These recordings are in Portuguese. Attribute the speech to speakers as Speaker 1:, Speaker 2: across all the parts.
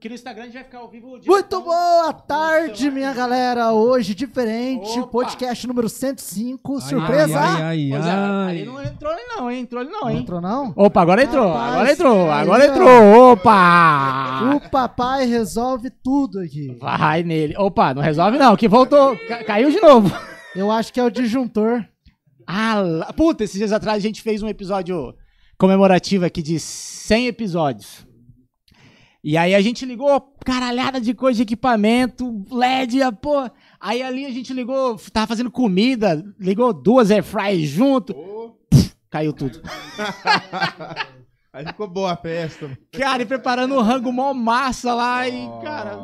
Speaker 1: Que no Instagram a gente vai ficar ao vivo. de-
Speaker 2: Muito boa tarde,
Speaker 1: Então,
Speaker 2: minha galera. Hoje, diferente,
Speaker 1: Opa.
Speaker 2: podcast número 105.
Speaker 3: Ai,
Speaker 2: Surpresa?
Speaker 3: Ai, ai,
Speaker 1: Pois é,
Speaker 3: ai.
Speaker 1: ali não entrou ele não, hein? Entrou ele não,
Speaker 2: Não
Speaker 1: hein?
Speaker 2: entrou, não?
Speaker 1: Opa, agora entrou,
Speaker 2: Rapaz,
Speaker 1: agora entrou,
Speaker 2: aí,
Speaker 1: agora
Speaker 2: ó.
Speaker 1: entrou. Opa!
Speaker 2: O papai resolve tudo aqui.
Speaker 1: Vai nele. Opa, não resolve não, que voltou, ca- caiu de novo.
Speaker 2: Eu acho que é o disjuntor.
Speaker 1: Ah, lá- puta, esses dias atrás a gente fez um episódio comemorativo aqui de 100 episódios. E aí a gente ligou caralhada de coisa de equipamento, LED, a pô. Aí ali a gente ligou, tava fazendo comida, ligou duas airfryers junto,
Speaker 4: Ô,
Speaker 1: caiu tudo.
Speaker 4: Aí ficou boa a festa.
Speaker 1: Cara, e preparando um rango mó massa lá e,
Speaker 4: Nossa.
Speaker 1: cara,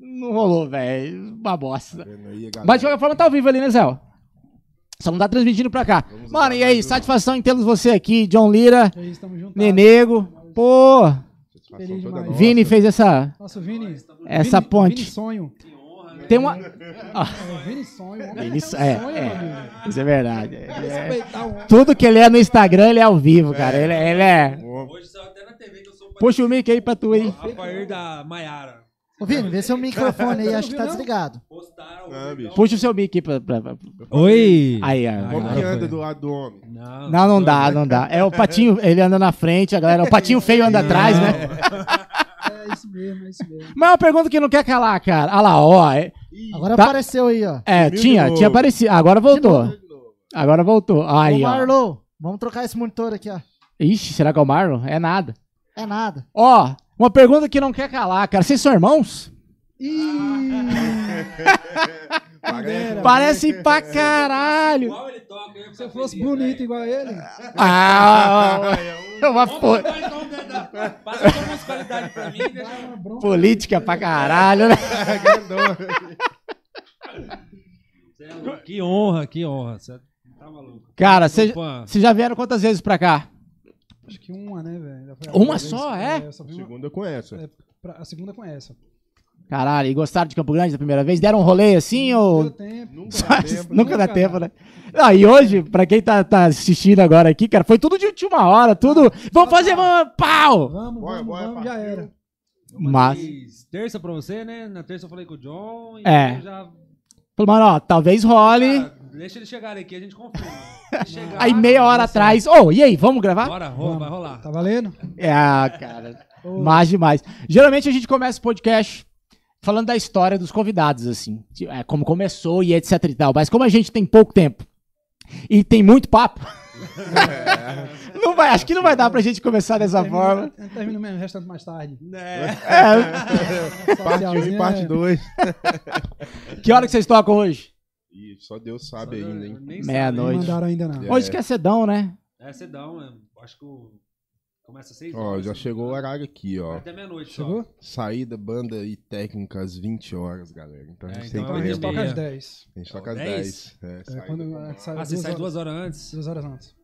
Speaker 1: não rolou, velho. Uma bosta.
Speaker 4: Vendo aí, galera.
Speaker 1: Mas de qualquer forma tá ao vivo ali, né, Zé? Só não tá transmitindo pra cá.
Speaker 4: Vamos
Speaker 1: Mano, e
Speaker 4: gravar
Speaker 1: aí?
Speaker 4: junto.
Speaker 1: Satisfação em tê-los você aqui, John Lira.
Speaker 5: É isso, tamo junto.
Speaker 1: Nenego. Pô,
Speaker 4: Satisfação
Speaker 5: Feliz
Speaker 4: toda
Speaker 5: demais.
Speaker 4: nossa.
Speaker 1: Vini fez essa.
Speaker 5: Nossa, o Vini.
Speaker 1: Essa
Speaker 5: Vini-
Speaker 1: ponte.
Speaker 5: Vini sonho.
Speaker 1: Tem uma.
Speaker 5: É, o Vini sonho. O
Speaker 1: Vini
Speaker 5: Vini
Speaker 1: so- é,
Speaker 5: sonho,
Speaker 1: é.
Speaker 5: meu amigo.
Speaker 1: Isso é verdade. Ele é-
Speaker 5: Respeitar o homem.
Speaker 1: Tudo que ele é no Instagram, ele é ao vivo, cara. Ele, é- ele é.
Speaker 3: Hoje saiu até na TV que eu sou um o
Speaker 1: Puxa o mic aí pra tu, hein?
Speaker 3: Rafael da Maiara.
Speaker 2: Ô, Vini, vê seu microfone aí, acho que tá desligado.
Speaker 3: Postaram.
Speaker 4: Ah, bicho.
Speaker 1: Puxa o seu mic aí pra. pra- pra-
Speaker 3: Oi.
Speaker 1: Aí, aí.
Speaker 4: Como
Speaker 3: Agora
Speaker 4: que
Speaker 3: foi.
Speaker 4: anda do lado do homem?
Speaker 3: Não,
Speaker 1: Não, não dá, não dá. É o patinho, ele anda na frente, a galera. O patinho feio anda atrás, né?
Speaker 5: É isso mesmo, é isso mesmo.
Speaker 1: Mas é uma pergunta que não quer calar, cara. Ah lá, ó. É,
Speaker 2: Agora
Speaker 1: Tá.
Speaker 2: apareceu aí, ó.
Speaker 1: é,
Speaker 4: Sumiu de
Speaker 1: tinha,
Speaker 4: novo.
Speaker 1: tinha aparecido. Agora voltou. Agora voltou.
Speaker 2: Ô,
Speaker 1: Aí, ó.
Speaker 2: Marlon, vamos trocar esse monitor aqui, ó.
Speaker 1: Ixi, será que é o Marlon? É nada.
Speaker 2: É nada.
Speaker 1: Ó, uma pergunta que não quer calar, cara. Vocês são irmãos?
Speaker 4: Parece-
Speaker 1: Parece pra caralho.
Speaker 3: Igual ele toca, eu ia
Speaker 5: Se eu
Speaker 3: ficar
Speaker 5: fosse
Speaker 3: feliz,
Speaker 5: bonito igual ele,
Speaker 1: Ah, é uma
Speaker 3: né?
Speaker 1: po-
Speaker 3: Vamos botar então, Dedá. Passa uma musicalidade pra mim e deixa eu...
Speaker 5: uma bronca.
Speaker 1: política pra caralho, né?
Speaker 4: Grandão.
Speaker 3: Cê é louco. Que honra, que honra. Você tá maluco.
Speaker 1: Cara, vocês
Speaker 3: Opa.
Speaker 1: vocês já vieram quantas vezes pra cá?
Speaker 5: Acho que uma, né, velho? Já foi a
Speaker 1: Uma
Speaker 5: primeira
Speaker 1: só,
Speaker 5: vez.
Speaker 1: é?
Speaker 5: eu só vi uma-
Speaker 4: Segunda com essa.
Speaker 5: é, pra- a segunda com essa.
Speaker 1: Caralho, e gostaram de Campo Grande da primeira vez? Deram um rolê assim ou
Speaker 5: Deu tempo.
Speaker 4: Nunca
Speaker 1: Só-
Speaker 4: dá tempo.
Speaker 1: nunca dá
Speaker 5: Nunca
Speaker 1: tempo, né? Ah, e hoje, pra quem tá, tá assistindo agora aqui, cara, foi tudo de última hora, tudo. Vamos fazer, vamos, pau!
Speaker 5: Vamos,
Speaker 4: Bora,
Speaker 5: vamos,
Speaker 4: bora,
Speaker 5: vamos, já
Speaker 4: partiu.
Speaker 5: era.
Speaker 3: Eu
Speaker 1: Mas-
Speaker 3: mandei Terça pra você, né? Na terça eu falei com o John. E
Speaker 1: É.
Speaker 3: eu já...
Speaker 1: Falei, mano, ó, talvez role.
Speaker 3: Cara, deixa eles chegarem aqui, a gente confirma. Eles chegaram,
Speaker 1: Aí meia hora
Speaker 4: é
Speaker 3: nossa,
Speaker 1: atrás, ô, e aí, vamos gravar?
Speaker 3: Bora, rola, vai rolar.
Speaker 5: Tá valendo?
Speaker 1: É, ah, cara,
Speaker 5: Ô,
Speaker 1: mais demais. Geralmente a gente começa o podcast falando da história dos convidados, assim, de- é, como começou e etc e tal. Mas como a gente tem pouco tempo e tem muito papo, não vai, acho que não vai dar pra gente começar dessa
Speaker 5: termina-
Speaker 1: forma.
Speaker 5: Termina mesmo, o restante mais tarde.
Speaker 3: É.
Speaker 4: Parte 1 e parte 2.
Speaker 1: Que hora que vocês tocam hoje?
Speaker 4: Ih, só Deus sabe ainda, hein?
Speaker 3: Nem
Speaker 1: Meia-noite.
Speaker 5: Não
Speaker 1: Noite.
Speaker 5: mandaram ainda, não.
Speaker 4: É.
Speaker 1: Hoje que é cedão, né?
Speaker 3: É cedão, né? Acho que o- começa às seis
Speaker 4: Ó,
Speaker 3: horas,
Speaker 4: já
Speaker 3: né?
Speaker 4: chegou o horário aqui, ó.
Speaker 3: Até meia-noite só.
Speaker 5: Chegou?
Speaker 4: Saída, banda e técnica às 20 horas, galera. Então a
Speaker 3: É,
Speaker 4: gente
Speaker 3: então
Speaker 5: Então
Speaker 4: tem
Speaker 5: a
Speaker 3: é
Speaker 4: que
Speaker 5: gente
Speaker 3: meia.
Speaker 5: toca às 10.
Speaker 4: A gente toca às
Speaker 3: 10.
Speaker 4: 10. É,
Speaker 5: É,
Speaker 4: saída,
Speaker 5: quando
Speaker 4: banda.
Speaker 5: é, sai
Speaker 3: Ah, você sai duas horas antes?
Speaker 5: Duas horas antes.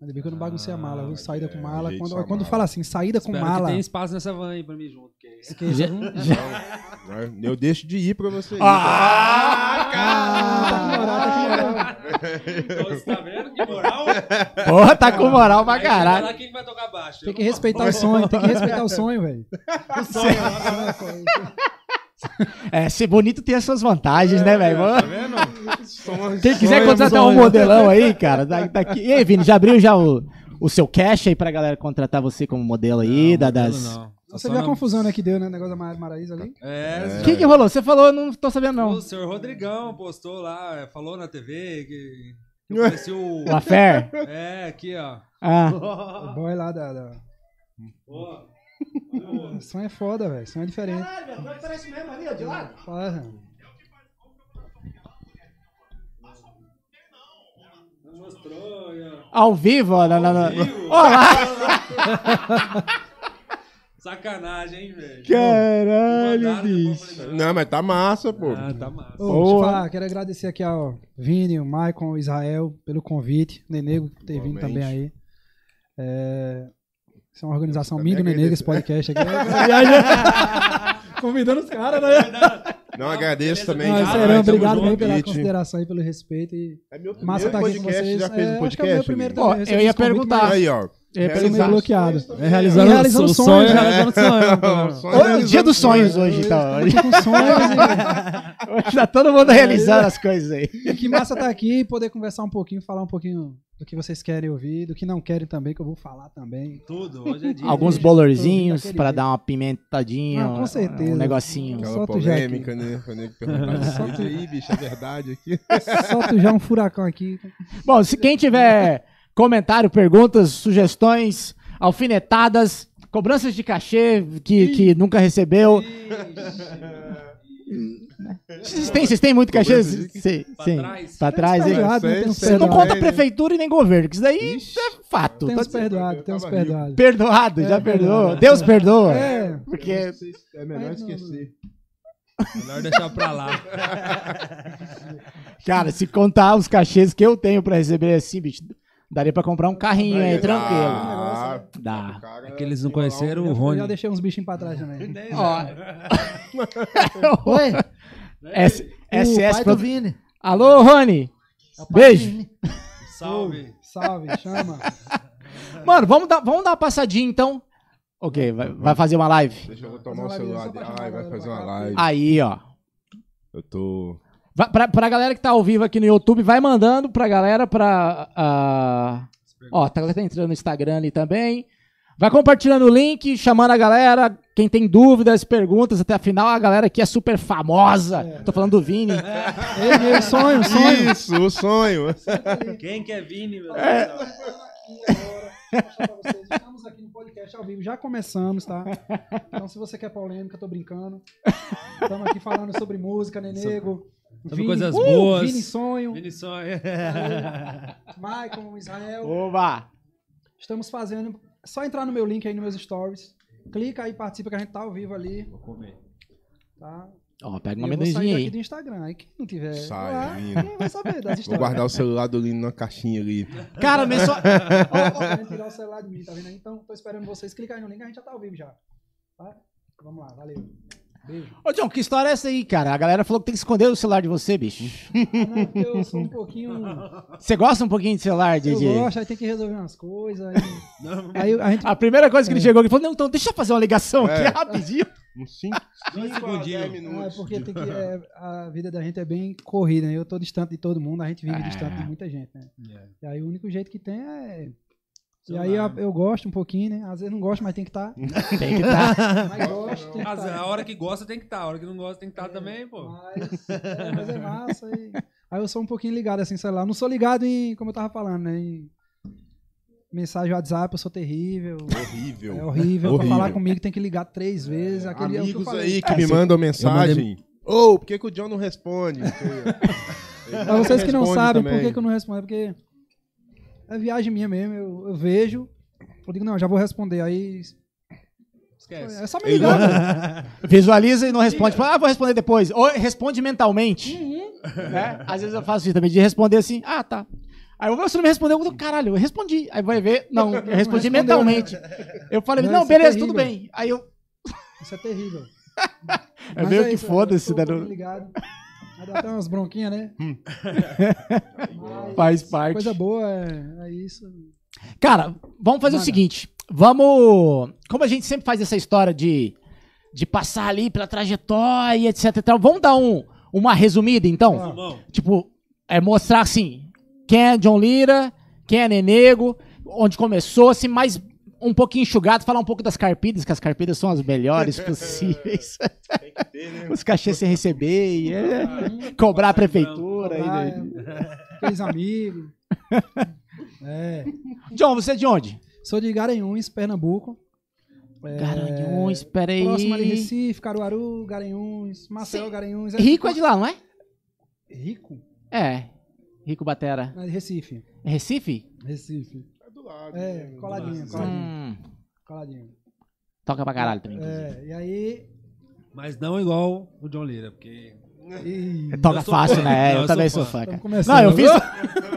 Speaker 5: Ainda bem que eu não baguncei a mala, viu? Saída com
Speaker 4: é,
Speaker 5: mala.
Speaker 4: ajeite
Speaker 5: Quando,
Speaker 4: sua
Speaker 5: quando
Speaker 4: mala.
Speaker 5: fala assim, saída com
Speaker 3: Espero
Speaker 5: mala.
Speaker 3: que tenha espaço nessa van aí pra mim junto. Que é isso.
Speaker 5: Esqueça, viu?
Speaker 4: Vai, Eu deixo de ir pra você. ir.
Speaker 1: Ah,
Speaker 5: tá Ah,
Speaker 3: Então, você tá vendo? Que moral?
Speaker 1: Porra, tá com moral pra
Speaker 3: Aí chega
Speaker 1: caralho.
Speaker 3: lá, quem vai tocar baixo?
Speaker 5: tem que respeitar o sonho, tem que respeitar o sonho, velho.
Speaker 1: É, ser bonito tem as suas vantagens, né, velho?
Speaker 3: Tá vendo?
Speaker 1: Quem quiser
Speaker 4: Sonhamos
Speaker 1: contratar um
Speaker 4: hoje.
Speaker 1: modelão aí, cara, da- daqui. E aí, Vini, já abriu já o, o seu cash aí pra galera contratar você como modelo aí? da, das...
Speaker 5: Você viu a confusão né, que deu, né? O negócio da Mara- Maraísa ali.
Speaker 3: É,
Speaker 1: O que, que rolou? Você falou, eu não tô sabendo, não.
Speaker 3: O senhor Rodrigão postou lá, é, falou na TV que que eu conheci o.
Speaker 1: O Affair?
Speaker 3: É, aqui, ó.
Speaker 1: Ah,
Speaker 5: O boy lá da. da...
Speaker 3: Ó,
Speaker 5: Sonho é foda, velho. Sonho é diferente.
Speaker 1: parece tá mesmo ali, ó, de lado.
Speaker 5: Porra.
Speaker 3: Mostrou, aí, ó.
Speaker 1: Ao vivo, ó. Na, na,
Speaker 5: Ah,
Speaker 1: na...
Speaker 3: vivo.
Speaker 1: Olá!
Speaker 3: Sacanagem, hein, velho.
Speaker 1: Caralho,
Speaker 3: Mandaram, depois
Speaker 1: bicho.
Speaker 3: eu falei,
Speaker 4: Não, mas tá massa, pô.
Speaker 3: Ah, tá massa.
Speaker 5: Ô, deixa eu
Speaker 1: Boa.
Speaker 5: falar, quero agradecer aqui ao Vini, o Maicon, o Israel pelo convite, o Nenego por ter vindo
Speaker 4: Igualmente.
Speaker 5: também aí. É, Isso é uma organização
Speaker 4: Também
Speaker 5: minha do Nenego, esse podcast aqui. Convidando os caras, né?
Speaker 4: Não, agradeço também.
Speaker 5: Não,
Speaker 3: Ah,
Speaker 5: é
Speaker 4: demais, né?
Speaker 5: sério,
Speaker 4: tamo
Speaker 5: obrigado
Speaker 4: junto,
Speaker 5: mesmo pela
Speaker 4: convite.
Speaker 5: consideração e pelo respeito. E
Speaker 4: É meu primeiro
Speaker 5: massa tá aqui com
Speaker 4: podcast,
Speaker 5: vocês.
Speaker 4: já fez
Speaker 5: É,
Speaker 4: um
Speaker 5: acho que
Speaker 4: podcast?
Speaker 5: é o meu primeiro
Speaker 4: amigo?
Speaker 1: Ó,
Speaker 5: também. recebi
Speaker 1: eu ia
Speaker 5: esse convite,
Speaker 1: perguntar.
Speaker 5: mas
Speaker 4: Aí, ó.
Speaker 5: É, pra ser
Speaker 4: Realizar
Speaker 5: bloqueado.
Speaker 3: É realizando,
Speaker 5: E realizando
Speaker 3: o
Speaker 5: sonhos,
Speaker 3: sonho,
Speaker 5: né?
Speaker 3: realizando
Speaker 4: O
Speaker 3: sonho.
Speaker 4: sonho
Speaker 1: Hoje é o dia dos sonhos hoje, então. Hoje
Speaker 5: Com sonhos
Speaker 1: tá todo mundo realizando as coisas aí.
Speaker 5: e que massa tá aqui e poder conversar um pouquinho, falar um pouquinho do que vocês querem ouvir, do que não querem também, que eu vou falar também.
Speaker 6: Tudo, hoje é dia.
Speaker 1: Alguns
Speaker 6: bolos.
Speaker 1: bolorzinhos
Speaker 5: daquele
Speaker 1: pra
Speaker 5: jeito.
Speaker 1: dar uma pimentadinha,
Speaker 5: Ah, com
Speaker 1: um-
Speaker 5: certeza.
Speaker 1: um negocinho.
Speaker 5: Não,
Speaker 4: Aquela
Speaker 5: Solta o Jack.
Speaker 4: polêmica, né? Quando ele perguntava isso aí, bicho, é verdade aqui.
Speaker 5: Solto já um furacão aqui.
Speaker 1: Bom, se quem tiver comentário, perguntas, sugestões, alfinetadas, cobranças de cachê que, que nunca recebeu. Vocês têm, vocês têm muito cachê?
Speaker 4: Cobrança de-
Speaker 1: Sim,
Speaker 5: Ah,
Speaker 6: Pra
Speaker 1: sim.
Speaker 6: trás.
Speaker 1: Pra trás, hein?
Speaker 5: Perdoado, né?
Speaker 4: Sei,
Speaker 5: Tem uns
Speaker 4: sei.
Speaker 1: Você não
Speaker 4: Perdoado.
Speaker 1: conta prefeitura e nem governo, que isso daí
Speaker 4: Ixi,
Speaker 1: é fato.
Speaker 5: Tem uns
Speaker 1: Tá-
Speaker 5: perdoados, tem uns
Speaker 4: tava rico.
Speaker 5: perdoados.
Speaker 1: Perdoado, já
Speaker 5: É,
Speaker 1: perdoou.
Speaker 5: perdoado.
Speaker 1: Deus perdoa.
Speaker 5: É,
Speaker 1: Porque
Speaker 4: É melhor
Speaker 5: Mas não,
Speaker 4: esquecer.
Speaker 6: Melhor deixar pra lá.
Speaker 1: Cara, se contar os cachês que eu tenho pra receber assim, bicho, daria pra comprar um carrinho
Speaker 5: é,
Speaker 1: aí, tranquilo.
Speaker 4: Ah,
Speaker 1: Dá.
Speaker 4: cara,
Speaker 6: É que eles não conheceram o
Speaker 5: eu
Speaker 6: Rony. Né?
Speaker 5: já deixei uns bichinhos pra trás também.
Speaker 2: Oi,
Speaker 1: S-
Speaker 2: o
Speaker 1: SS
Speaker 2: pai do
Speaker 1: Produ-
Speaker 2: Vini.
Speaker 1: Alô, Rony!
Speaker 2: É o pai
Speaker 1: Beijo.
Speaker 2: do Vini.
Speaker 6: Salve.
Speaker 5: Salve, chama.
Speaker 1: Mano, vamos dar, vamos dar uma passadinha então. Ok, vai, vai fazer uma live.
Speaker 4: Deixa eu tomar o celular dele. Ai, vai fazer uma live.
Speaker 5: Ah.
Speaker 1: Aí, ó.
Speaker 4: Eu tô.
Speaker 1: Vai, pra, pra galera que tá ao vivo aqui no YouTube, vai mandando pra galera, pra. ah, ó, tá, tá entrando no Instagram ali também. Vai compartilhando o link, chamando a galera. Quem tem dúvidas, perguntas, até a final, a galera aqui é super famosa. Tô falando do Vini.
Speaker 5: Ei, ei, sonho, sonho.
Speaker 4: Isso, o sonho.
Speaker 6: Quem quer Vini, meu
Speaker 5: É. Estamos aqui no podcast ao vivo, já começamos, tá? Então, se você quer polêmica, tô brincando. Estamos aqui falando sobre música, né, Nenego.
Speaker 6: Sobre coisas boas.
Speaker 5: Uh, Vini Sonho,
Speaker 6: Vini só. é.
Speaker 5: Maicon, Israel.
Speaker 1: Oba!
Speaker 5: Estamos fazendo. Só entrar no meu link aí nos meus stories. Clica aí, participa que a gente tá ao vivo ali.
Speaker 6: Vou comer.
Speaker 5: Tá?
Speaker 1: Ó, pega
Speaker 5: E
Speaker 1: uma
Speaker 5: eu vou sair
Speaker 1: amendozinha
Speaker 5: daqui
Speaker 1: aí.
Speaker 5: do Instagram. Aí quem não tiver.
Speaker 4: Sai,
Speaker 5: lá,
Speaker 4: menino.
Speaker 5: quem vai saber das
Speaker 4: Vou
Speaker 5: histórias?
Speaker 4: guardar o celular do Lino na caixinha ali.
Speaker 1: Cara, menso...
Speaker 5: Ó, ó, querendo tirar o celular de mim, tá vendo aí? Então, tô esperando vocês. Clica aí no link, a gente já tá ao vivo já. Tá? Vamos lá, valeu. Beijo.
Speaker 1: Ô, John, que história é essa aí, cara? A galera falou que tem que esconder o celular de você, bicho.
Speaker 5: Ah, não, porque eu sou um pouquinho.
Speaker 1: Você gosta um pouquinho de celular,
Speaker 5: Eu
Speaker 1: DJ?
Speaker 5: gosto, aí tem que resolver umas coisas. Aí, aí a gente.
Speaker 1: A primeira coisa
Speaker 5: É.
Speaker 1: que ele chegou, ele falou, não, então deixa eu fazer uma ligação
Speaker 4: É.
Speaker 1: aqui rapidinho.
Speaker 4: Uns 5
Speaker 6: Dois segundinhos.
Speaker 5: Ah, é porque tem que, é, a vida da gente é bem corrida, né? Eu tô distante de todo mundo, a gente vive distante de muita gente, né?
Speaker 6: É.
Speaker 5: E aí o único jeito que tem é. E
Speaker 6: Celular,
Speaker 5: aí eu,
Speaker 6: né?
Speaker 5: eu gosto um pouquinho, né? Às vezes não gosto, mas tem que estar.
Speaker 1: Tem que tá.
Speaker 5: Mas gosto, tem que tá.
Speaker 6: Mas
Speaker 5: estar.
Speaker 6: a hora que gosta tem que estar, a hora que não gosta tem
Speaker 5: É.
Speaker 6: que estar também, pô.
Speaker 5: Mas é, mas é massa. E... Aí eu sou um pouquinho ligado assim, sei lá. Não sou ligado em, como eu tava falando, né? Em mensagem WhatsApp, eu sou terrível.
Speaker 4: horrível.
Speaker 5: É horrível. Pra
Speaker 4: Horrível.
Speaker 5: falar comigo tem que ligar três vezes. Aquele, é o que eu
Speaker 4: Amigos
Speaker 5: falei.
Speaker 4: aí que me mandam mensagem. Ô, por que, que o John não responde?
Speaker 5: Pra vocês que não
Speaker 4: Responde
Speaker 5: sabem
Speaker 4: também.
Speaker 5: por que, que eu não respondo, é porque é viagem minha mesmo. Eu, eu vejo, eu digo, não, já vou responder. Aí
Speaker 6: Esquece.
Speaker 5: é só me ligar. pô.
Speaker 1: Visualiza e não responde. Fala, ah, vou responder depois. Ou responde mentalmente.
Speaker 5: Uhum.
Speaker 1: Né? Às vezes eu faço isso também, de responder assim, ah, tá. Aí eu vou, você não me respondeu, eu digo, caralho, eu respondi. Aí vai ver, não, eu respondi
Speaker 5: respondeu,
Speaker 1: mentalmente. Eu falei,
Speaker 5: Não,
Speaker 1: não,
Speaker 5: isso é
Speaker 1: beleza,
Speaker 5: terrível.
Speaker 1: tudo bem. Aí eu,
Speaker 5: Isso é terrível.
Speaker 1: É
Speaker 5: Mas é
Speaker 1: meio que
Speaker 5: isso,
Speaker 1: foda-se,
Speaker 5: eu tô
Speaker 1: né, Hum. não-
Speaker 5: muito ligado. Vai dar até umas bronquinhas, né?
Speaker 1: faz
Speaker 5: Mas
Speaker 1: parte.
Speaker 5: Coisa boa, é, é isso.
Speaker 1: Cara, vamos fazer o
Speaker 5: Manda.
Speaker 1: seguinte. Vamos. Como a gente sempre faz essa história de, de passar ali pela trajetória, etc. e tal, vamos dar um, uma resumida, então?
Speaker 6: Irmão,
Speaker 1: Tipo, é mostrar assim: quem é John Lira, quem é Nenego, onde começou, assim, mais um pouquinho enxugado, falar um pouco das carpidas, que as carpidas são as melhores possíveis. Os cachês se receber, e, é, cobrar a prefeitura. e-
Speaker 5: Ah, é, fez amigo. É.
Speaker 1: John, você é de onde?
Speaker 5: Sou de Garanhuns, Pernambuco.
Speaker 1: Garanhuns, peraí.
Speaker 5: É, Próximo ali Recife, Caruaru, Garanhuns, Maceió, Garanhuns.
Speaker 1: Rico é de lá, não é?
Speaker 5: Rico?
Speaker 1: É. Rico Batera.
Speaker 5: Não, é de Recife.
Speaker 1: É Recife?
Speaker 5: Recife.
Speaker 4: É do lado.
Speaker 5: É,
Speaker 4: né?
Speaker 5: coladinho,
Speaker 6: Nossa.
Speaker 5: coladinho,
Speaker 1: Hum,
Speaker 5: coladinho.
Speaker 1: toca pra caralho também. inclusive.
Speaker 5: É, e aí,
Speaker 6: Mas não igual o John Lira, porque
Speaker 5: Ih,
Speaker 1: Toca
Speaker 6: Eu sou
Speaker 1: fácil,
Speaker 6: fã.
Speaker 1: né?
Speaker 6: Não,
Speaker 1: eu,
Speaker 6: eu
Speaker 1: também
Speaker 6: sou
Speaker 1: sou
Speaker 6: fã.
Speaker 1: fã, cara.
Speaker 5: Tamo começando.
Speaker 1: Não, eu fiz.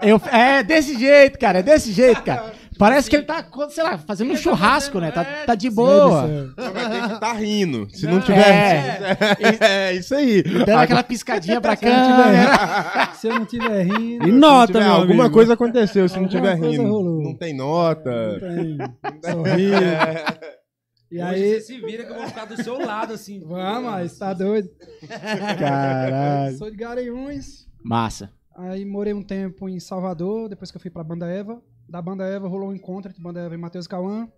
Speaker 1: Eu, é desse jeito, cara. É desse jeito, cara. Parece que ele tá, sei lá, fazendo um churrasco, né? Tá, tá de boa.
Speaker 5: Sério, sério.
Speaker 4: Só vai ter que tá rindo. Se
Speaker 6: Não,
Speaker 4: não
Speaker 1: é.
Speaker 4: tiver. É, isso aí.
Speaker 1: Dando aquela piscadinha pra
Speaker 5: Se eu não
Speaker 6: Ah,
Speaker 5: tiver
Speaker 1: câmera.
Speaker 6: é.
Speaker 5: rindo- Se eu não tiver rindo.
Speaker 4: Se
Speaker 3: E
Speaker 4: não
Speaker 3: nota,
Speaker 4: tiver,
Speaker 3: meu
Speaker 4: Alguma
Speaker 3: amigo.
Speaker 4: coisa aconteceu se não
Speaker 5: Alguma
Speaker 4: tiver
Speaker 5: coisa
Speaker 4: rindo.
Speaker 5: rolou.
Speaker 4: Não tem nota.
Speaker 5: tem.
Speaker 4: É.
Speaker 5: E
Speaker 6: Hoje
Speaker 5: aí.
Speaker 6: você se vira que eu vou ficar do seu lado, assim.
Speaker 5: Vamos, mas tá doido.
Speaker 1: Caralho.
Speaker 5: Sou de Garanhuns.
Speaker 1: Massa.
Speaker 5: Aí morei um tempo em Salvador, depois que eu fui pra Banda Eva. Da Banda Eva rolou um encontro entre Banda Eva e Matheus Cauã,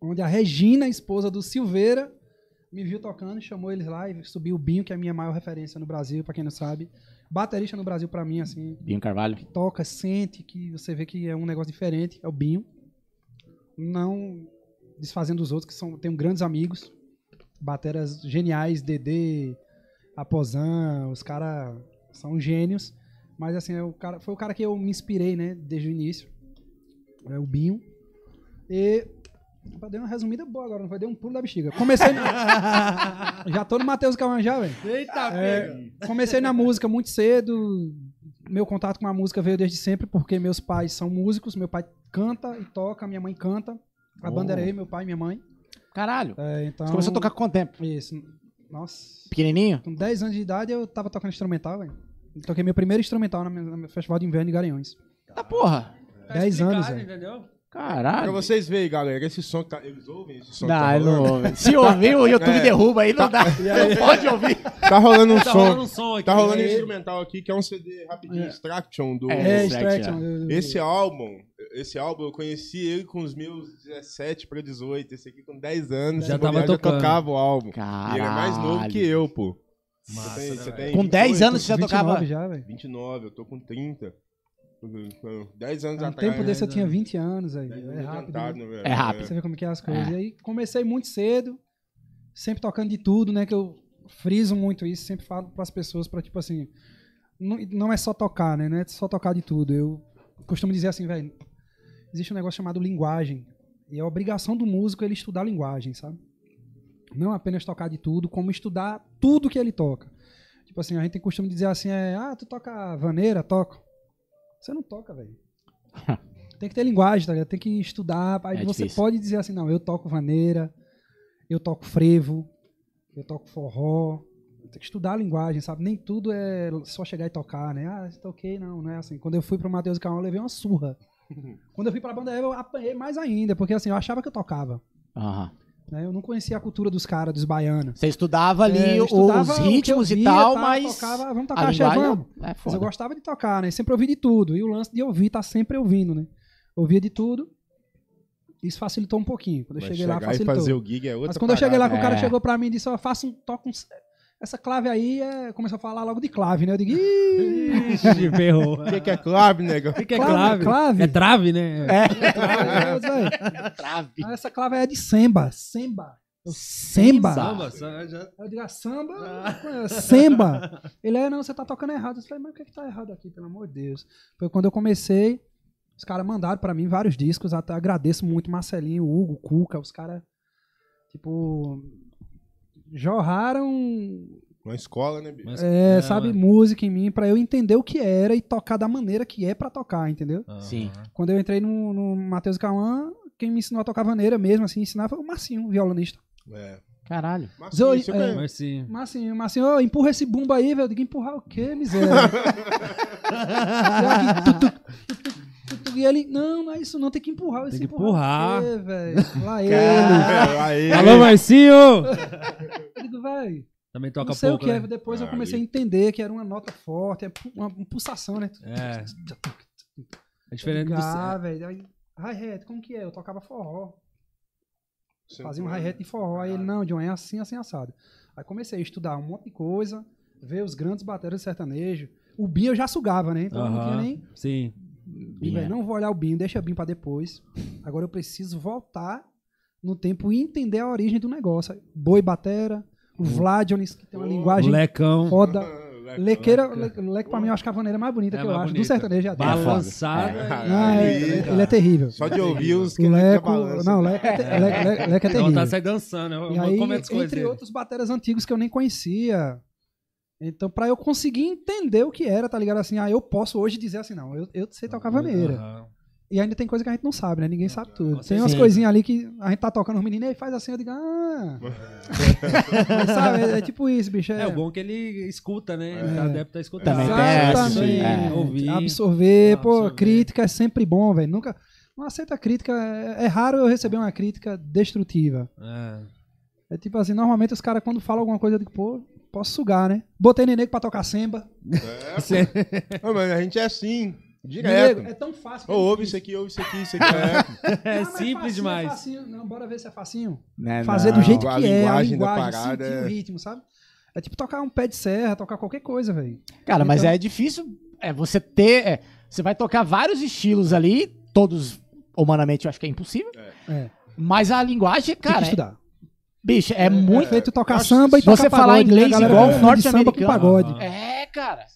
Speaker 5: onde a Regina, esposa do Silveira, me viu tocando, chamou eles lá e subiu o Binho, que é a minha maior referência no Brasil, pra quem não sabe. Baterista no Brasil pra mim, assim,
Speaker 1: Binho Carvalho.
Speaker 5: toca, sente, que você vê que é um negócio diferente, é o Binho. Não desfazendo os outros, que são, tenho grandes amigos, bateras geniais, Dedê, Aposan, os caras são gênios. Mas assim, é o cara, foi o cara que eu me inspirei, né, desde o início. É o Binho. E. Opa, Dei uma resumida boa agora, não foi? Dei um pulo da bexiga. Comecei. na- já tô no Matheus Cauã já, velho.
Speaker 6: Eita,
Speaker 5: É,
Speaker 6: pega.
Speaker 5: comecei na música muito cedo. Meu contato com a música veio desde sempre, porque meus pais são músicos. Meu pai canta e toca, minha mãe canta. A
Speaker 4: Oh.
Speaker 5: banda era eu, meu pai e minha mãe.
Speaker 1: Caralho.
Speaker 5: É, então,
Speaker 1: Você começou a tocar com quanto tempo?
Speaker 5: Isso. Nossa.
Speaker 1: Pequenininho?
Speaker 5: Com 10 anos de idade eu tava tocando instrumental, velho. Eu Toquei meu primeiro instrumental na minha- no meu festival de inverno de Garanhões.
Speaker 1: Tá porra.
Speaker 6: Tá
Speaker 5: dez
Speaker 6: explicado,
Speaker 5: anos, é. velho.
Speaker 6: entendeu?
Speaker 4: Pra
Speaker 1: Caralho.
Speaker 4: vocês verem, galera, esse som que tá. Eles ouvem esse som? que
Speaker 1: Não,
Speaker 5: é
Speaker 4: tá
Speaker 1: eu não
Speaker 4: rolando?
Speaker 1: ouve. Se ouvir, o YouTube
Speaker 4: É.
Speaker 1: derruba aí, não dá. Não pode ouvir.
Speaker 4: Tá rolando um
Speaker 6: Tá
Speaker 4: som.
Speaker 6: rolando um som aqui.
Speaker 4: Tá rolando um
Speaker 3: né?
Speaker 6: É.
Speaker 4: instrumental aqui, que é um CD rapidinho, Extraction do.
Speaker 1: É,
Speaker 5: É,
Speaker 1: Extraction.
Speaker 5: Extraction. eu-
Speaker 4: Esse álbum, esse álbum eu conheci ele com os meus 17 pra 18, esse aqui com 10 anos.
Speaker 6: Já
Speaker 4: se
Speaker 6: tava
Speaker 4: bobear,
Speaker 6: tocando.
Speaker 4: tocava o álbum.
Speaker 1: Caralho.
Speaker 4: E ele é mais novo que eu, pô. Você
Speaker 5: né,
Speaker 4: tem- você tem
Speaker 1: Com 10
Speaker 4: 28,
Speaker 1: anos você já
Speaker 5: 29
Speaker 1: tocava.
Speaker 5: já, velho.
Speaker 4: 29, eu tô com 30. 10 anos
Speaker 5: No
Speaker 4: atrás.
Speaker 5: É um tempo desse eu
Speaker 6: né?
Speaker 5: tinha 20 anos, velho.
Speaker 4: 10
Speaker 5: É
Speaker 4: anos
Speaker 5: rápido. né?
Speaker 4: adiantado, né, velho?
Speaker 1: É rápido.
Speaker 5: Você vê como é que é as coisas. E aí comecei muito cedo, sempre tocando de tudo, né? Que eu friso muito isso, sempre falo pras pessoas pra tipo assim, não, não é só tocar, né? Não é só tocar de tudo. Eu costumo dizer assim, velho, existe um negócio chamado linguagem. E é obrigação do músico é ele estudar a linguagem, sabe? Não apenas tocar de tudo, como estudar tudo que ele toca. Tipo assim, a gente tem costume de dizer assim, é, ah, tu toca vaneira, toco. Você não toca, velho. tem que ter linguagem, tá ligado? Tem que estudar. Aí
Speaker 1: É
Speaker 5: você
Speaker 1: difícil.
Speaker 5: pode dizer assim, não, eu toco vaneira, eu toco frevo, eu toco forró. Tem que estudar a linguagem, sabe? Nem tudo é só chegar e tocar, né? Ah, toquei, não, não é assim. Quando eu fui pro Matheus e Cauã, eu levei uma surra. Quando eu fui pra banda Eva, eu apanhei mais ainda, porque assim, eu achava que eu tocava.
Speaker 1: Aham.
Speaker 5: né? Eu não conhecia a cultura dos caras, dos baianos.
Speaker 1: Você estudava ali
Speaker 5: É, eu
Speaker 1: os
Speaker 5: estudava o que eu
Speaker 1: ritmos e
Speaker 5: via,
Speaker 1: tal,
Speaker 5: tá,
Speaker 1: mas.
Speaker 5: Tocava, vamos
Speaker 1: a
Speaker 5: tocar, axé,
Speaker 1: linguagem
Speaker 5: vamos.
Speaker 1: é
Speaker 5: Mas eu
Speaker 1: foda.
Speaker 5: gostava de tocar, né? Sempre ouvi de tudo. E o lance de ouvir, tá sempre ouvindo, né? Ouvia de tudo. Isso facilitou um pouquinho. Quando eu
Speaker 4: Mas
Speaker 5: cheguei lá,
Speaker 4: chegar e
Speaker 5: facilitou.
Speaker 4: fazer o gig é outra
Speaker 5: Mas quando eu cheguei lá, que o
Speaker 1: É.
Speaker 5: cara chegou pra mim e disse, ó, faça um, toca um... Essa clave aí, é... começou a falar logo de clave, né? Eu digo, ih,
Speaker 3: Ixi, ferrou.
Speaker 4: O que, que é club, nega?
Speaker 3: O que, que é clave?
Speaker 5: clave, clave. É,
Speaker 3: É trave, né?
Speaker 5: Aí eu disse, "Véi,
Speaker 1: Trave.
Speaker 5: Ah, Essa clave é de samba. Samba. É Eu,
Speaker 1: Semba.
Speaker 5: Semba.
Speaker 6: Samba, samba, já-
Speaker 5: Eu digo, ah, samba? é Samba. Ele é, não, você tá tocando errado. Eu falei, mas o que que tá errado aqui, pelo amor de Deus? Foi quando eu comecei, os caras mandaram pra mim vários discos, até agradeço muito Marcelinho, Hugo, Cuca, os caras, tipo, jorraram,
Speaker 4: Uma escola, né, bicho?
Speaker 6: Mas-
Speaker 5: é,
Speaker 6: Não,
Speaker 5: sabe,
Speaker 6: é.
Speaker 5: música em mim pra eu entender o que era e tocar da maneira que é pra tocar, entendeu?
Speaker 3: ah,
Speaker 6: Aham.
Speaker 1: Sim.
Speaker 5: Quando eu entrei no, no Matheus Cauã, quem me ensinou a tocar vaneira mesmo, assim, ensinar foi o Marcinho, violonista.
Speaker 4: É.
Speaker 1: Caralho.
Speaker 4: Mas
Speaker 5: Zoe-
Speaker 4: isso
Speaker 5: é.
Speaker 4: ganha.
Speaker 3: Mas sim.
Speaker 5: Marcinho, Marcinho, ô, empurra esse bumba aí, velho. Eu digo, empurrar o quê, miséria? E aqui, tu, tu, tu, tu, tu, e ele, não, não é isso não, tem que empurrar. eu
Speaker 3: Tem
Speaker 5: disse,
Speaker 3: que
Speaker 5: o quê, velho? Lá ele.
Speaker 4: É, aí.
Speaker 3: Alô, Marcinho!
Speaker 5: Eu digo, velho,
Speaker 3: Também toca
Speaker 5: não sei
Speaker 3: pouco,
Speaker 5: o que é.
Speaker 3: né?
Speaker 5: Depois eu
Speaker 4: Ah,
Speaker 5: comecei a entender que era uma nota forte, é pu- uma, uma pulsação, né?
Speaker 3: É. É diferente do...
Speaker 5: Ah, velho. aí, Hi-hat, como que é? Eu tocava forró.
Speaker 4: Você
Speaker 5: Fazia um
Speaker 4: não-
Speaker 5: hi-hat de forró. Aí ele, não, John, é assim, assim, assado. Aí comecei a estudar um monte de coisa, ver os grandes bateras do sertanejo. O Binho eu já sugava, né? Então eu não tinha
Speaker 3: Aham.
Speaker 5: nem.
Speaker 3: Sim.
Speaker 5: Ih,
Speaker 1: é.
Speaker 5: velho, não vou olhar o Binho, deixa o Binho pra depois. Agora eu preciso voltar no tempo e entender a origem do negócio. Aí, Boi Batera, o Vladionis, que tem uma
Speaker 4: Pô.
Speaker 5: linguagem
Speaker 3: Molecão.
Speaker 5: foda.
Speaker 4: Leque-
Speaker 5: Lequeira, le, leque pra mim, eu acho que é a maneira mais bonita
Speaker 3: É,
Speaker 5: que eu
Speaker 3: mais
Speaker 5: acho. Do
Speaker 3: bonita.
Speaker 5: sertanejo até.
Speaker 4: né?
Speaker 3: Balançado.
Speaker 5: Não, é, ele, ele é terrível.
Speaker 4: Só de ouvir os que
Speaker 5: O Leco.
Speaker 4: balança.
Speaker 5: Não, Leco é, te- Leco- Leco- Leco é
Speaker 3: Não,
Speaker 5: terrível.
Speaker 3: tá sai dançando. Eu,
Speaker 5: E
Speaker 3: eu
Speaker 5: aí,
Speaker 3: comento as coisas
Speaker 5: entre
Speaker 3: dele.
Speaker 5: outros bateras antigos que eu nem conhecia, Então, pra eu conseguir entender o que era, tá ligado? Assim, ah, eu posso hoje dizer assim, não, eu, eu sei tocar vaneira.
Speaker 6: Aham.
Speaker 5: E ainda tem coisa que a gente não sabe, né? Ninguém sabe tudo. Tem umas
Speaker 3: Sim.
Speaker 5: coisinhas ali que a gente tá tocando os meninos e faz assim, eu digo, ah. Mas, sabe, é, é tipo isso, bicho.
Speaker 3: É, o bom é que ele escuta, né? Ele tá adepto a escutar.
Speaker 1: É, Também tem essa,
Speaker 5: Exatamente.
Speaker 1: isso aí. É.
Speaker 3: Ouvir.
Speaker 5: Absorver, pô,
Speaker 3: Absorver.
Speaker 5: crítica é sempre bom, velho. Nunca. Não aceita crítica. É, é raro eu receber uma crítica destrutiva.
Speaker 3: É.
Speaker 5: É tipo assim, normalmente os caras quando falam alguma coisa, eu digo, pô, posso sugar, né? Botei neném pra tocar samba.
Speaker 4: É, pô. Ô, mano, a gente é assim, direto.
Speaker 5: Nego, é tão fácil.
Speaker 4: Ô, ouve isso aqui, ouve isso aqui, isso aqui. É,
Speaker 3: É
Speaker 5: Não, mas
Speaker 3: simples
Speaker 5: facinho,
Speaker 3: demais.
Speaker 5: É facinho. Não, bora ver se é facinho.
Speaker 1: Né,
Speaker 5: Fazer
Speaker 1: não.
Speaker 5: do jeito que
Speaker 4: A
Speaker 5: é, a
Speaker 4: linguagem da
Speaker 5: linguagem,
Speaker 4: parada
Speaker 5: sentir o
Speaker 4: é-
Speaker 5: ritmo, sabe? É tipo tocar um pé de serra, tocar qualquer coisa, velho.
Speaker 1: Cara, mas
Speaker 5: Então-
Speaker 1: é difícil. É você ter. é, você vai tocar vários estilos ali, todos humanamente eu acho que é impossível.
Speaker 5: É.
Speaker 1: Mas a linguagem,
Speaker 5: Tem que
Speaker 1: cara, é,
Speaker 5: estudar.
Speaker 1: bicho, é muito.
Speaker 5: Feito tocar
Speaker 4: acho que
Speaker 5: samba e
Speaker 1: se você
Speaker 5: tocar
Speaker 1: falar
Speaker 5: pagode, né?
Speaker 1: inglês
Speaker 5: A galera
Speaker 1: igual um
Speaker 5: confunde samba com
Speaker 1: norte-americano.
Speaker 5: pagode.
Speaker 3: Aham.
Speaker 1: É, cara.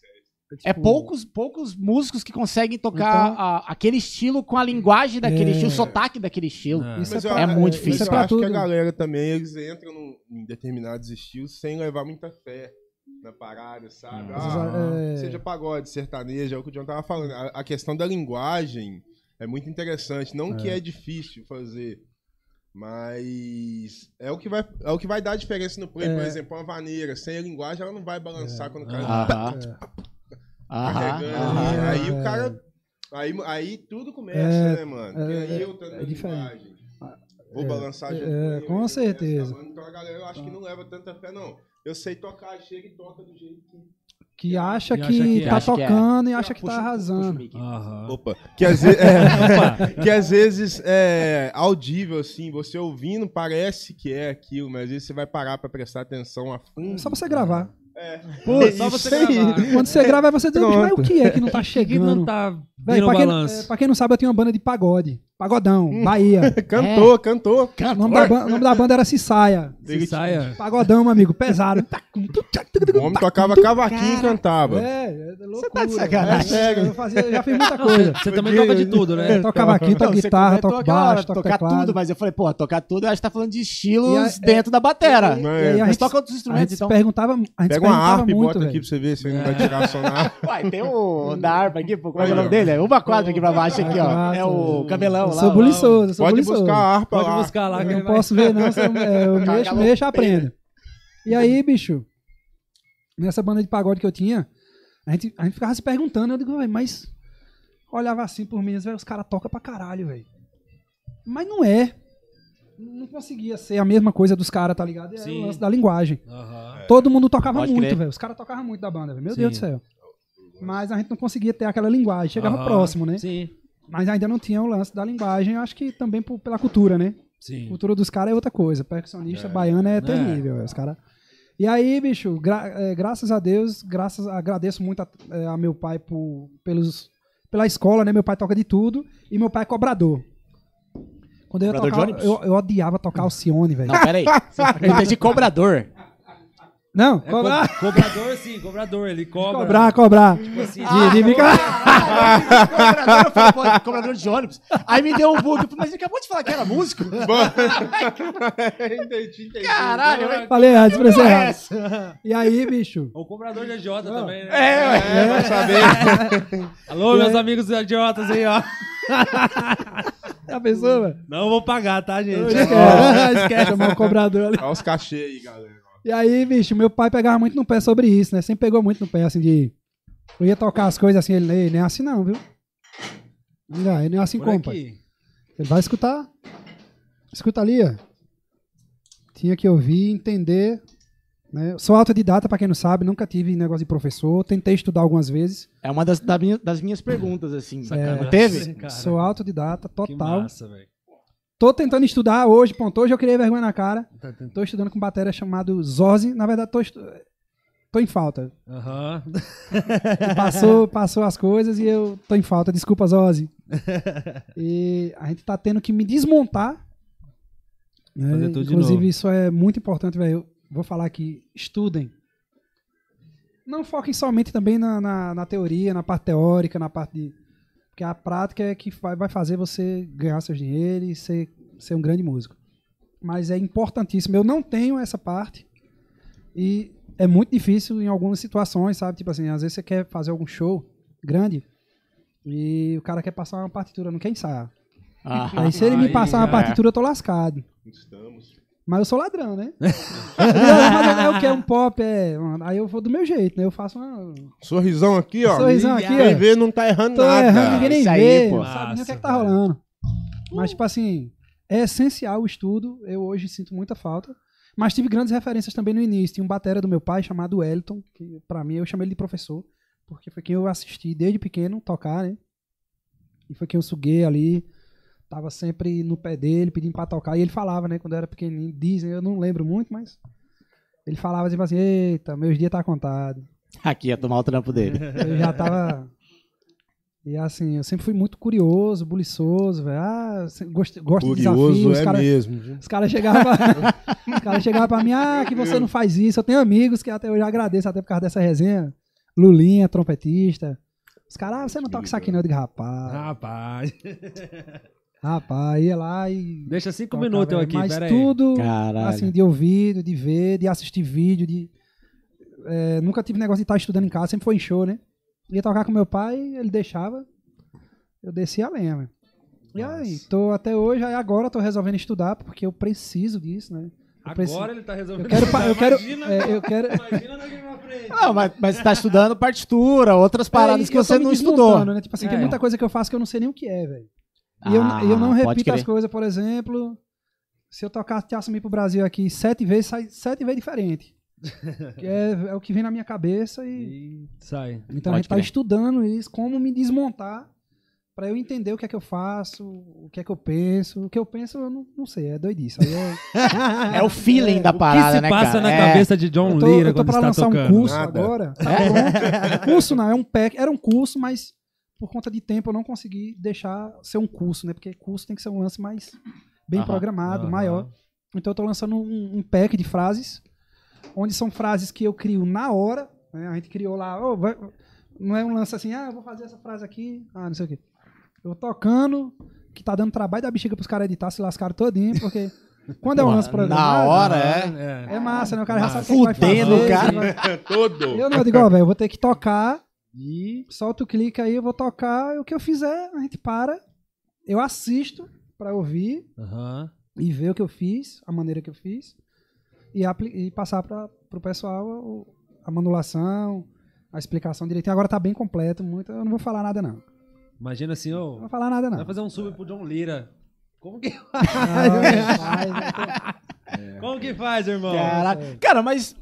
Speaker 1: É
Speaker 5: tipo-
Speaker 1: poucos, poucos músicos que conseguem tocar
Speaker 5: Então-
Speaker 1: a- aquele estilo com a linguagem daquele
Speaker 5: É.
Speaker 1: estilo, o sotaque daquele estilo.
Speaker 3: É.
Speaker 5: Isso
Speaker 4: mas
Speaker 5: é,
Speaker 4: eu-
Speaker 5: pra-
Speaker 1: É muito
Speaker 5: isso
Speaker 1: difícil.
Speaker 5: é
Speaker 4: eu
Speaker 5: pra
Speaker 4: acho que
Speaker 5: tudo.
Speaker 4: a galera também, eles entram num- em determinados estilos sem levar muita fé na parada, sabe?
Speaker 5: Às vezes,
Speaker 4: Ah,
Speaker 5: é,
Speaker 4: Seja pagode, sertanejo, é o que o John tava falando. A, a questão da linguagem é muito interessante. Não que é difícil fazer, mas é o que vai, é o que vai dar a diferença no play.
Speaker 5: É.
Speaker 4: Por exemplo, uma vaneira, sem a linguagem, ela não vai balançar quando o cara tá
Speaker 1: Aham. Aham.
Speaker 4: carregando.
Speaker 1: aham.
Speaker 4: ali. Aí
Speaker 5: É.
Speaker 4: o cara. Aí, aí tudo começa,
Speaker 5: É,
Speaker 4: né, mano?
Speaker 5: é,
Speaker 4: Porque aí
Speaker 5: é,
Speaker 4: eu tô na
Speaker 5: é diferente. Ah,
Speaker 4: linguagem. Vou balançar junto.
Speaker 5: é,
Speaker 4: ele,
Speaker 5: com
Speaker 4: ele
Speaker 5: certeza.
Speaker 4: começa, mano. Então a galera, eu acho que não leva tanta fé, não. Eu sei tocar, chega e toca do jeito que.
Speaker 5: Que acha
Speaker 3: Que
Speaker 5: que,
Speaker 3: acha que
Speaker 5: tá
Speaker 1: acha que Ah. é.
Speaker 5: tocando e acha que
Speaker 1: Puxa-
Speaker 5: tá
Speaker 1: puxa o
Speaker 5: arrasando.
Speaker 1: mic.
Speaker 3: Aham.
Speaker 4: Opa, que às, ve- é, que às vezes é audível, assim, você ouvindo parece que é aquilo, mas às vezes você vai parar pra prestar atenção a
Speaker 5: É
Speaker 4: fundo.
Speaker 5: só você gravar.
Speaker 4: É.
Speaker 3: Pô, só
Speaker 4: isso
Speaker 3: você
Speaker 4: aí.
Speaker 3: gravar.
Speaker 5: Quando você grava, aí você diz, "Bicho, mas o
Speaker 4: É. Pronto.
Speaker 5: que é que não tá
Speaker 3: O que
Speaker 5: chegando?
Speaker 3: não tá
Speaker 5: Véi,
Speaker 3: vendo
Speaker 5: pra,
Speaker 3: o
Speaker 5: quem,
Speaker 3: balanço?
Speaker 5: é, pra quem não sabe, eu tenho uma banda de pagode. Pagodão, Bahia.
Speaker 4: Cantou,
Speaker 5: é.
Speaker 4: cantou.
Speaker 5: o, nome da, ban- o nome da banda era Cissaia.
Speaker 3: Se saia.
Speaker 5: Pagodão, meu amigo, pesado.
Speaker 4: O homem tá- tocava cavaquinho e cantava.
Speaker 5: É, é loucura.
Speaker 1: Você tá de sacanagem.
Speaker 5: É sério, eu, fazia- eu já fiz muita coisa.
Speaker 3: Você também toca de tudo, né?
Speaker 5: Eu tocava aqui, toco
Speaker 1: Não, você
Speaker 5: guitarra,
Speaker 1: comentou
Speaker 5: toco
Speaker 1: aquela hora,
Speaker 5: baixo, toco
Speaker 1: tocar
Speaker 5: teclado.
Speaker 1: tudo, mas eu falei, pô, tocar tudo, eu acho que tá falando de estilos
Speaker 5: E a- é-
Speaker 1: dentro da batera.
Speaker 5: E
Speaker 4: Não,
Speaker 5: aí a
Speaker 1: Mas
Speaker 5: gente,
Speaker 1: toca outros
Speaker 5: a gente
Speaker 1: instrumentos,
Speaker 5: se
Speaker 1: então.
Speaker 5: perguntava, a gente se
Speaker 4: Pega uma
Speaker 5: perguntava
Speaker 4: harpa e
Speaker 5: muito,
Speaker 4: bota
Speaker 5: velho. É.
Speaker 4: aqui pra você ver se ele não vai tirar som na harpa.
Speaker 1: Uai, tem o da harpa aqui, pô, como é que é o nome dele? É Uma quadra aqui pra baixo, aqui, ó. É o camelão
Speaker 5: Eu
Speaker 1: lá.
Speaker 5: sou
Speaker 1: ó.
Speaker 5: buliçoso, eu sou
Speaker 4: Pode
Speaker 5: buliçoso.
Speaker 4: buscar a harpa
Speaker 3: Pode
Speaker 4: lá.
Speaker 3: buscar lá
Speaker 5: Eu
Speaker 3: que
Speaker 5: não
Speaker 3: ele vai-
Speaker 5: posso ver, não. se eu, é, eu
Speaker 1: Cagar
Speaker 5: mexo,
Speaker 1: no
Speaker 5: mexo,
Speaker 1: pé.
Speaker 5: aprendo. E aí, bicho, nessa banda de pagode que eu tinha, a gente, a gente ficava se perguntando. Eu digo, "Véi, mas. Olhava assim por mim, velho, os caras tocam pra caralho, velho. Mas não é. Não conseguia ser a mesma coisa dos caras, tá ligado? É
Speaker 3: Sim.
Speaker 5: o lance da linguagem.
Speaker 3: Aham.
Speaker 5: Todo mundo tocava
Speaker 1: Pode
Speaker 5: muito,
Speaker 1: crer.
Speaker 5: velho. Os caras tocavam muito da banda, velho. Meu
Speaker 3: Sim.
Speaker 5: Deus do céu. Mas a gente não conseguia ter aquela linguagem. Chegava
Speaker 3: Aham.
Speaker 5: próximo, né?
Speaker 3: Sim.
Speaker 5: Mas ainda não tinha o lance da linguagem. Eu acho que também por- pela cultura, né? A
Speaker 3: Sim.
Speaker 5: cultura dos caras é outra coisa. Percussionista baiano é, terrível, velho, os cara. E aí, bicho, gra- eh, graças a Deus, graças agradeço muito a, eh, a meu pai por, pelos, pela escola, né? Meu pai toca de tudo e meu pai é cobrador. Quando eu ia
Speaker 1: Cobrador de
Speaker 5: tocar, eu,
Speaker 1: ônibus?
Speaker 5: eu odiava tocar Alcione,
Speaker 1: Não,
Speaker 5: velho.
Speaker 1: peraí. Ele tá de cobrador.
Speaker 5: Não,
Speaker 3: É co-
Speaker 5: cobrar,
Speaker 3: Cobrador, sim, cobrador. Ele cobra.
Speaker 5: cobrar, cobrar.
Speaker 3: Tipo assim,
Speaker 1: Ah,
Speaker 5: de- de-
Speaker 1: cobrador, eu falei, pô, cobrador de ônibus. Aí me deu um bug, eu falei, mas ele acabou de falar que era músico?
Speaker 4: entendi, entendi.
Speaker 1: Caralho, velho.
Speaker 5: Falei antes pra
Speaker 1: Porra, é
Speaker 5: errado.
Speaker 1: essa?
Speaker 5: E aí, bicho,
Speaker 3: O cobrador de agiota
Speaker 5: Não.
Speaker 3: também, né?
Speaker 4: É, vai saber.
Speaker 3: Alô, meus amigos agiotas aí, ó.
Speaker 5: a pessoa, velho.
Speaker 3: Não vou pagar, tá, gente?
Speaker 5: é Esquece, esquece, chamar o cobrador ali.
Speaker 4: Olha os cachê aí, galera.
Speaker 5: E aí, bicho, meu pai pegava muito no pé sobre isso, né? Sempre pegou muito no pé, assim, de. Eu ia tocar as coisas assim, ele, "Ei, nem é assim não, viu? Não, ele nem é assim
Speaker 3: Por
Speaker 5: como, pai.
Speaker 3: aqui.
Speaker 5: Ele vai escutar. Escuta ali, ó. Tinha que ouvir, entender. Né? Eu Sou autodidata, pra quem não sabe, nunca tive negócio de professor. Tentei estudar algumas vezes.
Speaker 1: É uma das, da minha- das minhas perguntas, assim.
Speaker 3: Sacanagem.
Speaker 1: Não teve?
Speaker 3: Ah, Cara,
Speaker 5: Sou autodidata,
Speaker 3: Que
Speaker 5: total.
Speaker 3: massa, velho.
Speaker 5: Tô tentando estudar hoje, ponto. Hoje eu criei vergonha na cara.
Speaker 3: Tá
Speaker 5: Tô estudando com um batera chamado Zorzi. Na verdade, tô, estu- tô em falta.
Speaker 3: Aham.
Speaker 5: passou, passou as coisas e eu tô em falta. Desculpa, Ozzy. E a gente tá tendo que me desmontar. né?
Speaker 3: Fazer tudo de
Speaker 5: Inclusive,
Speaker 3: novo.
Speaker 5: isso é muito importante, velho. Eu Vou falar aqui, estudem. Não foquem somente também na, na, na teoria, na parte teórica, na parte de. Porque a prática é que vai, vai fazer você ganhar seus dinheiro e ser, ser um grande músico. Mas é importantíssimo. Eu não tenho essa parte. E é muito difícil em algumas situações, sabe? Tipo assim, às vezes você quer fazer algum show grande e o cara quer passar uma partitura, não quer ensaiar.
Speaker 1: Ah,
Speaker 5: Aí se ele me
Speaker 6: Aí,
Speaker 5: passar uma
Speaker 1: é.
Speaker 5: partitura, eu tô lascado.
Speaker 4: Estamos.
Speaker 5: Mas eu sou ladrão, né? é o que? É um pop, é. Aí eu vou do meu jeito, né? Eu faço uma.
Speaker 4: Sorrisão aqui, ó.
Speaker 5: Sorrisão aqui,
Speaker 4: Quem
Speaker 5: ó.
Speaker 4: vê não tá errando
Speaker 5: Tô
Speaker 4: nada.
Speaker 5: errando, ninguém nem
Speaker 1: Isso aí,
Speaker 5: vê.
Speaker 1: pô.
Speaker 5: não sabe nem o que, é que tá
Speaker 3: Massa,
Speaker 5: rolando. Mas, tipo assim, é essencial o estudo. Eu hoje sinto muita falta. Mas tive grandes referências também no início. Tinha um batera do meu pai chamado Elton, que pra mim eu chamei ele de professor, porque foi quem eu assisti desde pequeno tocar, né? E foi quem eu suguei ali. Tava sempre no pé dele, pedindo pra tocar. E ele falava, né? Quando eu era pequenininho, dizem, eu não lembro muito, mas. Ele falava tipo assim: Eita, meus dias tá contado.
Speaker 1: aqui ia tomar o trampo dele.
Speaker 5: Eu já tava. E assim, eu sempre fui muito curioso, buliçoso, velho. Ah, se- gosto, gosto de
Speaker 4: Curioso
Speaker 5: desafios.
Speaker 4: é
Speaker 5: os caras
Speaker 4: mesmo. viu?
Speaker 5: os caras chegavam pra, os caras chegavam pra mim, ah, que você não faz isso. Eu tenho amigos que até hoje eu agradeço até por causa dessa resenha. Lulinha, trompetista. Os caras, ah, você não toca isso aqui não. Eu digo, rapaz,
Speaker 3: Ah. Rapaz.
Speaker 5: rapaz, ia lá e...
Speaker 3: Deixa cinco
Speaker 5: tocava,
Speaker 3: minutos eu aqui,
Speaker 5: Mas
Speaker 3: peraí.
Speaker 5: tudo,
Speaker 1: Caralho.
Speaker 5: assim, de ouvido, de ver, de assistir vídeo, de... é, nunca tive negócio de estar estudando em casa, sempre foi em show, né? Ia tocar com meu pai, ele deixava, eu descia a lenha, velho. E aí, tô até hoje, aí agora eu tô resolvendo estudar, porque eu preciso disso, né? Eu preciso-
Speaker 3: Agora ele tá resolvendo.
Speaker 5: Eu quero, pa- eu quero,
Speaker 3: Imagina,
Speaker 5: é, eu quero...
Speaker 3: imagina daqui pra frente.
Speaker 1: Não, mas, mas você tá estudando partitura, outras
Speaker 5: É,
Speaker 1: paradas
Speaker 5: e
Speaker 1: que
Speaker 5: eu tô
Speaker 1: você
Speaker 5: me
Speaker 1: não estudou.
Speaker 5: desmontando, Né? Tipo assim,
Speaker 3: É.
Speaker 5: tem muita coisa que eu faço que eu não sei nem o que é, velho. E eu, e eu não
Speaker 1: Ah, pode
Speaker 5: repito
Speaker 1: crer.
Speaker 5: as coisas, por exemplo, se eu tocar Te Assumir pro Brasil aqui sete vezes, sai sete vezes diferente. Que é, é o que vem na minha cabeça e...
Speaker 3: E sai.
Speaker 5: Então a
Speaker 1: Pode
Speaker 5: gente tá
Speaker 1: crer.
Speaker 5: estudando isso, como me desmontar pra eu entender o que é que eu faço, o que é que eu penso. O que eu penso, eu não, não sei, é doidice. Aí eu-
Speaker 1: É o feeling da
Speaker 3: O que
Speaker 1: parada,
Speaker 3: se
Speaker 1: né,
Speaker 3: passa
Speaker 1: cara?
Speaker 3: na
Speaker 1: É.
Speaker 3: cabeça de John
Speaker 5: Eu tô,
Speaker 3: Lira
Speaker 5: eu tô
Speaker 3: quando
Speaker 5: pra
Speaker 3: está
Speaker 5: lançar
Speaker 3: tocando?
Speaker 5: um curso
Speaker 4: Nada.
Speaker 5: agora. Tá pronto. curso não, é um pack. Era um curso, mas por conta de tempo eu não consegui deixar ser um curso, né? Porque curso tem que ser um lance mais bem
Speaker 1: Aham,
Speaker 5: programado,
Speaker 3: aham.
Speaker 5: maior. Então eu tô lançando um, um pack de frases, onde são frases que eu crio na hora. né? A gente criou lá. "Ô, vai- Não é um lance assim, ah, eu vou fazer essa frase aqui. Ah, não sei o quê. Eu tocando, que tá dando trabalho da bexiga pros caras editar, se lascaram todinho, porque. Quando é um
Speaker 1: Porra,
Speaker 5: lance
Speaker 1: na
Speaker 5: programado.
Speaker 1: hora, é.
Speaker 5: É massa, né? O cara já sabe o que, é que vai
Speaker 1: Fudendo,
Speaker 5: fazer.
Speaker 1: cara.
Speaker 5: ele vai-
Speaker 4: Todo.
Speaker 5: Eu não, eu digo, ó, velho, eu vou ter que tocar. Solta o clique aí, eu vou tocar. E o que eu fizer, a gente para. Eu assisto pra ouvir
Speaker 3: Aham.
Speaker 5: e ver o que eu fiz, a maneira que eu fiz. E, apli- e passar pra, pro pessoal o- a manulação, a explicação direitinho. Agora tá bem completo, muito. Eu não vou falar nada, não. Não
Speaker 3: Imagina assim, ô.
Speaker 5: vou falar nada, não.
Speaker 3: Vai fazer um sub pro John Lira. Como que,
Speaker 5: Não, faz, não tem-
Speaker 3: como que faz, irmão?
Speaker 1: Caraca. É. Cara, mas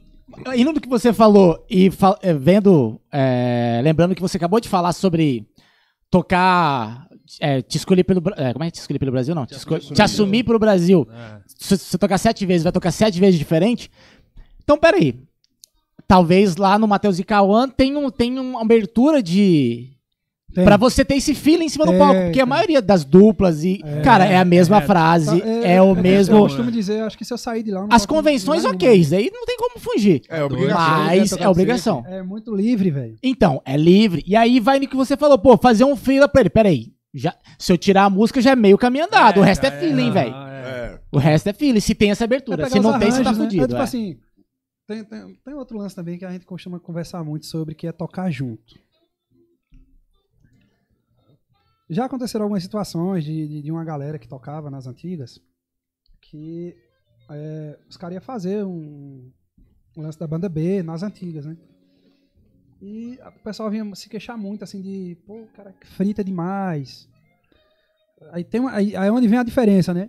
Speaker 1: indo do que você falou e fa- eh, vendo, eh, lembrando que você acabou de falar sobre tocar, eh, te escolher pelo, Bra- eh, como é que te escolher pelo Brasil não? Te, escol- te assumir pelo Brasil.
Speaker 3: Ah,
Speaker 1: Se você tocar sete vezes, vai tocar sete vezes diferente. Então, peraí. Talvez lá no Matheus e Cauã tenha um, tenha uma abertura de.
Speaker 5: tem.
Speaker 1: Pra você ter esse feeling em cima do
Speaker 5: Tem,
Speaker 1: palco. Porque a
Speaker 5: tem.
Speaker 1: maioria das duplas e. cara, é a mesma
Speaker 3: é.
Speaker 1: frase, é, o
Speaker 5: Eu
Speaker 1: mesmo.
Speaker 5: costumo dizer, acho que se eu sair de lá. eu não
Speaker 1: As
Speaker 5: toco em
Speaker 1: convenções,
Speaker 5: lugar
Speaker 1: ok. Isso aí não tem como fugir.
Speaker 4: É obrigação.
Speaker 5: né?
Speaker 1: Mas é obrigação.
Speaker 5: nenhum. É muito livre, velho.
Speaker 1: Então, é livre. E aí vai no que você falou, pô, fazer um fila pra ele. Peraí, já, se eu tirar a música já é meio caminho andado. o resto é, feeling,
Speaker 3: aham,
Speaker 1: velho.
Speaker 3: é.
Speaker 4: É.
Speaker 1: O resto é feeling, se tem essa
Speaker 5: É
Speaker 1: abertura.
Speaker 5: pegar
Speaker 1: se
Speaker 5: os
Speaker 1: não tem, você tá
Speaker 5: arranjos, né?
Speaker 1: fudido.
Speaker 5: É, tipo
Speaker 1: é.
Speaker 5: assim, tem, tem- tem outro lance também que a gente costuma conversar muito sobre, que é tocar junto. Já aconteceram algumas situações de, de, de uma galera que tocava nas antigas que é, os caras iam fazer um, um lance da banda B nas antigas, né? E a- o pessoal vinha se queixar muito, assim, de, pô, cara, frita demais. Aí, tem uma, aí, aí é onde vem a diferença, né?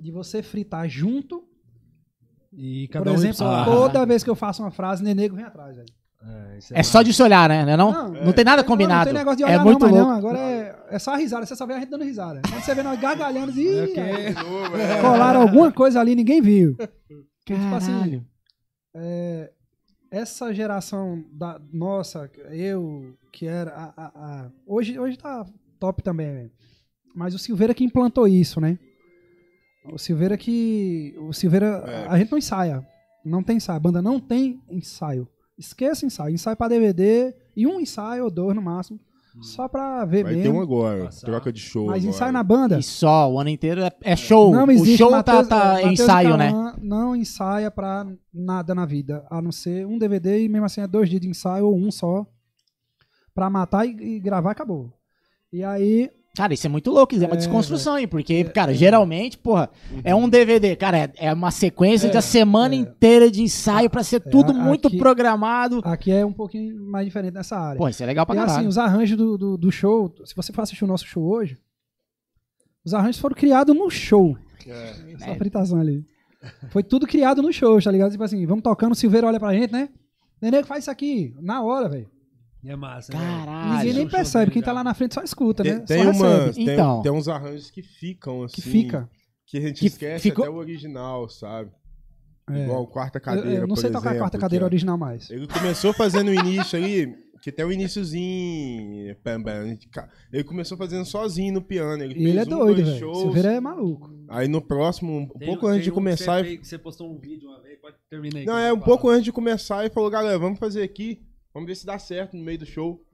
Speaker 5: De você fritar junto
Speaker 3: E cada
Speaker 5: por
Speaker 3: um
Speaker 5: exemplo,
Speaker 3: sua-
Speaker 5: toda vez que eu faço uma frase, Nenego vem atrás, velho.
Speaker 3: É, isso
Speaker 1: É só de se olhar, né? Não, é não?
Speaker 5: Não,
Speaker 1: não tem nada
Speaker 5: Não, Não
Speaker 1: combinado.
Speaker 5: tem negócio de olhar
Speaker 1: é
Speaker 5: não,
Speaker 1: muito
Speaker 5: mas
Speaker 1: louco.
Speaker 5: não, agora é, é só a risada. Você só vê a gente dando risada. Quando você vê nós gargalhando, e
Speaker 3: É que-
Speaker 4: De novo, é.
Speaker 5: colaram alguma coisa ali, ninguém viu. Que, tipo assim, é,
Speaker 1: Caralho.
Speaker 5: essa geração da nossa, eu, que era a, a- a- hoje, hoje tá top também, velho. Mas o Silveira que implantou isso, né? O Silveira que. O Silveira.
Speaker 4: É.
Speaker 5: A gente não ensaia. Não tem ensaio. A banda não tem ensaio. Esqueça ensaio. Ensaio pra DVD e um ensaio ou dois no máximo. só pra ver
Speaker 4: Hum. Vai ter
Speaker 5: mesmo.
Speaker 4: um agora.
Speaker 3: Passar.
Speaker 4: Troca de show.
Speaker 5: Mas
Speaker 4: agora.
Speaker 5: ensaio na banda.
Speaker 1: E só, o ano inteiro é, é show.
Speaker 5: Não existe
Speaker 1: o show
Speaker 5: Mateus-
Speaker 1: tá, tá
Speaker 5: é,
Speaker 1: é
Speaker 5: Mateus e
Speaker 1: ensaio, né?
Speaker 5: Cauã Não ensaia pra nada na vida, a não ser um DVD e mesmo assim é dois dias de ensaio ou um só pra matar e, e gravar acabou. E aí
Speaker 1: Cara, isso é muito louco, isso é uma
Speaker 5: É,
Speaker 1: desconstrução, hein? Porque, cara, geralmente, porra, é um DVD, cara, é, é uma sequência de a semana inteira de ensaio pra ser tudo
Speaker 5: é. a-
Speaker 1: muito
Speaker 5: aqui-
Speaker 1: programado.
Speaker 5: aqui é um pouquinho mais diferente nessa área.
Speaker 1: Pô, isso é legal pra
Speaker 5: e
Speaker 1: caralho.
Speaker 5: assim, os arranjos do, do, do show, se você for assistir o nosso show hoje, os arranjos foram criados no show. Essa
Speaker 1: É.
Speaker 5: fritação ali. Foi tudo criado no show, tá ligado? Tipo assim, vamos tocando, o Silveiro olha pra gente, né? Nenê, faz isso aqui, na hora, velho.
Speaker 3: E é massa,
Speaker 1: Caralho.
Speaker 5: Ninguém nem
Speaker 3: show, show
Speaker 5: percebe,
Speaker 3: dele,
Speaker 5: quem tá
Speaker 3: já.
Speaker 5: lá na frente só escuta,
Speaker 4: Tem,
Speaker 5: né?
Speaker 4: tem,
Speaker 5: só
Speaker 4: umas-
Speaker 5: recebe.
Speaker 4: tem,
Speaker 1: Então.
Speaker 4: tem uns arranjos que ficam, assim.
Speaker 5: Que fica.
Speaker 4: Que a gente
Speaker 1: Que
Speaker 4: esquece
Speaker 1: ficou-
Speaker 4: até o original, sabe?
Speaker 5: É.
Speaker 4: Igual quarta
Speaker 5: Eu,
Speaker 4: cadeira.
Speaker 5: eu não
Speaker 4: por
Speaker 5: sei tocar a
Speaker 4: exemplo,
Speaker 5: quarta
Speaker 4: que é-
Speaker 5: cadeira original mais.
Speaker 4: Ele começou fazendo o início ali, que até o iníciozinho. pam, pam, ca- Ele começou fazendo sozinho no piano. Ele,
Speaker 5: E ele é
Speaker 4: fez um,
Speaker 5: dois
Speaker 4: dois
Speaker 5: velho.
Speaker 4: shows.
Speaker 5: O Silveiro é maluco.
Speaker 4: Aí no próximo, um
Speaker 3: Tem-
Speaker 4: pouco
Speaker 3: tem
Speaker 4: antes de
Speaker 3: um que
Speaker 4: começar.
Speaker 3: Você, fez- que você postou um vídeo uma vez, pode terminar aí.
Speaker 4: Não,
Speaker 3: que
Speaker 4: é
Speaker 3: eu
Speaker 4: um
Speaker 3: falo.
Speaker 4: pouco antes de começar e falou, galera, vamos fazer aqui. Vamos ver se dá certo no meio do show.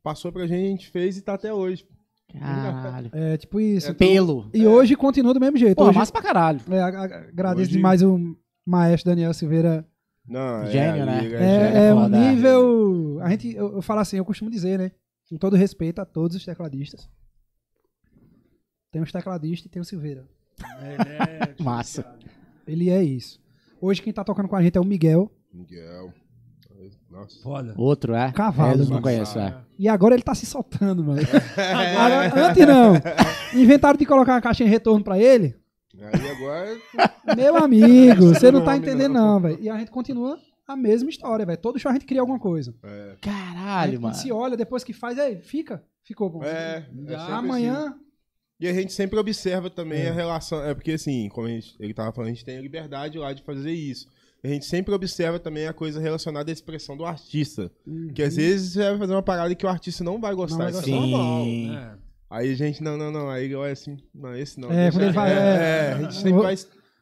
Speaker 4: Passou pra gente, a gente fez e tá até hoje.
Speaker 1: Caralho.
Speaker 5: É tipo isso.
Speaker 1: Pelo.
Speaker 4: é.
Speaker 5: E hoje continua do mesmo jeito.
Speaker 1: Pô,
Speaker 5: hoje,
Speaker 1: massa pra caralho.
Speaker 5: é, a- a- agradeço
Speaker 4: Hoje-
Speaker 5: demais o maestro Daniel Silveira.
Speaker 4: Não,
Speaker 1: Gênio, né?
Speaker 4: amigo, gênio.
Speaker 5: É, é um
Speaker 1: foda.
Speaker 5: nível. A gente, eu, eu falo assim, eu costumo dizer, né? Com todo respeito a todos os tecladistas. Tem os tecladistas e tem o Silveira.
Speaker 3: É, ele é-
Speaker 1: Massa.
Speaker 5: Ele é isso. Hoje quem tá tocando com a gente é o Miguel
Speaker 4: Miguel. Nossa.
Speaker 3: Foda.
Speaker 1: Outro, é?
Speaker 5: Cavalo,
Speaker 1: Eu não
Speaker 5: mano.
Speaker 1: conheço, é.
Speaker 5: E agora ele tá se soltando, mano.
Speaker 4: É.
Speaker 5: Agora, antes não. Inventaram de colocar uma caixa em retorno pra ele.
Speaker 4: Aí agora.
Speaker 5: Meu amigo, você não tá
Speaker 4: Não,
Speaker 5: entendendo,
Speaker 4: não.
Speaker 5: não, velho. E a gente continua a mesma história, velho. Todo show a gente cria alguma coisa.
Speaker 4: É.
Speaker 5: a
Speaker 1: Caralho,
Speaker 5: gente
Speaker 1: mano.
Speaker 5: se olha, depois que faz, aí, fica. Ficou bom.
Speaker 4: é, é sempre assim.
Speaker 5: Amanhã.
Speaker 4: E a gente sempre observa também a relação. É porque, assim, como a gente- ele tava falando, a gente tem a liberdade lá de fazer isso. A gente sempre observa também a coisa relacionada à expressão do artista. Que às vezes você vai fazer uma parada que o artista não vai gostar.
Speaker 5: Uhum. vai
Speaker 4: isso é
Speaker 5: gostar.
Speaker 4: normal.
Speaker 5: né?
Speaker 1: Sim.
Speaker 3: É.
Speaker 4: Aí a gente, não, não, não. Aí ele olha assim, não, esse não.
Speaker 5: É,
Speaker 4: deixa
Speaker 5: quando ele
Speaker 4: aqui.
Speaker 5: vai- é.
Speaker 4: É, a gente sempre
Speaker 5: Ro-
Speaker 4: vai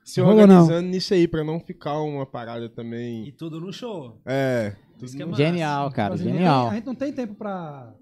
Speaker 4: se
Speaker 5: Rolou, não.
Speaker 4: organizando nisso aí, pra não ficar uma parada também.
Speaker 3: E tudo no show.
Speaker 4: É.
Speaker 3: Isso que é massa.
Speaker 1: Genial, cara,
Speaker 5: Assim, não tem-
Speaker 1: genial.
Speaker 5: A gente não tem tempo pra.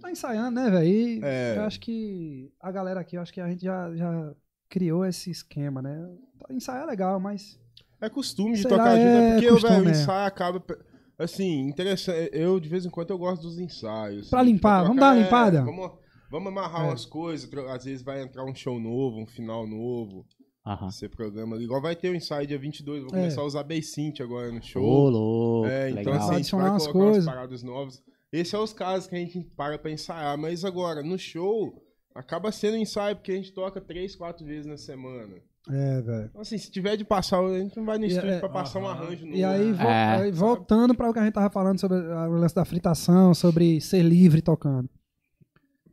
Speaker 5: Tá ensaiando, né, velho? E
Speaker 4: É.
Speaker 5: Eu acho que a galera aqui, eu acho que a gente já, já criou esse esquema, né? Ensaiar é legal, mas.
Speaker 4: É costume de
Speaker 5: Sei
Speaker 4: tocar
Speaker 5: lá,
Speaker 4: junto,
Speaker 5: é
Speaker 4: é porque
Speaker 5: costume,
Speaker 4: velho, o
Speaker 5: é.
Speaker 4: ensaio acaba. pe- Assim, interessante. Eu, de vez em quando, eu gosto dos ensaios.
Speaker 5: Pra
Speaker 4: assim,
Speaker 5: limpar, vamos
Speaker 4: trocar-
Speaker 5: dar uma limpada?
Speaker 4: é, vamos, vamos amarrar
Speaker 5: É.
Speaker 4: umas coisas. tro- Às vezes vai entrar um show novo, um final novo.
Speaker 1: Aham.
Speaker 4: Você programa. Igual vai ter o ensaio dia 22. Vou
Speaker 5: Ah. É.
Speaker 4: começar a usar Bassint agora no show.
Speaker 1: Ô, louco.
Speaker 4: É, então
Speaker 1: legal.
Speaker 4: assim, a gente
Speaker 5: Adicionar
Speaker 4: vai
Speaker 5: umas
Speaker 4: colocar
Speaker 5: coisas.
Speaker 4: umas paradas novas. Esse é os casos que a gente para pra ensaiar. Mas agora, no show, acaba sendo ensaio, porque a gente toca três, quatro vezes na semana.
Speaker 5: É, velho.
Speaker 4: Então, assim, se tiver de passar, a gente não vai no
Speaker 5: E,
Speaker 4: estúdio
Speaker 5: é,
Speaker 4: pra passar um
Speaker 3: aham.
Speaker 4: arranjo novo.
Speaker 5: E aí, vo-
Speaker 1: É.
Speaker 5: aí voltando para o que a gente tava falando sobre a- o lance da fritação, sobre ser livre tocando.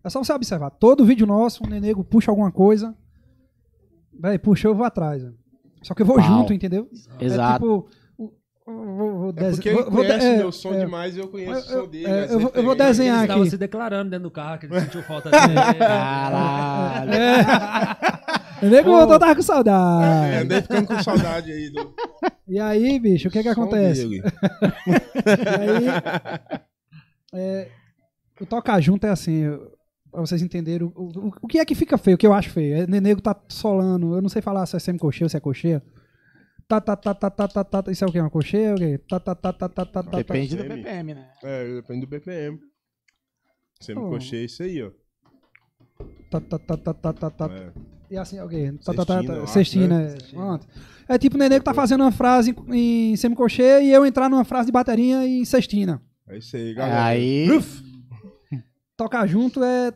Speaker 5: É só você observar. Todo vídeo nosso, o Nenego puxa alguma coisa. Véi, puxou, eu vou atrás. velho. Só que eu vou
Speaker 1: Pau.
Speaker 5: junto, entendeu? É
Speaker 1: Exato.
Speaker 5: tipo. o- o- vou- vou
Speaker 4: É
Speaker 5: dese-
Speaker 4: porque ele
Speaker 5: vou- vou de-
Speaker 4: conhece
Speaker 5: é,
Speaker 4: meu som
Speaker 5: é.
Speaker 4: demais e eu conheço
Speaker 5: Eu-
Speaker 4: o som dele.
Speaker 5: é,
Speaker 4: as
Speaker 5: eu vou- eu vou
Speaker 4: referências.
Speaker 5: desenhar
Speaker 3: Ele estava
Speaker 5: aqui. É,
Speaker 3: se declarando dentro do carro, que ele sentiu falta dele. É
Speaker 1: Caralho.
Speaker 5: O Nego voltou, tava com saudade.
Speaker 4: É, andei ficando com saudade aí do. um
Speaker 5: E aí, bicho, o que que
Speaker 4: som
Speaker 5: acontece?
Speaker 4: dele.
Speaker 5: E aí, é, o tocar junto é assim, eu- pra vocês entenderem o, o, o que é que fica feio, o que eu acho feio. É, Nenego tá solando, eu não sei falar se é semi-cocheia ou se é cocheia. Tá, tá, tá, tá, tá, tá, tá, tá, isso é o que? Uma cocheia? ou O quê? Tá, tá, tá, tá, tá, tá, tá, tá.
Speaker 1: Depende do
Speaker 4: Depende.
Speaker 1: BPM, né?
Speaker 4: É, depende do BPM. Você me
Speaker 5: Pô.
Speaker 4: cochei é isso aí, ó.
Speaker 5: Tá, tá, tá, tá, tá, tá, tá.
Speaker 4: É.
Speaker 5: E assim, é o quê? Tá, tá, tá,
Speaker 4: Cestina, eu
Speaker 5: tá,
Speaker 4: acho, né?
Speaker 5: Cestina, é. Pronto. É tipo o Nenego tá fazendo uma frase em, em semicocheia e eu entrar numa frase de bateria em cestina.
Speaker 4: É isso aí,
Speaker 5: tá,
Speaker 4: galera.
Speaker 1: Aí.
Speaker 5: tocar junto é.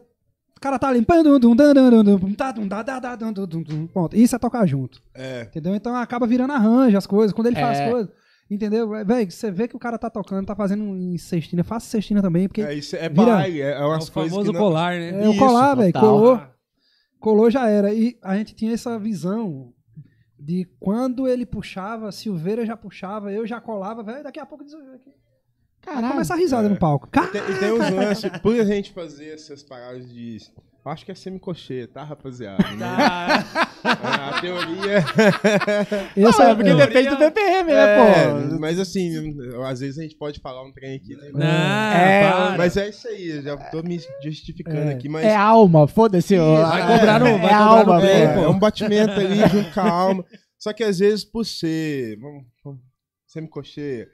Speaker 5: O cara tá limpando. dum, dum, dum, dum, dum, dum, tá, dum, dá, dá, dá, dum, dum, dum, dum. Pronto, isso é tocar junto.
Speaker 4: É.
Speaker 5: Entendeu? Então acaba virando arranjo as coisas. Quando ele faz
Speaker 1: É.
Speaker 5: as coisas. Entendeu? Velho, você vê que o cara tá tocando, tá fazendo em cestina. Faça cestina também, porque.
Speaker 4: É, isso é
Speaker 5: Vira-
Speaker 4: baile, é, é
Speaker 3: É o
Speaker 4: umas coisas
Speaker 3: famoso
Speaker 4: que não...
Speaker 3: colar, né?
Speaker 5: É, o
Speaker 4: isso,
Speaker 5: colar, velho.
Speaker 1: total.
Speaker 5: Colou, colou já era. E a gente tinha essa visão de quando ele puxava, Silveira já puxava, eu já colava, velho. Daqui a pouco. diz- Vai
Speaker 1: Caralho. É.
Speaker 5: começar a risada no palco. Ca-
Speaker 4: Tem, e tem uns lances, por a gente fazer essas paradas de. Acho que é semicocheia, tá, rapaziada? Né?
Speaker 3: Ah,
Speaker 4: A teoria.
Speaker 5: Eu
Speaker 1: Não,
Speaker 5: só-
Speaker 1: é porque
Speaker 5: eu-
Speaker 1: depende do BPM, né,
Speaker 4: É,
Speaker 1: pô?
Speaker 4: mas assim, às vezes a gente pode falar um trem aqui. Né?
Speaker 3: Não,
Speaker 1: É,
Speaker 3: para.
Speaker 4: Mas é isso aí, eu já tô me justificando
Speaker 5: É.
Speaker 4: aqui, mas.
Speaker 1: É alma, foda-se.
Speaker 3: vai cobrar no-
Speaker 1: é, é
Speaker 3: vai cobrar no
Speaker 1: alma,
Speaker 3: play,
Speaker 1: pô.
Speaker 4: É, é um batimento ali junto com a alma. Só que às vezes, por ser. Vamos, vamos, semicocheia.